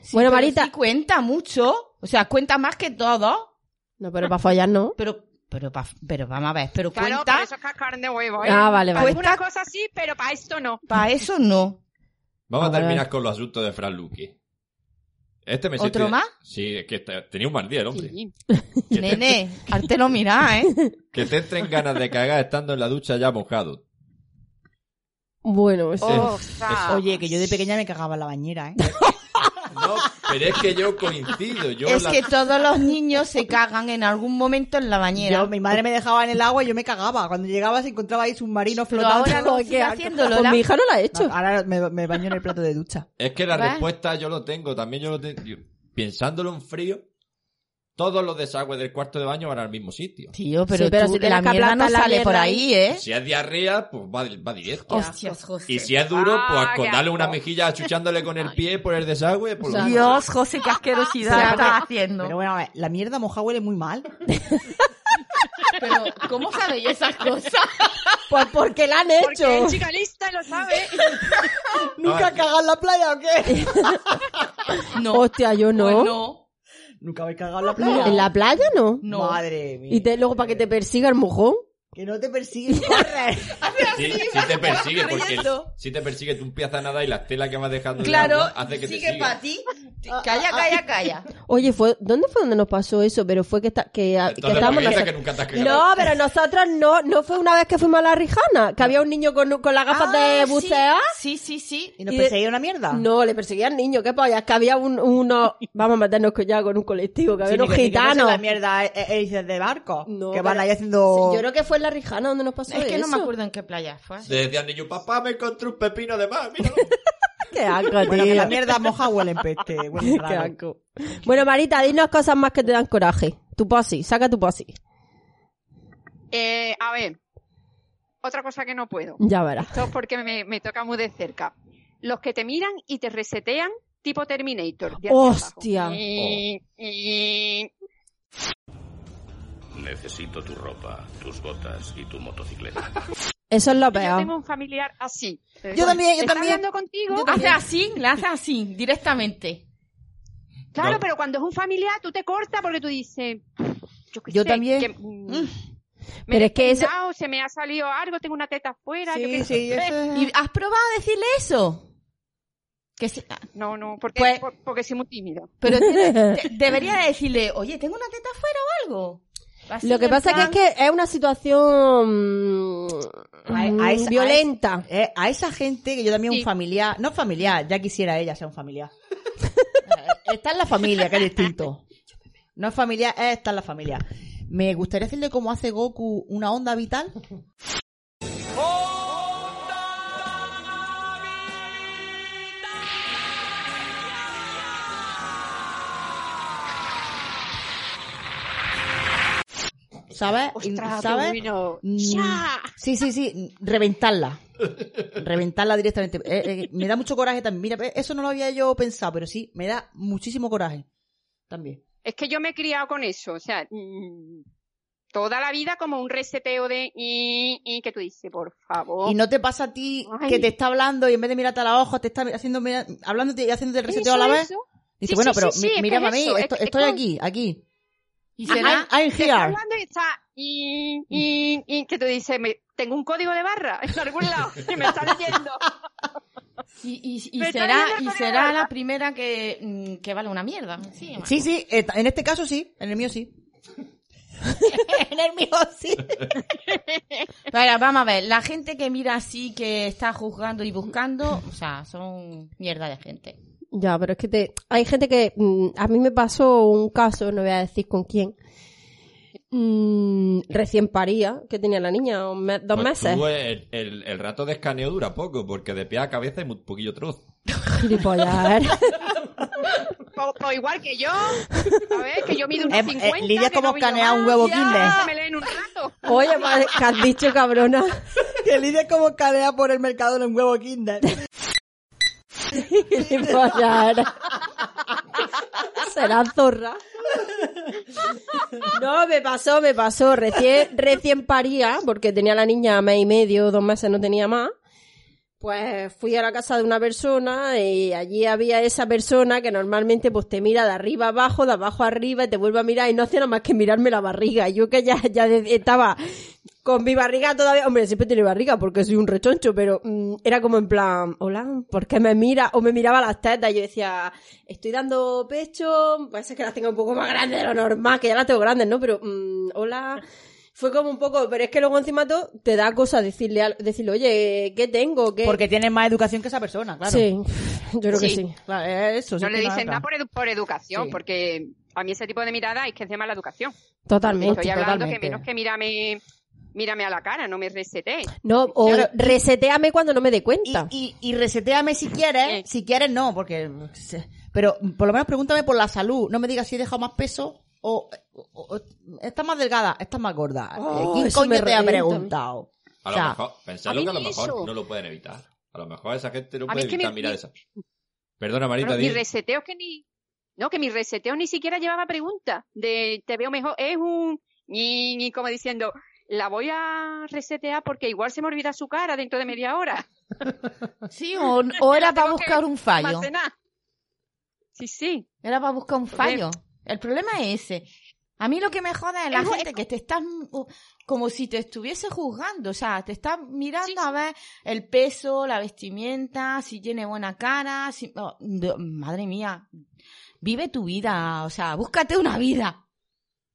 Speaker 7: Sí,
Speaker 4: Bueno,
Speaker 7: pero
Speaker 4: Marita.
Speaker 7: sí cuenta mucho. O sea, cuenta más que todo.
Speaker 4: No, pero para fallar no.
Speaker 7: Pero, pero, pa- pero vamos a ver. Pero
Speaker 8: Claro,
Speaker 7: cuenta.
Speaker 8: pero eso es cascarón de huevo, ¿eh?
Speaker 4: Ah, vale,
Speaker 8: Para
Speaker 4: vale.
Speaker 8: algunas cosas sí, pero para esto no.
Speaker 7: Para eso no.
Speaker 3: Vamos a
Speaker 4: A ver.
Speaker 3: terminar con los asuntos de Fran Luque. Este me
Speaker 7: ¿Otro
Speaker 3: siento-
Speaker 7: más?
Speaker 3: Sí, es que está- tenía un mal día el hombre.
Speaker 8: Sí.
Speaker 3: Que te-
Speaker 7: Nene, arte lo mirá, ¿eh?
Speaker 3: Que te entren ganas de cagar estando en la ducha ya mojado.
Speaker 4: Bueno,
Speaker 3: Eh,
Speaker 4: eso.
Speaker 8: Ostras.
Speaker 4: Eh.
Speaker 7: Oh.
Speaker 6: Oye, que yo de pequeña me cagaba en la bañera, ¿eh?
Speaker 3: No, Pero es que yo coincido. Yo
Speaker 7: es
Speaker 3: la-
Speaker 7: que todos los niños se cagan en algún momento en la bañera.
Speaker 6: Yo, mi madre me dejaba en el agua y yo me cagaba. Cuando llegaba se encontraba ahí submarino
Speaker 7: Pero
Speaker 6: flotando.
Speaker 7: ahora lo sigue haciendo,
Speaker 6: Pues
Speaker 7: Lola.
Speaker 6: mi hija no la ha hecho. ahora me, me baño en el plato de ducha.
Speaker 3: Es que la
Speaker 6: ¿Ves?
Speaker 3: respuesta yo lo tengo, también yo lo tengo. Pensándolo en frío, todos los desagües del cuarto de baño van al mismo sitio.
Speaker 7: Tío, pero Sí, pero tú, si tienes la que mierda aplastar no la sale por mierda ahí, ahí. ¿eh?
Speaker 3: Si es diarrea, pues va, va directo.
Speaker 7: Hostias, José.
Speaker 3: Y si es duro, pues
Speaker 7: Ah, qué
Speaker 3: con darle una
Speaker 7: asco.
Speaker 3: mejilla achuchándole con el pie por el desagüe, por lo menos.
Speaker 7: Dios, José, qué asquerosidad
Speaker 6: Sí,
Speaker 7: estás
Speaker 6: pero-
Speaker 7: haciendo.
Speaker 6: Pero bueno, a ver, la mierda mojada huele muy mal.
Speaker 7: Pero, ¿cómo sabéis esas cosas?
Speaker 6: Pues porque la han hecho.
Speaker 8: Porque es chica lista lo sabe.
Speaker 6: ¿Nunca cagado en la playa o
Speaker 4: Eh,
Speaker 6: qué?
Speaker 7: No.
Speaker 4: Hostia, yo no.
Speaker 7: Pues no.
Speaker 6: ¿Nunca habéis cagado en la playa?
Speaker 4: ¿En la playa no?
Speaker 6: No. Madre mía.
Speaker 4: ¿Y te, luego para que te persiga el mojón?
Speaker 6: Que no te persigue, corre.
Speaker 3: Si, si te persigue, porque
Speaker 7: corriendo.
Speaker 3: si te persigue, tú empiezas nada y la estela que vas dejando en el
Speaker 7: Claro,
Speaker 3: agua hace que te
Speaker 7: sigue
Speaker 3: siga.
Speaker 7: para ti. Calla, calla, calla.
Speaker 4: Oye, fue, ¿dónde fue donde nos pasó eso? Pero fue que, está- que, a- Ah, que
Speaker 3: Entonces, ¿por
Speaker 4: estábamos
Speaker 3: qué dices
Speaker 4: nosotros-
Speaker 3: que nunca te has cagado?
Speaker 4: No, pero nosotros no, no fue una vez que fuimos a la Rijana, que había un niño con, con las
Speaker 2: Ah,
Speaker 4: gafas de
Speaker 7: Ah, sí,
Speaker 4: bucear.
Speaker 7: Sí, sí, sí.
Speaker 4: ¿Y
Speaker 6: nos
Speaker 4: de-
Speaker 6: perseguía una mierda?
Speaker 4: No, le perseguía al niño, qué polla, es que había un, uno, vamos a meternos con- ya con un colectivo, que había
Speaker 6: Sí,
Speaker 4: unos
Speaker 6: ni que- ni que no sea
Speaker 4: gitanos.
Speaker 6: la mierda eh, eh, dices, de barco. que van
Speaker 4: pero-
Speaker 6: ahí haciendo.
Speaker 4: Sí, Yo creo que fue en la Rijana donde nos pasó
Speaker 7: Es que no me
Speaker 4: eso.
Speaker 7: acuerdo en qué playa fue.
Speaker 3: Le decía al niño, papá, me encontré un pepino de más. mira".
Speaker 4: Qué asco,
Speaker 6: Bueno, que
Speaker 4: tío.
Speaker 6: la mierda mojada huele en peste. Huele
Speaker 4: Qué
Speaker 6: raro.
Speaker 4: asco. Bueno, Marita, dinos cosas más que te dan coraje. Tu posi, saca tu posi.
Speaker 8: Eh, a ver, otra cosa que no puedo.
Speaker 4: Ya verás.
Speaker 8: Esto es porque me, me toca muy de cerca. Los que te miran y te resetean tipo Terminator. de hacia abajo.
Speaker 4: Hostia.
Speaker 8: Y- y-
Speaker 12: Necesito tu ropa, tus botas y tu motocicleta.
Speaker 4: Eso es lo
Speaker 8: Yo
Speaker 4: peor.
Speaker 8: tengo un familiar así.
Speaker 4: Oh. Yo también, yo
Speaker 8: Está
Speaker 4: también.
Speaker 8: hablando contigo.
Speaker 7: Hace así, le hace así, directamente.
Speaker 8: Claro,
Speaker 7: No.
Speaker 8: pero cuando es un familiar tú te cortas porque tú dices... Yo, qué
Speaker 4: Yo
Speaker 8: sé,
Speaker 4: también.
Speaker 8: que, mm, me
Speaker 4: Pero
Speaker 8: he
Speaker 4: es que eso-
Speaker 8: despeinado, Se me ha salido algo, tengo una teta afuera. yo qué sé.
Speaker 7: ¿Y has probado a decirle eso? Que si- ah,
Speaker 8: No, no, porque,
Speaker 7: Pues-
Speaker 8: por- porque soy muy tímida.
Speaker 7: Pero tiene- te- debería decirle, oye, tengo una teta afuera o algo. Así,
Speaker 4: Lo que
Speaker 7: en
Speaker 4: pasa que
Speaker 7: plan-
Speaker 4: es que es una situación
Speaker 6: e-
Speaker 4: mm, violenta.
Speaker 6: A, eh, a esa gente que yo también un
Speaker 4: Sí.
Speaker 6: familiar, no familiar, ya quisiera ella ser un familiar. Eh, está en la familia, que es distinto. No es familiar, eh, está en la familia. Me gustaría hacerle como hace Goku una onda vital. ¿Sabes?
Speaker 8: Ostras, qué
Speaker 6: ¿Sabes?
Speaker 8: bueno.
Speaker 6: Mm,
Speaker 8: ¡Ya!
Speaker 6: Sí, sí, sí, reventarla. reventarla directamente. Eh, eh, me da mucho coraje también. Mira, eh, eso no lo había yo pensado, pero sí, me da muchísimo coraje también.
Speaker 8: Es que yo me he criado con eso, o sea, mm, toda la vida como un reseteo de y, y que tú dices, por favor.
Speaker 6: Y
Speaker 7: Oh.
Speaker 6: no te pasa a ti
Speaker 8: Ay.
Speaker 6: que te está hablando y en vez de mirarte a la ojo, te está haciendo, mira- hablándote y haciéndote el
Speaker 8: Eso,
Speaker 6: reseteo a la vez.
Speaker 8: eso.
Speaker 6: Dice,
Speaker 8: Sí,
Speaker 6: bueno,
Speaker 8: sí,
Speaker 6: pero
Speaker 8: sí, sí,
Speaker 6: mi-
Speaker 8: es que
Speaker 6: mírame
Speaker 8: es
Speaker 6: a mí,
Speaker 8: eso, es-
Speaker 6: esto-
Speaker 8: es
Speaker 6: estoy
Speaker 8: con-
Speaker 6: aquí, aquí.
Speaker 7: ¿Y
Speaker 8: Ajá,
Speaker 6: será? I'm
Speaker 8: te está
Speaker 6: here.
Speaker 8: hablando y está y, y, y que tú dices, me- tengo un código de barra en algún lado y me está leyendo.
Speaker 7: Y, y- y
Speaker 8: Me está
Speaker 7: será,
Speaker 8: viendo
Speaker 7: y
Speaker 8: con el
Speaker 7: será
Speaker 8: alma.
Speaker 7: la primera que, mm, que vale una mierda. Sí,
Speaker 6: Sí, sí, eh, en este caso sí, en el mío sí. en el mío sí.
Speaker 7: Pero vamos a ver, la gente que mira así, que está juzgando y buscando, o sea, son mierda de gente.
Speaker 4: Ya, pero es que te... hay gente que... mm, a mí me pasó un caso, no voy a decir con quién. Mm, recién paría, que tenía la niña, un mes- dos
Speaker 3: Pues
Speaker 4: meses.
Speaker 3: tú, el, el- el rato de escaneo dura poco, porque de pie a cabeza hay muy poquillo trozo.
Speaker 4: Gilipollas.
Speaker 8: O, o igual que yo, a ver, que yo mido unos
Speaker 6: Eh, eh,
Speaker 8: 50.
Speaker 6: Lidia es
Speaker 8: que
Speaker 6: como
Speaker 8: no mido
Speaker 6: escanear un
Speaker 8: más,
Speaker 6: huevo
Speaker 8: ya,
Speaker 6: Kinder.
Speaker 8: Me leen un rato.
Speaker 4: Oye, madre, ¿qué has dicho, cabrona?
Speaker 6: que Lidia es como cadea por el mercado en un huevo kinder.
Speaker 4: Gilipollas. Será zorra. No, me pasó, me pasó. Recién, recién paría, porque tenía la niña mes y medio, dos meses no tenía más. Pues fui a la casa de una persona y allí había esa persona que normalmente pues te mira de arriba abajo, de abajo arriba y te vuelve a mirar y no hace nada más que mirarme la barriga. Y Yo que ya, ya de- estaba con mi barriga todavía, hombre, siempre tiene barriga porque soy un rechoncho, pero mm, era como en plan, hola, ¿por qué me mira? O me miraba las tetas y yo decía, estoy dando pecho, puede ser que las tenga un poco más grandes de lo normal, que ya las tengo grandes, ¿no? Pero, mm, hola. Fue como un poco, pero es que luego encima todo te da cosa decirle, al- decirle, oye, ¿qué tengo? ¿Qué?
Speaker 6: Porque tienes más educación que esa persona, claro.
Speaker 4: Sí. Yo creo que sí. Claro, es eso, sí
Speaker 8: no
Speaker 4: que
Speaker 8: le
Speaker 4: no
Speaker 8: dicen
Speaker 4: entra.
Speaker 8: nada por, edu- por educación,
Speaker 4: Sí.
Speaker 8: porque a mí ese tipo de mirada es que es de mala educación.
Speaker 4: Totalmente,
Speaker 8: Estoy hablando
Speaker 4: totalmente.
Speaker 8: que menos que mírame, mírame a la cara, no me resete.
Speaker 4: No, o reseteame cuando no me dé cuenta.
Speaker 6: Y, y reseteame si quieres, si quieres no, porque... se- Pero por lo menos pregúntame por la salud. No me digas si he dejado más peso o... o- o- estás más delgada, estás más gorda.
Speaker 4: Oh,
Speaker 6: ¿Quién
Speaker 4: eso me
Speaker 6: coño te ha
Speaker 4: revienta.
Speaker 6: preguntado?
Speaker 3: A
Speaker 6: O
Speaker 3: lo
Speaker 6: sea,
Speaker 3: mejor, pensadlo
Speaker 6: a mí
Speaker 3: que a lo
Speaker 6: me
Speaker 3: mejor
Speaker 6: hizo.
Speaker 3: no lo pueden evitar. A lo mejor esa gente no
Speaker 8: A mí
Speaker 3: puede
Speaker 8: es que
Speaker 3: evitar
Speaker 8: me-
Speaker 3: mirar
Speaker 8: mi-
Speaker 3: esa. Perdona, Marita,
Speaker 8: Bueno, mi
Speaker 3: di-
Speaker 8: reseteo es que ni. No, que mi reseteo ni siquiera llevaba pregunta de te veo mejor. Es un. Ni, ni como diciendo, la voy a resetear porque igual se me olvida su cara dentro de media hora.
Speaker 7: Sí, o, o era para buscar un
Speaker 6: Ah,
Speaker 7: fallo.
Speaker 8: Almacenar. Sí, sí.
Speaker 7: Era para buscar un fallo. El problema es ese. A mí lo que me joda es la
Speaker 8: Es-
Speaker 7: gente que te estás uh, como si te estuviese juzgando, o sea, te estás mirando a ver el peso, la vestimenta, si tiene buena cara, si... oh, de- madre mía, vive tu vida, o sea, búscate una vida.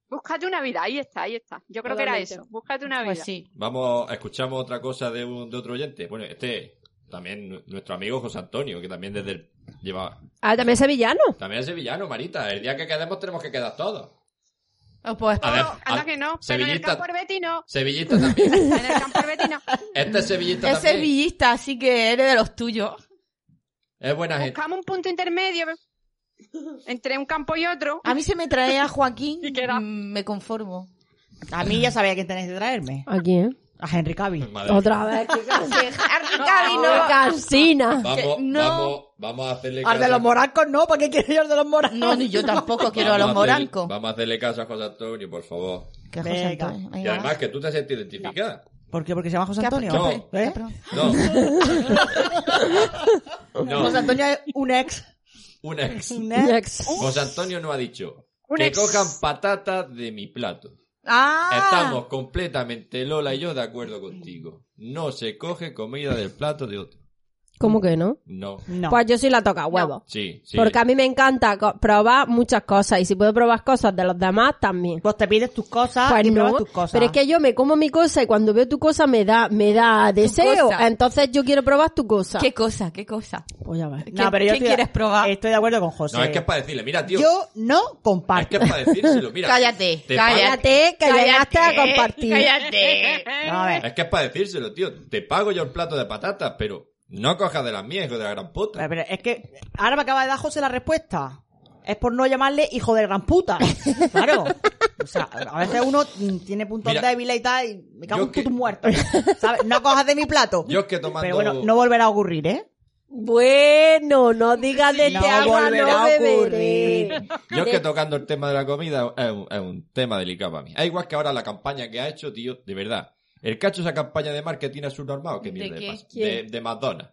Speaker 8: Búscate una vida, ahí está, ahí está. Yo creo que
Speaker 7: Totalmente.
Speaker 8: era eso. Búscate una
Speaker 7: Pues
Speaker 8: vida.
Speaker 7: sí.
Speaker 3: Vamos, escuchamos otra cosa de, un, de otro oyente. Bueno, este, también nu- nuestro amigo José Antonio, que también desde el, lleva...
Speaker 4: Ah, también es sevillano.
Speaker 3: También es sevillano, Marita. El día que quedemos tenemos que quedar todos.
Speaker 7: pues,
Speaker 3: A ver,
Speaker 8: Anda
Speaker 3: a-
Speaker 8: que no, pero en el
Speaker 3: sevillista,
Speaker 8: campo Herbeti no.
Speaker 3: sevillista también.
Speaker 8: En el campo Herbeti no.
Speaker 3: Este es sevillista
Speaker 7: es
Speaker 3: también.
Speaker 7: sevillista, así que eres de los tuyos.
Speaker 3: Es buena gente.
Speaker 8: Buscamos un punto intermedio entre un campo y otro.
Speaker 7: A mí se me trae a Joaquín, mm, me conformo.
Speaker 6: A mí ya sabía quién tenéis que traerme.
Speaker 4: ¿A quién?
Speaker 6: A Henry Cavill.
Speaker 4: Otra vez. que
Speaker 8: Ah,
Speaker 6: no.
Speaker 4: Cansina.
Speaker 3: Vamos,
Speaker 6: No.
Speaker 3: vamos, vamos a hacerle
Speaker 6: Al de
Speaker 3: caso a-
Speaker 6: los morancos no, ¿para qué quiero yo al de los morancos?
Speaker 7: No, ni yo tampoco quiero a
Speaker 3: Vamos
Speaker 7: los
Speaker 3: hacerle-
Speaker 7: morancos.
Speaker 3: Vamos a hacerle caso a José Antonio, por favor.
Speaker 7: Que a José Venga. Antonio,
Speaker 3: Y
Speaker 7: venga,
Speaker 3: además que tú te sientes identificada.
Speaker 6: ¿Por qué? ¿Porque se llama José
Speaker 3: ¿Qué ha-
Speaker 6: Antonio?
Speaker 3: qué ha-
Speaker 6: ¿Eh?
Speaker 3: No. No.
Speaker 6: José Antonio es un ex.
Speaker 3: Un ex.
Speaker 6: Un ex.
Speaker 3: José Antonio no ha dicho
Speaker 6: Un
Speaker 3: que
Speaker 6: ex.
Speaker 3: cojan patatas de mi plato.
Speaker 7: Ah.
Speaker 3: Estamos completamente Lola y yo de acuerdo contigo. No se coge comida del plato de otro.
Speaker 4: ¿Cómo que no?
Speaker 3: No.
Speaker 4: Pues yo sí la toca huevo.
Speaker 3: Sí, sí.
Speaker 4: Porque a mí me encanta co- probar muchas cosas y si puedo probar cosas de los demás también.
Speaker 6: Vos te pides tus cosas y pruebas tus cosas.
Speaker 4: Pero es que yo me como mi cosa y cuando veo tu cosa me da me da deseo,
Speaker 6: cosa.
Speaker 4: entonces yo quiero probar tu cosa.
Speaker 7: ¿Qué cosa? ¿Qué cosa?
Speaker 4: Pues ya ves.
Speaker 6: No, pero yo estoy-
Speaker 7: probar?
Speaker 6: Estoy de acuerdo con José.
Speaker 3: No, es que es para decirle, mira, tío.
Speaker 6: Yo no comparto.
Speaker 3: Es que es para decírselo, mira.
Speaker 7: Cállate,
Speaker 3: te pago-
Speaker 4: cállate, que llegaste a compartir.
Speaker 7: Cállate.
Speaker 3: Es que es para decírselo, tío. Te pago yo el plato de patatas, pero no cojas de las mías, hijo de la gran puta.
Speaker 6: Pero, pero es que ahora me acaba de dar José la respuesta. Es por no llamarle hijo de gran puta. Claro. O sea, a veces uno mm, tiene puntos
Speaker 3: Mira,
Speaker 6: débiles y tal, y me cago
Speaker 3: yo
Speaker 6: en puto muerto. ¿Sabes? No cojas de mi plato.
Speaker 3: Yo es que tomando...
Speaker 6: Pero bueno, no volverá a ocurrir, ¿eh?
Speaker 4: Bueno, no digas de
Speaker 6: No
Speaker 4: este agua
Speaker 6: volverá
Speaker 4: no
Speaker 6: a
Speaker 4: beberé.
Speaker 3: Yo es que tocando el tema de la comida es un, es un tema delicado para mí. Es igual que ahora la campaña que ha hecho, tío, de verdad. El cacho esa campaña de marketing a su normal, ¿qué mierda
Speaker 7: qué?
Speaker 3: le pasa? De,
Speaker 7: ¿Quién?
Speaker 3: de McDonald's.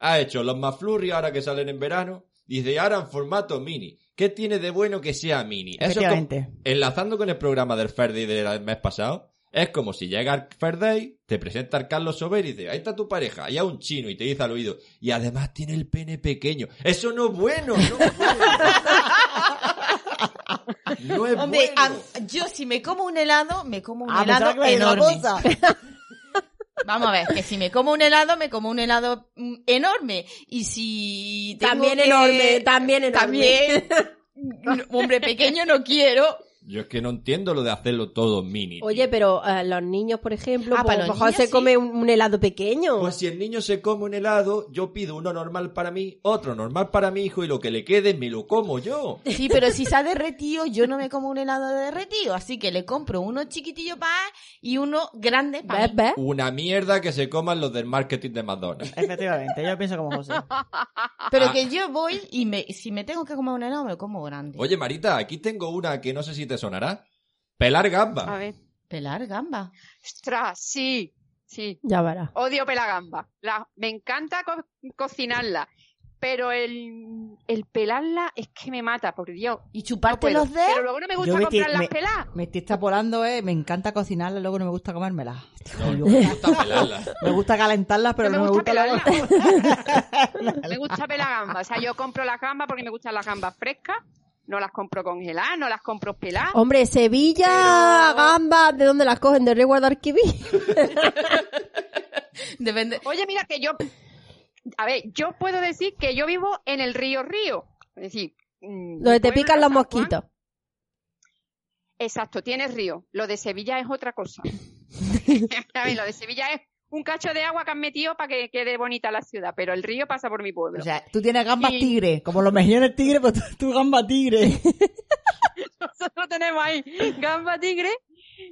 Speaker 3: Ha hecho los McFlurry ahora que salen en verano. Dice, ahora en formato mini. ¿Qué tiene de bueno que sea mini? es como-
Speaker 6: Efectivamente.
Speaker 3: enlazando con el programa del Ferdi del mes pasado, es como si llega el Ferdi, te presenta al Carlos Sober y dice, ahí está tu pareja, y a un chino y te dice al oído, y además tiene el pene pequeño. Eso no es bueno, no es bueno. No es
Speaker 7: Hombre,
Speaker 3: bueno.
Speaker 7: a- yo si me como un helado, me como un
Speaker 6: Ah, pensaba que
Speaker 7: helado
Speaker 6: me iba a decir
Speaker 7: enorme.
Speaker 6: otra
Speaker 7: Vamos a ver, que si me como un helado, me como un helado mm, enorme. Y si tengo
Speaker 4: También
Speaker 7: que-
Speaker 4: enorme, también enorme.
Speaker 7: También. No, Hombre, pequeño no quiero.
Speaker 3: Yo es que no entiendo lo de hacerlo todo mini.
Speaker 4: Oye, pero eh, los niños, por ejemplo,
Speaker 7: Ah,
Speaker 4: pues,
Speaker 7: para
Speaker 4: a lo
Speaker 7: los
Speaker 4: mejor
Speaker 7: niños,
Speaker 4: se
Speaker 7: sí.
Speaker 4: come un, un helado pequeño.
Speaker 3: Pues si el niño se come un helado, yo pido uno normal para mí, otro normal para mi hijo, y lo que le quede me lo como yo.
Speaker 7: Sí, pero si se ha derretido, yo no me como un helado de derretido. Así que le compro uno chiquitillo para él y uno grande para él.
Speaker 3: Una mierda que se coman los del marketing de McDonald's.
Speaker 6: Efectivamente, yo pienso como José.
Speaker 7: Pero que yo voy y me, si me tengo que comer un helado, me lo como grande.
Speaker 3: Oye, Marita, aquí tengo una que no sé si te sonará. Pelar gamba.
Speaker 8: ver.
Speaker 7: Pelar gamba.
Speaker 8: Ostras, sí, sí.
Speaker 4: Ya verás.
Speaker 8: Odio pelar gamba. La, me encanta co- cocinarla, pero el, el pelarla es que me mata, por Dios.
Speaker 7: Y chuparte
Speaker 8: puedo.
Speaker 7: los dedos.
Speaker 8: Pero luego no me gusta
Speaker 6: Yo me
Speaker 8: comprar
Speaker 6: estoy-
Speaker 8: las
Speaker 6: me-
Speaker 8: peladas.
Speaker 6: Me estoy extrapolando, eh. Me encanta cocinarlas, luego no me gusta comérmelas.
Speaker 3: me gusta pelarlas.
Speaker 6: Me gusta calentarlas, pero no me gusta, luego-
Speaker 8: Me gusta pelar gamba. O sea, yo compro las gambas porque me gustan las gambas frescas. No las compro congeladas, no las compro peladas.
Speaker 4: Hombre, Sevilla, gamba, ¿de dónde las cogen? ¿De Río Guadalquivir?
Speaker 7: Depende.
Speaker 8: Oye, mira que yo a ver, yo puedo decir que yo vivo en el río Río. Es decir, mm,
Speaker 4: Donde te
Speaker 8: pueblo
Speaker 4: pican
Speaker 8: de San
Speaker 4: los
Speaker 8: Juan,
Speaker 4: mosquitos.
Speaker 8: Exacto, tienes río. Lo de Sevilla es otra cosa. a ver, lo de Sevilla es un cacho de agua que han metido para que quede bonita la ciudad, pero el río pasa por mi pueblo.
Speaker 6: O sea, tú tienes gambas tigre, como los mejillones tigre, pues tú, tú gamba tigre.
Speaker 8: Nosotros tenemos ahí gamba tigre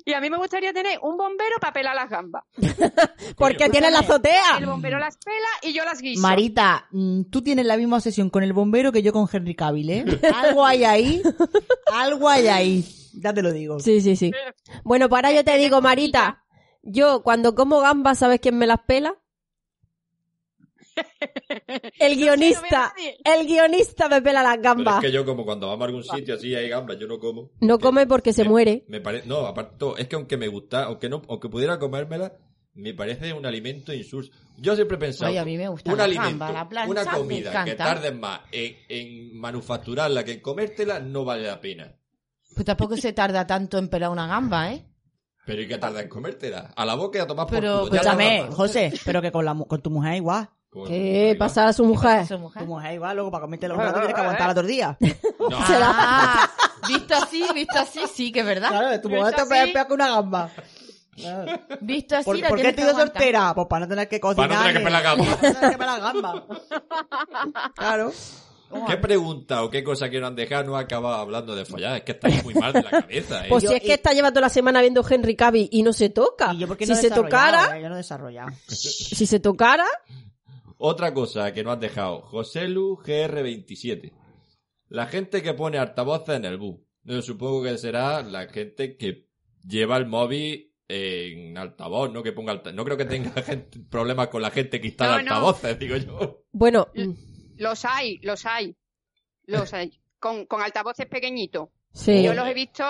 Speaker 8: y a mí me gustaría tener un bombero para pelar las gambas.
Speaker 4: Porque tiene la
Speaker 6: Ah.
Speaker 4: azotea.
Speaker 8: El bombero las pela y yo las guiso.
Speaker 6: Marita, mm, tú tienes la misma obsesión con el bombero que yo con Henry Cavill, ¿eh? Algo hay ahí, algo hay ahí. Ya te lo digo.
Speaker 4: Sí, sí, sí. Bueno, para yo te digo, Marita, yo cuando como gambas, ¿sabes quién me las pela? El guionista, el guionista me pela las
Speaker 3: Pero es
Speaker 4: gambas.
Speaker 3: que yo como cuando vamos a algún sitio así hay gambas, yo no como.
Speaker 4: No come porque se muere.
Speaker 3: Me pare- No, aparte, todo, es que aunque me gusta, aunque no, aunque pudiera comérmela, me parece un alimento insulso. Yo siempre he pensado,
Speaker 13: Oye, a mí me gusta
Speaker 3: un
Speaker 13: la
Speaker 3: alimento,
Speaker 13: gamba, la plancha,
Speaker 3: una
Speaker 13: me
Speaker 3: comida que
Speaker 13: encanta.
Speaker 3: tardes más en, en manufacturarla que en comértela, no vale la pena.
Speaker 13: Pues tampoco se tarda tanto en pelar una gamba, ¿eh?
Speaker 3: Pero ¿y qué tarda en comértela? A la boca y a tomar
Speaker 13: Pero,
Speaker 3: por culo. ya la
Speaker 6: Escúchame,
Speaker 3: gamba.
Speaker 6: José, pero que con, la, mu- con tu mujer igual.
Speaker 4: ¿Qué pasa a su mujer?
Speaker 13: Su
Speaker 7: ¿Ah?
Speaker 13: mujer.
Speaker 6: Tu mujer igual, luego para comerte los platos tienes que aguantar la tortilla.
Speaker 13: Ah, visto así, visto así, sí que es verdad.
Speaker 6: Claro, tu
Speaker 13: Visto
Speaker 6: mujer te
Speaker 13: así,
Speaker 6: es peor que una gamba.
Speaker 13: Visto así,
Speaker 6: Ah. ¿Por,
Speaker 13: la
Speaker 6: ¿por
Speaker 13: tienes
Speaker 6: qué estoy
Speaker 13: que
Speaker 6: yo
Speaker 13: aguantar.
Speaker 6: soltera? Pues para no tener que cocinar.
Speaker 3: Para no tener que pelar gamba.
Speaker 6: Para no tener que pelar gamba. Claro.
Speaker 3: ¿Qué pregunta o qué cosa que no han dejado no ha acabado hablando de follar? Es que estáis muy mal de la cabeza, ¿eh?
Speaker 4: Pues si es que está llevando la semana viendo Henry Cavill y no se toca.
Speaker 6: ¿Por qué
Speaker 4: si
Speaker 6: no he
Speaker 4: se
Speaker 6: desarrollado,
Speaker 4: tocara,
Speaker 6: eh? Yo no he desarrollado.
Speaker 4: si se tocara,
Speaker 3: Otra cosa que no has dejado, Joselu GR27. La gente que pone altavoces en el bus. Yo supongo que será la gente que lleva el móvil en altavoz, no que ponga alta- No creo que tenga gente- problemas con la gente que instala
Speaker 8: No, no.
Speaker 3: altavoces, digo yo.
Speaker 4: bueno,
Speaker 8: "Eh, Los hay, los hay. Los hay. Con, con altavoces pequeñitos.
Speaker 4: Sí.
Speaker 8: Yo los he visto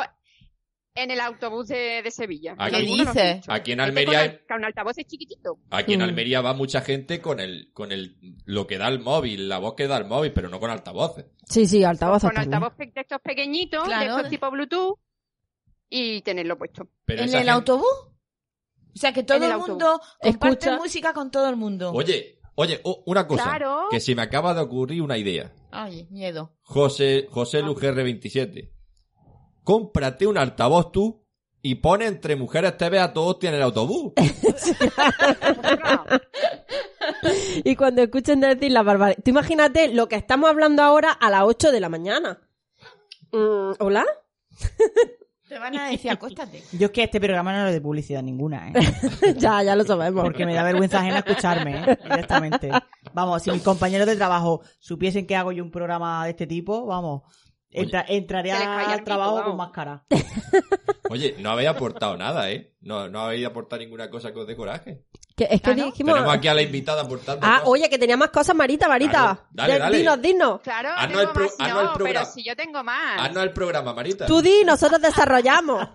Speaker 8: en el autobús de, de Sevilla.
Speaker 3: Aquí-
Speaker 8: ¿Qué
Speaker 13: dices?
Speaker 3: Aquí en
Speaker 8: con,
Speaker 3: Almería,
Speaker 8: al- con altavoces chiquititos.
Speaker 3: aquí en
Speaker 8: Mm.
Speaker 3: Almería va mucha gente con el, con el, lo que da el móvil, la voz que da el móvil, pero no con altavoces.
Speaker 4: sí, sí, altavoz.
Speaker 8: Con altavoces pe- de estos pequeñitos, de estos tipo Bluetooth, y tenerlo puesto.
Speaker 3: Pero
Speaker 13: ¿En el
Speaker 3: esa gente-
Speaker 13: autobús? O sea, que todo
Speaker 8: En el
Speaker 13: el,
Speaker 8: autobús.
Speaker 13: mundo comparte
Speaker 4: Escucha.
Speaker 13: música con todo el mundo.
Speaker 3: Oye, oye, o- una cosa.
Speaker 13: Claro.
Speaker 3: Que se me acaba de ocurrir una idea.
Speaker 13: Ay, miedo.
Speaker 3: José, José r 27. Cómprate un altavoz tú y pone entre mujeres TV a todos tienen el autobús.
Speaker 4: Y cuando escuchen decir la barbaridad. Tú imagínate lo que estamos hablando ahora a las 8 de la mañana. Mm, ¿Hola?
Speaker 13: Te van a decir, acuéstate.
Speaker 6: Yo es que este programa no es de publicidad ninguna, ¿eh?
Speaker 4: ya, ya lo sabemos.
Speaker 6: Porque me da vergüenza ajena escucharme, ¿eh? Directamente. Vamos, si mis compañeros de trabajo supiesen que hago yo un programa de este tipo, vamos, entra- entraré
Speaker 8: Se les caía el
Speaker 6: al
Speaker 8: pico,
Speaker 6: trabajo
Speaker 8: vamos.
Speaker 6: con máscara.
Speaker 3: Oye, no habéis aportado nada, ¿eh? No, no habéis aportado ninguna cosa que os dé coraje.
Speaker 4: Que- es que dijimos.
Speaker 3: Tenemos aquí a la invitada aportando.
Speaker 4: Ah,
Speaker 3: cosas.
Speaker 4: oye, que tenía más cosas, Marita, Marita.
Speaker 3: Claro, dale,
Speaker 4: Ya,
Speaker 3: dale.
Speaker 4: Dinos, dinos.
Speaker 8: Claro,
Speaker 3: Ah, no,
Speaker 8: tengo
Speaker 3: el pro-
Speaker 8: más,
Speaker 3: ah, no,
Speaker 8: no,
Speaker 3: el
Speaker 8: pero
Speaker 3: programa.
Speaker 8: si yo tengo más.
Speaker 3: Ah, no el programa, Marita.
Speaker 4: Tú di, nosotros desarrollamos.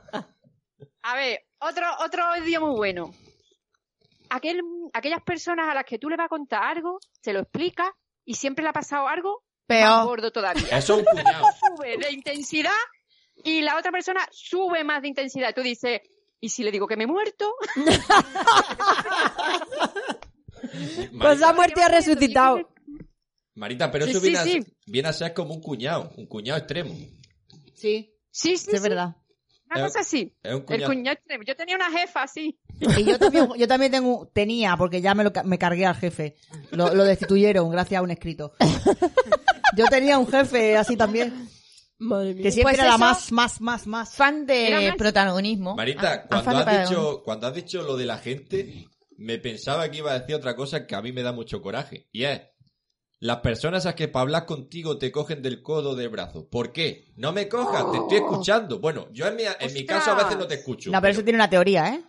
Speaker 8: A ver, otro, otro audio muy bueno. Aquel, aquellas personas a las que tú le vas a contar algo, se lo explicas y siempre le ha pasado algo más
Speaker 13: Peor.
Speaker 8: gordo todavía.
Speaker 3: Eso es un cuñado.
Speaker 8: Sube de intensidad y la otra persona sube más de intensidad. Tú dices, ¿y si le digo que me he muerto?
Speaker 4: Pues
Speaker 3: Marita,
Speaker 4: la muerte ha resucitado.
Speaker 3: Marita, pero
Speaker 8: Sí,
Speaker 3: eso
Speaker 8: sí,
Speaker 3: viene, a,
Speaker 8: sí.
Speaker 3: viene a ser como un cuñado, un cuñado extremo.
Speaker 6: Sí,
Speaker 8: Sí, sí,
Speaker 6: sí, es
Speaker 8: sí,
Speaker 6: verdad.
Speaker 8: Una
Speaker 3: Eh,
Speaker 8: cosa así.
Speaker 3: Es un
Speaker 8: El
Speaker 3: cuñado.
Speaker 8: cuñado extremo. Yo tenía una jefa así.
Speaker 6: Y yo también, yo también tengo, tenía, porque ya me, lo, ca- me cargué al jefe. Lo, lo destituyeron gracias a un escrito. Yo tenía un jefe así también,
Speaker 4: Madre mía.
Speaker 6: que siempre
Speaker 13: Pues
Speaker 6: era
Speaker 13: eso-
Speaker 6: más, más, más, más.
Speaker 13: Fan
Speaker 8: Era
Speaker 13: de
Speaker 8: más-
Speaker 13: protagonismo.
Speaker 3: Marita,
Speaker 13: Ah,
Speaker 3: cuando
Speaker 13: afán de
Speaker 3: has, dicho, cuando has dicho lo de la gente, me pensaba que iba a decir otra cosa que a mí me da mucho coraje. Y es, las personas a que para hablar contigo te cogen del codo del brazo. ¿Por qué? No me cojas, te estoy escuchando. Bueno, yo en mi, en mi caso a veces no te escucho.
Speaker 6: Oh. No, pero eso tiene una teoría, ¿eh?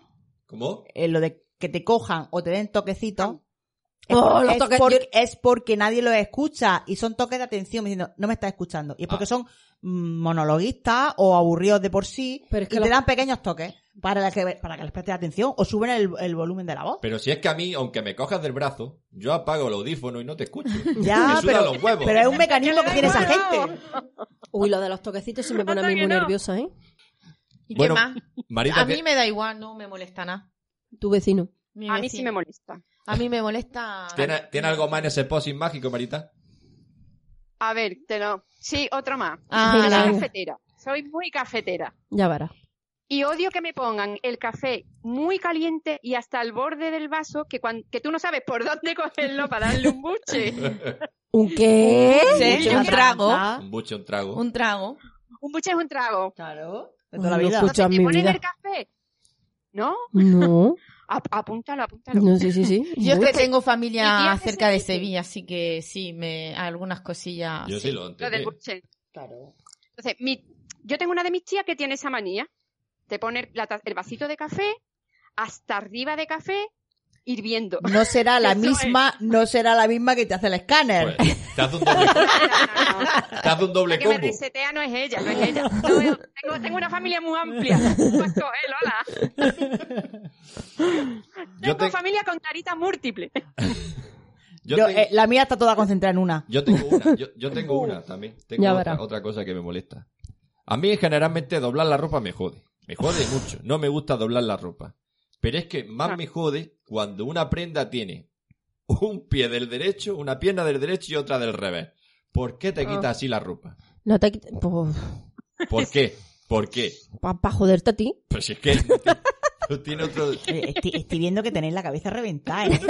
Speaker 3: ¿Cómo?
Speaker 6: eh, lo de que te cojan o te den toquecitos es,
Speaker 4: Oh,
Speaker 6: por-
Speaker 4: los
Speaker 6: es
Speaker 4: toques,
Speaker 6: por-
Speaker 4: yo-
Speaker 6: es porque nadie los escucha y son toques de atención diciendo no me estás escuchando y es porque
Speaker 3: Ah.
Speaker 6: son mm, monologuistas o aburridos de por sí
Speaker 4: Pero es que
Speaker 6: y
Speaker 4: los-
Speaker 6: te dan pequeños toques para que, para que les prestes atención o suben el, el volumen de la voz
Speaker 3: Pero si es que a mí, aunque me cojas del brazo, yo apago el audífono y no te escucho.
Speaker 6: ya
Speaker 3: me sudan
Speaker 6: pero,
Speaker 3: los huevos.
Speaker 6: pero es un mecanismo que tiene esa gente
Speaker 4: Uy, lo de los toquecitos se me pone a mí
Speaker 8: Hasta que
Speaker 4: muy
Speaker 8: no.
Speaker 4: nerviosa, ¿eh?
Speaker 13: ¿Y
Speaker 3: Bueno,
Speaker 13: qué más?
Speaker 3: Marita,
Speaker 13: A
Speaker 3: que-
Speaker 13: mí me da igual, no me molesta nada.
Speaker 4: Tu vecino.
Speaker 13: Mi
Speaker 8: A mí sí
Speaker 13: vecino.
Speaker 8: me molesta.
Speaker 13: A mí me molesta.
Speaker 3: ¿Tiene, ¿tiene algo más en ese posing mágico, Marita?
Speaker 8: A ver, te lo. Sí, otro más.
Speaker 4: Ah,
Speaker 8: Soy
Speaker 4: la-
Speaker 8: cafetera. Soy muy cafetera.
Speaker 4: Ya verás.
Speaker 8: Y odio que me pongan el café muy caliente y hasta el borde del vaso, que, cuan- que tú no sabes por dónde cogerlo para darle un buche.
Speaker 4: ¿Un qué?
Speaker 8: Sí,
Speaker 4: Mucho
Speaker 8: un
Speaker 4: más
Speaker 8: trago.
Speaker 6: ¿Ah?
Speaker 4: avanzada.
Speaker 3: Un buche, un trago.
Speaker 13: trago.
Speaker 8: Un buche es un trago.
Speaker 6: Claro.
Speaker 4: toda la No vida. escucho en
Speaker 8: ¿Te
Speaker 4: mi
Speaker 8: ponen
Speaker 4: vida.
Speaker 8: el café? ¿No?
Speaker 4: No.
Speaker 8: Ap- apúntalo, apúntalo.
Speaker 4: No, sí, sí, sí.
Speaker 13: Yo es que
Speaker 8: Mucho.
Speaker 13: tengo
Speaker 8: ¿Y
Speaker 13: familia
Speaker 8: haces
Speaker 13: cerca de Sevilla, así que sí, me algunas cosillas.
Speaker 3: Yo sí lo
Speaker 8: Lo del
Speaker 3: entendí.
Speaker 8: buche. Claro. Entonces, mi- yo tengo una de mis tías que tiene esa manía de poner la ta- el vasito de café hasta arriba de café hirviendo.
Speaker 6: No será la
Speaker 8: Eso
Speaker 6: misma, no será la misma que te hace el escáner.
Speaker 3: Pues, Te hace un doble, te hace un
Speaker 8: La
Speaker 3: doble
Speaker 8: que me
Speaker 3: combo.
Speaker 8: resetea no es ella, no es ella. No, yo tengo, tengo una familia muy amplia. Pues cógelo, hola.
Speaker 3: Yo,
Speaker 8: Tengo
Speaker 3: te-
Speaker 8: familia con carita múltiple.
Speaker 3: yo
Speaker 6: Yo,
Speaker 3: te-
Speaker 6: eh, la mía está toda concentrada en una.
Speaker 3: yo tengo una, yo, yo tengo una también. Tengo
Speaker 6: Ya
Speaker 3: otra,
Speaker 6: verás.
Speaker 3: otra cosa que me molesta. A mí generalmente doblar la ropa me jode. Me jode mucho. No me gusta doblar la ropa. Pero es que más me jode cuando una prenda tiene un pie del derecho, una pierna del derecho y otra del revés. ¿Por qué te quitas así la ropa?
Speaker 4: No te quites. Pues,
Speaker 3: ¿Por qué? ¿Por qué?
Speaker 4: para joderte a ti.
Speaker 3: Pues es que no tiene otro...
Speaker 6: Eh, Estoy, estoy viendo que tenéis la cabeza reventada, ¿eh?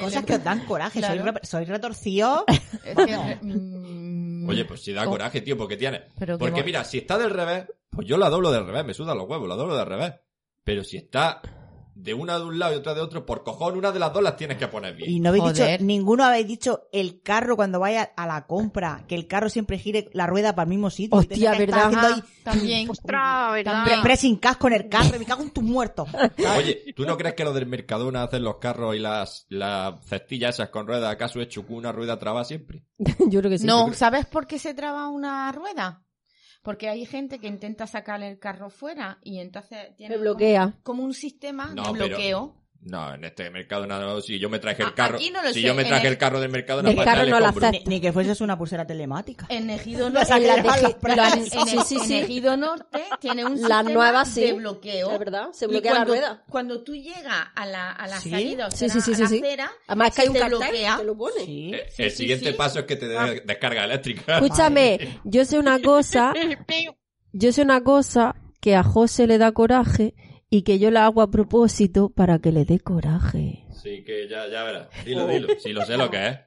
Speaker 6: Cosas que os dan coraje. Sois
Speaker 13: Claro.
Speaker 6: re- Sois retorcidos.
Speaker 13: Es que, mm,
Speaker 3: Oye, pues si da
Speaker 13: Oh.
Speaker 3: coraje, tío, porque tiene.
Speaker 13: Pero qué
Speaker 3: Porque
Speaker 13: mo-
Speaker 3: mira, si está del revés, pues yo la doblo del revés, me sudan los huevos, la doblo del revés. Pero si está de una de un lado y otra de otro, por cojón, una de las dos las tienes que poner bien.
Speaker 6: Y no habéis
Speaker 13: Joder.
Speaker 6: dicho, ninguno habéis dicho el carro cuando vaya a la compra, que el carro siempre gire la rueda para el mismo sitio.
Speaker 4: Hostia,
Speaker 6: Entonces, ¿qué estás
Speaker 4: ¿verdad? Ah.
Speaker 6: haciendo ahí?
Speaker 13: también.
Speaker 8: Ostras, ¿verdad?
Speaker 6: Pre- pre- sin casco en el carro, me cago en tus muertos.
Speaker 3: Oye, ¿tú no crees que lo del Mercadona hacen los carros y las, las cestillas esas con ruedas? ¿Acaso es chucu una rueda traba siempre?
Speaker 4: Yo creo que sí.
Speaker 13: No, ¿sabes por qué se traba una rueda? Porque hay gente que intenta sacar el carro fuera y entonces tiene
Speaker 4: Se bloquea.
Speaker 13: como, como un sistema
Speaker 3: No,
Speaker 13: de
Speaker 3: pero-
Speaker 13: bloqueo.
Speaker 3: No, en este Mercadona no, si yo me traje
Speaker 13: A-
Speaker 3: el carro.
Speaker 13: aquí no lo
Speaker 3: si
Speaker 13: sé,
Speaker 3: yo me
Speaker 13: en
Speaker 3: traje
Speaker 13: el-
Speaker 3: el carro del Mercadona
Speaker 4: Del
Speaker 3: para
Speaker 4: carro
Speaker 3: echarle
Speaker 4: no la
Speaker 3: escombros.
Speaker 4: hace.
Speaker 6: Ni, ni que fuese una pulsera telemática.
Speaker 13: En Ejido
Speaker 6: La
Speaker 13: Norte,
Speaker 6: saqué
Speaker 13: la
Speaker 6: de la
Speaker 13: deja-
Speaker 6: compra.
Speaker 13: la- en,
Speaker 4: Sí, sí,
Speaker 13: en
Speaker 4: sí.
Speaker 13: Ejido Norte tiene un
Speaker 4: La
Speaker 13: sistema
Speaker 4: nueva, sí.
Speaker 13: de bloqueo.
Speaker 4: Es verdad, se
Speaker 13: Y
Speaker 4: bloquea la
Speaker 13: cuando-
Speaker 4: rueda.
Speaker 13: Cuando tú llegas a la, a la
Speaker 6: Sí.
Speaker 13: salida, o
Speaker 4: Sí,
Speaker 13: sea,
Speaker 4: sí, sí,
Speaker 13: a
Speaker 4: sí,
Speaker 13: la
Speaker 4: sí.
Speaker 13: acera,
Speaker 4: Además que hay
Speaker 13: se
Speaker 4: un
Speaker 13: te
Speaker 4: cartel
Speaker 13: bloquea.
Speaker 4: que lo pone.
Speaker 6: Sí.
Speaker 3: Eh,
Speaker 13: Sí,
Speaker 3: el
Speaker 13: sí,
Speaker 3: siguiente
Speaker 13: sí. Ah.
Speaker 3: paso es que te dé descarga eléctrica.
Speaker 4: Escúchame, yo sé una cosa, yo sé una cosa que a José le da coraje y que yo la hago a propósito para que le dé coraje.
Speaker 3: Sí, que ya, ya verás. Dilo, dilo. Si lo sé lo que es.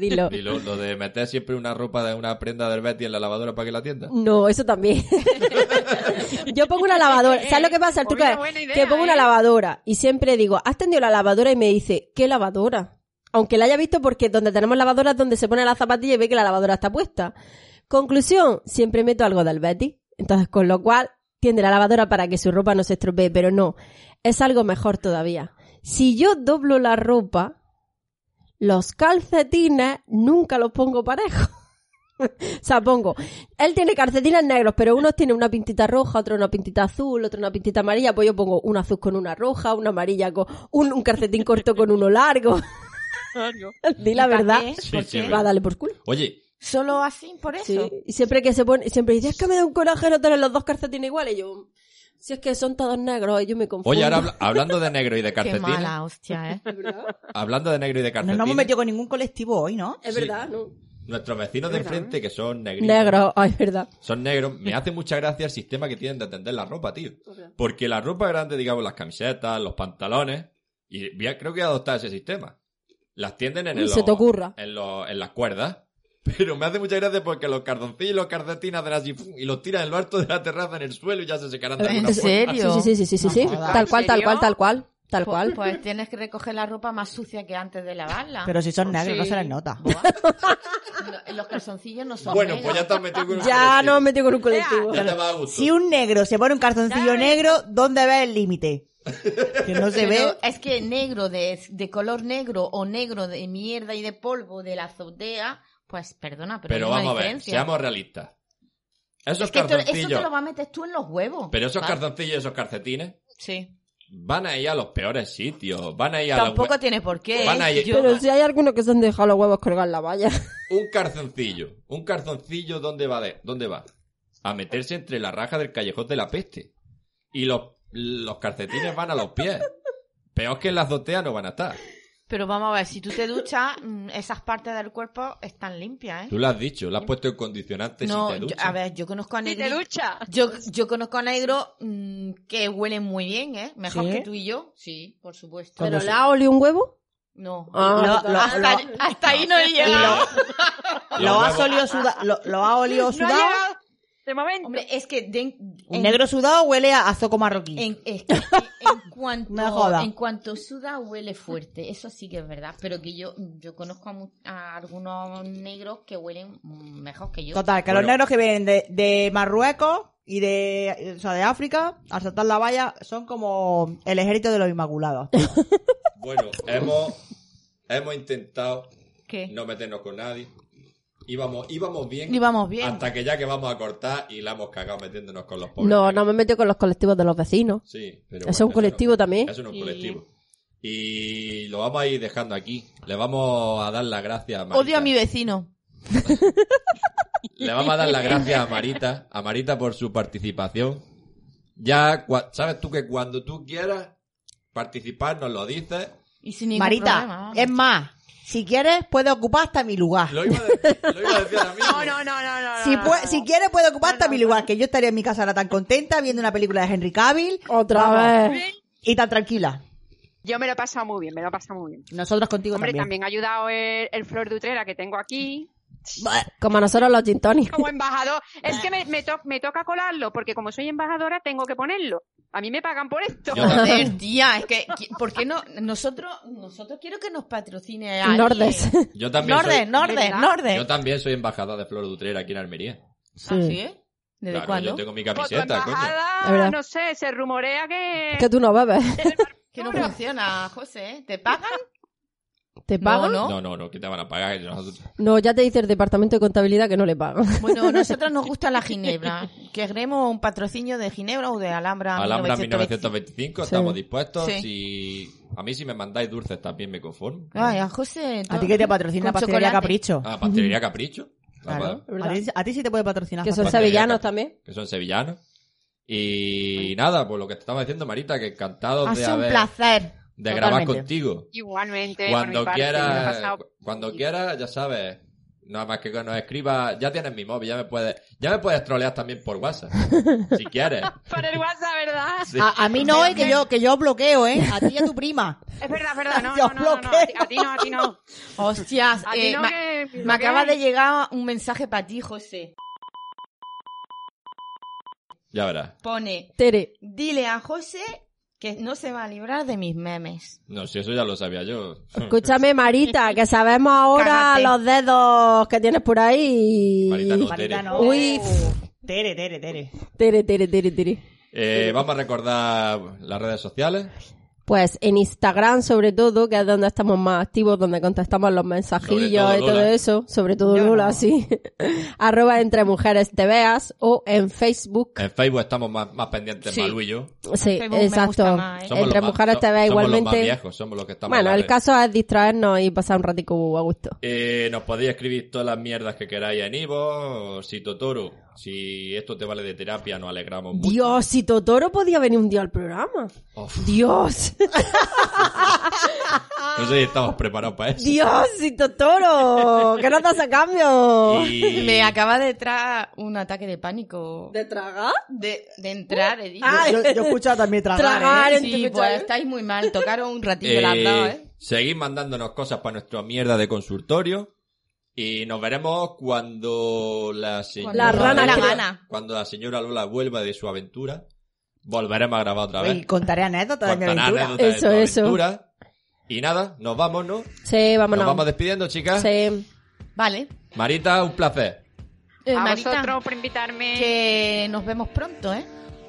Speaker 4: Dilo.
Speaker 3: Y lo, lo de meter siempre una ropa de una prenda del Betty en la lavadora para que la tienda.
Speaker 4: No, eso también. yo pongo una lavadora. ¿Sabes lo que pasa? ¿Tú
Speaker 8: Una
Speaker 4: qué?
Speaker 8: buena idea,
Speaker 4: que pongo una
Speaker 8: ¿eh?
Speaker 4: lavadora y siempre digo, ¿has tendido la lavadora? Y me dice, ¿qué lavadora? Aunque la haya visto porque donde tenemos lavadora es donde se pone la zapatilla y ve que la lavadora está puesta. Conclusión, siempre meto algo del Betty. Entonces, con lo cual, tiende la lavadora para que su ropa no se estropee, pero no, es algo mejor todavía. Si yo doblo la ropa, los calcetines nunca los pongo parejos. O sea, pongo, él tiene calcetines negros, pero unos tienen una pintita roja, otro una pintita azul, otro una pintita amarilla, pues yo pongo un azul con una roja, una amarilla con un, un calcetín corto con uno largo. Di la
Speaker 13: ¿Y pa'
Speaker 4: verdad.
Speaker 13: qué?
Speaker 3: Sí,
Speaker 13: ¿Por
Speaker 3: sí,
Speaker 13: qué?
Speaker 3: verdad.
Speaker 4: Va, dale por culo.
Speaker 3: Oye,
Speaker 13: Solo así, por eso.
Speaker 4: Sí, Y siempre que se pone, siempre dice, es que me da un coraje no tener los dos calcetines iguales. Y yo, si es que son todos negros, y yo me confundo.
Speaker 3: oye, ahora habla- hablando de negro y de
Speaker 13: Qué
Speaker 3: calcetines,
Speaker 13: mala hostia, ¿eh?
Speaker 3: hablando de negro y de
Speaker 6: No
Speaker 3: calcetines,
Speaker 6: nos hemos metido con ningún colectivo hoy, ¿no?
Speaker 4: Es
Speaker 3: sí.
Speaker 4: verdad, ¿no?
Speaker 3: nuestros vecinos de enfrente que son negritos,
Speaker 4: Negro, ay, es verdad.
Speaker 3: son negros, me hace mucha gracia el sistema que tienen de atender la ropa, tío. Porque la ropa grande, digamos, las camisetas, los pantalones, y voy a- creo que voy a adoptar ese sistema. Las tienden en,
Speaker 4: Uy,
Speaker 3: el-
Speaker 4: se te ocurra.
Speaker 3: en, los- en las cuerdas. Pero me hace mucha gracia porque los cardoncillos y los calcetines hacen así ¡fum! y los tiran en lo alto de la terraza en el suelo y ya se secarán de alguna
Speaker 13: ¿En
Speaker 3: forma.
Speaker 13: serio?
Speaker 4: Sí, sí, sí, sí, sí, sí.
Speaker 6: jodas.
Speaker 4: Tal cual, tal
Speaker 8: ¿En
Speaker 4: cual,
Speaker 8: serio?
Speaker 4: tal cual. Tal
Speaker 13: Pues-
Speaker 4: cual.
Speaker 13: Pues tienes que recoger la ropa más sucia que antes de lavarla.
Speaker 6: Pero si
Speaker 4: Pues
Speaker 6: son negros,
Speaker 8: Sí.
Speaker 6: no se les nota.
Speaker 13: Buah. Lo- Los calzoncillos no son
Speaker 3: Bueno,
Speaker 13: negros.
Speaker 3: pues ya estás metido con un
Speaker 4: Ya
Speaker 3: colectivo.
Speaker 4: no me metí con un colectivo.
Speaker 3: Ya te va a gusto.
Speaker 6: Si un negro se pone un calzoncillo negro, ¿dónde ves el límite? Que no se
Speaker 13: Pero
Speaker 6: ve.
Speaker 13: es que negro de, de color negro o negro de mierda y de polvo de la azotea, pues perdona, pero,
Speaker 3: Pero
Speaker 13: hay una
Speaker 3: vamos a ver,
Speaker 13: diferencia.
Speaker 3: seamos realistas. Esos
Speaker 13: es que esto- eso
Speaker 3: calzoncillos,
Speaker 13: te lo vas a meter tú en los huevos.
Speaker 3: pero esos
Speaker 13: ¿vale?
Speaker 3: calzoncillos y esos calcetines
Speaker 13: Sí.
Speaker 3: van a ir a los peores sitios, van a ir a la
Speaker 13: Tampoco
Speaker 3: hue-
Speaker 13: tiene por qué.
Speaker 3: Van a ir-
Speaker 13: Yo-
Speaker 4: Pero si hay algunos que se han dejado los huevos colgar en la valla.
Speaker 3: un calzoncillo, un calzoncillo dónde va de, dónde va? A meterse entre la raja del callejón de la peste. Y los los calcetines van a los pies. Peor que en la azotea no van a estar.
Speaker 7: Pero vamos a ver, si tú te duchas, mm, esas partes del cuerpo están limpias, ¿eh?
Speaker 3: Tú lo has dicho, lo has puesto en condicionante
Speaker 7: No,
Speaker 3: si te
Speaker 7: yo-
Speaker 3: duchas.
Speaker 7: a ver, yo conozco a
Speaker 8: Si
Speaker 7: negro.
Speaker 8: te duchas.
Speaker 7: Yo, yo conozco a negro mm, que huelen muy bien, ¿eh? Mejor
Speaker 4: ¿Sí?
Speaker 7: que tú y yo. Sí, por supuesto.
Speaker 4: ¿Pero le ha olido un huevo?
Speaker 7: No.
Speaker 4: Ah,
Speaker 7: Lo-
Speaker 4: lo-
Speaker 7: hasta,
Speaker 4: lo-
Speaker 7: hasta ahí no he llegado.
Speaker 6: Lo has olido sudado. Lo, lo has olido sudado.
Speaker 8: De momento.
Speaker 7: Hombre, es que de-
Speaker 6: Un negro sudado huele a azoco marroquí.
Speaker 7: En, es que en- en cuanto,
Speaker 6: No joda.
Speaker 7: en cuanto suda huele fuerte, eso sí que es verdad, pero que yo, yo conozco a, mu- a algunos negros que huelen mm, mejor que yo.
Speaker 6: Total, que los negros que vienen de, de Marruecos y de, o sea, de África, al saltar la valla, son como el ejército de los Inmaculados.
Speaker 3: Bueno, hemos, hemos intentado
Speaker 7: ¿Qué?
Speaker 3: no meternos con nadie. Íbamos, íbamos bien.
Speaker 7: Íbamos bien.
Speaker 3: Hasta que ya que vamos a cortar y la hemos cagado metiéndonos con los pobres.
Speaker 4: No, no me meto con los colectivos de los vecinos.
Speaker 3: Sí, pero
Speaker 4: Eso es
Speaker 3: bueno,
Speaker 4: un colectivo ¿eh?
Speaker 3: no-
Speaker 4: también.
Speaker 3: Eso no es un
Speaker 4: Sí.
Speaker 3: colectivo. Y lo vamos a ir dejando aquí. Le vamos a dar las gracias a Marita.
Speaker 7: Odio a mi vecino.
Speaker 3: Le vamos a dar las gracias a Marita, a Marita por su participación. Ya, cua- sabes tú que cuando tú quieras participar nos lo dices.
Speaker 7: Y sin ningún
Speaker 6: Marita,
Speaker 7: problema, vamos.
Speaker 6: es más, si quieres, puedes ocupar hasta mi lugar.
Speaker 3: Lo iba a de- lo iba a decir ahora mismo.
Speaker 8: No, no, no, no.
Speaker 6: Si, pue- si quieres, puedes ocupar hasta mi lugar, que yo estaría en mi casa ahora tan contenta viendo una película de Henry Cavill.
Speaker 4: Otra
Speaker 6: Vamos.
Speaker 8: vez.
Speaker 6: Y tan tranquila.
Speaker 8: Yo me lo he pasado muy bien, me lo he pasado muy bien.
Speaker 6: Nosotros contigo
Speaker 8: Hombre,
Speaker 6: también.
Speaker 8: también ha ayudado el, el Flor de Utrera que tengo aquí.
Speaker 4: Como a nosotros los gintones.
Speaker 8: Como embajador. Es que me, me to- me toca colarlo, porque como soy embajadora, tengo que ponerlo. A mí me pagan por esto.
Speaker 3: Yo también.
Speaker 7: Joder, tía, es que, qui- ¿por qué no? Nosotros, nosotros quiero que nos patrocine alguien.
Speaker 4: Nordes.
Speaker 3: Yo también soy,
Speaker 7: Nordes, Nordes,
Speaker 3: yo
Speaker 8: ¿Verdad?
Speaker 7: Nordes.
Speaker 3: también soy embajador de Flor de Utrera aquí en Almería.
Speaker 7: ¿Ah, sí? ¿Desde
Speaker 3: Claro,
Speaker 7: cuándo?
Speaker 3: yo tengo mi
Speaker 8: Por tu
Speaker 3: camiseta, coño.
Speaker 4: Es verdad.
Speaker 8: embajada, no sé, se rumorea que...
Speaker 4: Que tú no bebes.
Speaker 7: Que no funciona, José. ¿eh? ¿Te pagan?
Speaker 4: ¿Te pagan?
Speaker 7: No,
Speaker 3: No, no, no, que te van a pagar. que nosotros-
Speaker 4: No, ya te dice el departamento de contabilidad que no le pagan.
Speaker 7: Bueno, nosotros nos gusta la Ginebra. Queremos un patrocinio de Ginebra o de Alhambra.
Speaker 3: Alhambra
Speaker 7: 1925.
Speaker 3: 1925,
Speaker 4: Sí.
Speaker 3: estamos dispuestos.
Speaker 7: Sí.
Speaker 3: Y a mí si me mandáis dulces también me conformo.
Speaker 7: Ay, a José.
Speaker 6: A ti que te patrocina la
Speaker 7: con
Speaker 6: pastelería
Speaker 7: chocolate.
Speaker 6: Capricho.
Speaker 3: Ah, pastelería Capricho. Ah,
Speaker 6: Claro.
Speaker 3: pa-
Speaker 4: ¿verdad?
Speaker 6: A ti, a ti sí te puede patrocinar.
Speaker 4: Que son
Speaker 3: Pastelería
Speaker 4: sevillanos
Speaker 3: Capricho,
Speaker 4: también.
Speaker 3: Que son sevillanos. Y nada, pues lo que te estaba diciendo, Marita, que encantado
Speaker 7: Ha
Speaker 3: de
Speaker 7: sido un
Speaker 3: haber...
Speaker 7: placer.
Speaker 3: De grabar
Speaker 6: Totalmente.
Speaker 3: contigo.
Speaker 8: Igualmente, por mi
Speaker 3: Cuando
Speaker 8: parte, me lo he
Speaker 3: quieras,
Speaker 8: pasado-
Speaker 3: cuando quieras, ya sabes. Nada más que nos escribas, ya tienes mi móvil, ya me puedes, ya me puedes trolear también por WhatsApp, si quieres.
Speaker 8: Por el WhatsApp, ¿verdad?
Speaker 3: Sí.
Speaker 6: A, a mí no, eh, que yo, que yo os bloqueo, ¿eh? A ti y a tu prima.
Speaker 8: Es verdad, es verdad. No,
Speaker 6: Yo
Speaker 8: no, no, no, no, A ti- a ti no, a ti no.
Speaker 7: Hostias,
Speaker 8: A ti
Speaker 7: eh,
Speaker 8: no
Speaker 7: ma-
Speaker 8: que- que
Speaker 7: me acaba
Speaker 8: hay.
Speaker 7: de llegar un mensaje para ti, José.
Speaker 3: Ya verás.
Speaker 7: Pone,
Speaker 4: Tere,
Speaker 7: dile a José que no se va a librar de mis memes.
Speaker 3: No, si eso ya lo sabía yo.
Speaker 4: escúchame, Marita, que sabemos ahora
Speaker 7: Cágate.
Speaker 4: los dedos que tienes por ahí.
Speaker 3: Marita no, Tere.
Speaker 6: Marita no.
Speaker 4: Uy,
Speaker 6: Tere, Tere, Tere.
Speaker 4: Tere, Tere, Tere, Tere.
Speaker 3: Eh, vamos a recordar las redes sociales.
Speaker 4: Pues en Instagram sobre todo, que es donde estamos más activos, donde contestamos los mensajillos
Speaker 3: Sobre todo
Speaker 4: y todo
Speaker 3: Lola.
Speaker 4: eso, sobre todo
Speaker 6: Yo
Speaker 4: Lola,
Speaker 6: no.
Speaker 4: sí. Arroba entre mujeres te veas o en Facebook.
Speaker 3: En Facebook estamos más, más pendientes,
Speaker 4: Sí.
Speaker 3: Malú y yo.
Speaker 4: Sí,
Speaker 7: Facebook me gusta
Speaker 4: exacto.
Speaker 7: más, ¿eh?
Speaker 3: Somos
Speaker 4: Entre
Speaker 3: los más-
Speaker 4: mujeres
Speaker 3: so-
Speaker 4: te veas
Speaker 3: somos los más
Speaker 4: igualmente.
Speaker 3: viejos, somos los que estamos en
Speaker 4: Bueno,
Speaker 3: la
Speaker 4: el
Speaker 3: red.
Speaker 4: caso es distraernos y pasar un ratico a gusto.
Speaker 3: Eh, nos podéis escribir todas las mierdas que queráis en Ivo, o si Totoro, si esto te vale de terapia, nos alegramos mucho.
Speaker 4: Dios, si Totoro podía venir un día al programa.
Speaker 3: Uf,
Speaker 4: Dios,
Speaker 3: no sé si estamos preparados para eso.
Speaker 4: Dios, si Totoro, que no te hace cambio.
Speaker 3: Y-
Speaker 7: Me acaba de entrar un ataque de pánico.
Speaker 4: ¿De tragar?
Speaker 7: De, de entrar, he dicho.
Speaker 4: Ah,
Speaker 6: Yo, yo he escuchado también tragar.
Speaker 4: Tragar.
Speaker 6: ¿eh?
Speaker 4: en tu
Speaker 7: sí,
Speaker 4: pecho, ¿eh?
Speaker 7: pues estáis muy mal. Tocaron un ratillo
Speaker 3: Eh,
Speaker 7: las dos, ¿eh?
Speaker 3: Seguid mandándonos cosas para nuestra mierda de consultorio. Y nos veremos cuando la señora
Speaker 4: La rana
Speaker 3: Lola-
Speaker 4: la
Speaker 7: gana.
Speaker 3: cuando la señora Lola vuelva de su aventura. Volveremos a grabar otra vez.
Speaker 6: Oye, contaré anécdotas de mi
Speaker 3: Contará
Speaker 6: aventura.
Speaker 3: anécdotas de
Speaker 4: Eso,
Speaker 3: tu
Speaker 4: eso.
Speaker 3: aventura. Y nada, nos vamos, ¿no?
Speaker 4: Sí, vámonos.
Speaker 3: Nos vamos despidiendo, chicas.
Speaker 4: Sí.
Speaker 7: Vale.
Speaker 3: Marita, un placer.
Speaker 7: Eh,
Speaker 8: A
Speaker 7: Marita,
Speaker 8: vosotros por invitarme.
Speaker 7: que nos vemos pronto, ¿eh?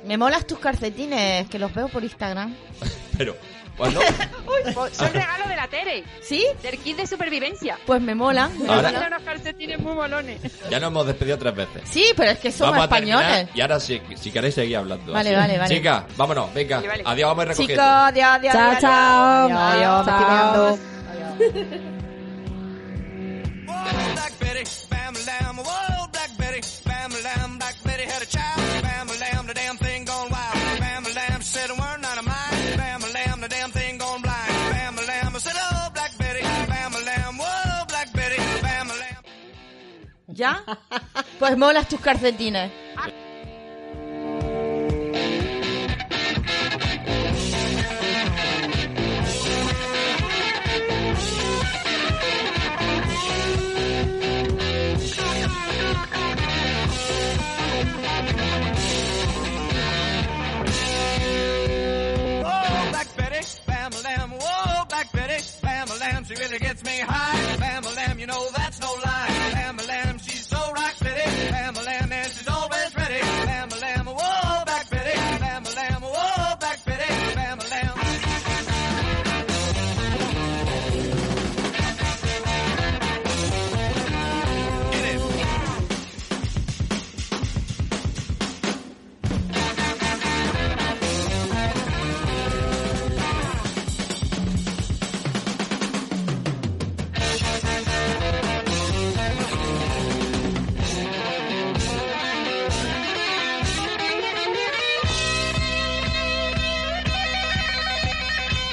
Speaker 7: Me molas tus calcetines, que los veo por Instagram.
Speaker 3: Pero, bueno,
Speaker 8: Uy, po-
Speaker 3: Ah.
Speaker 8: son regalo de la Tere,
Speaker 7: ¿Sí?
Speaker 8: del kit de supervivencia.
Speaker 7: Pues me molan. me
Speaker 3: Ahora-
Speaker 8: Ahora...
Speaker 7: molan.
Speaker 8: unos calcetines muy molones.
Speaker 3: ya nos hemos despedido tres veces.
Speaker 7: Sí, pero es que somos
Speaker 3: vamos a
Speaker 7: españoles.
Speaker 3: terminar y ahora si, si queréis seguir hablando.
Speaker 7: Vale,
Speaker 3: así.
Speaker 7: vale, vale.
Speaker 3: Chicas, vámonos, venga.
Speaker 8: Vale, vale.
Speaker 3: Adiós, vamos a ir
Speaker 7: Chicos,
Speaker 3: recogiendo.
Speaker 7: adiós, adiós.
Speaker 4: Chao,
Speaker 7: adiós,
Speaker 4: chao.
Speaker 6: Adiós,
Speaker 7: adiós, adiós.
Speaker 6: adiós, me estoy meando.
Speaker 14: Whoa, Black Betty, bam a lamb. Whoa, Black Betty, bam a lamb. Black Betty had a child. Bam a lamb, the damn thing gone wild. Bam a lamb, she said a word, not a mind. Bam a lamb, the damn thing gone
Speaker 7: ya, pues molas tus calcetines.
Speaker 4: Oh, Black Betty, bam a lamb. Whoa, Black Betty, bam a lamb. She really gets me high. Bam a lamb, you know that's no lie. Bam a lamb, she's so rock steady. Bam a lamb, and she's always ready. Bam a lamb, whoa, Black Betty. Bam a lamb, whoa, Black Betty. Bam a lamb.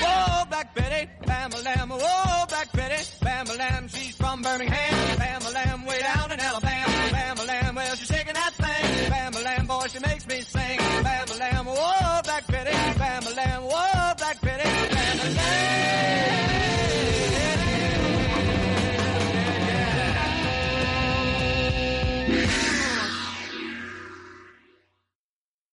Speaker 4: Whoa, Black Betty, Bam a Lamb. Whoa, Black Betty, Bam a Lamb. She's from Birmingham. Bam a Lamb, way down in Alabama. Bam a Lamb, well, she's shaking that thing. Bam a Lamb, boy, she makes me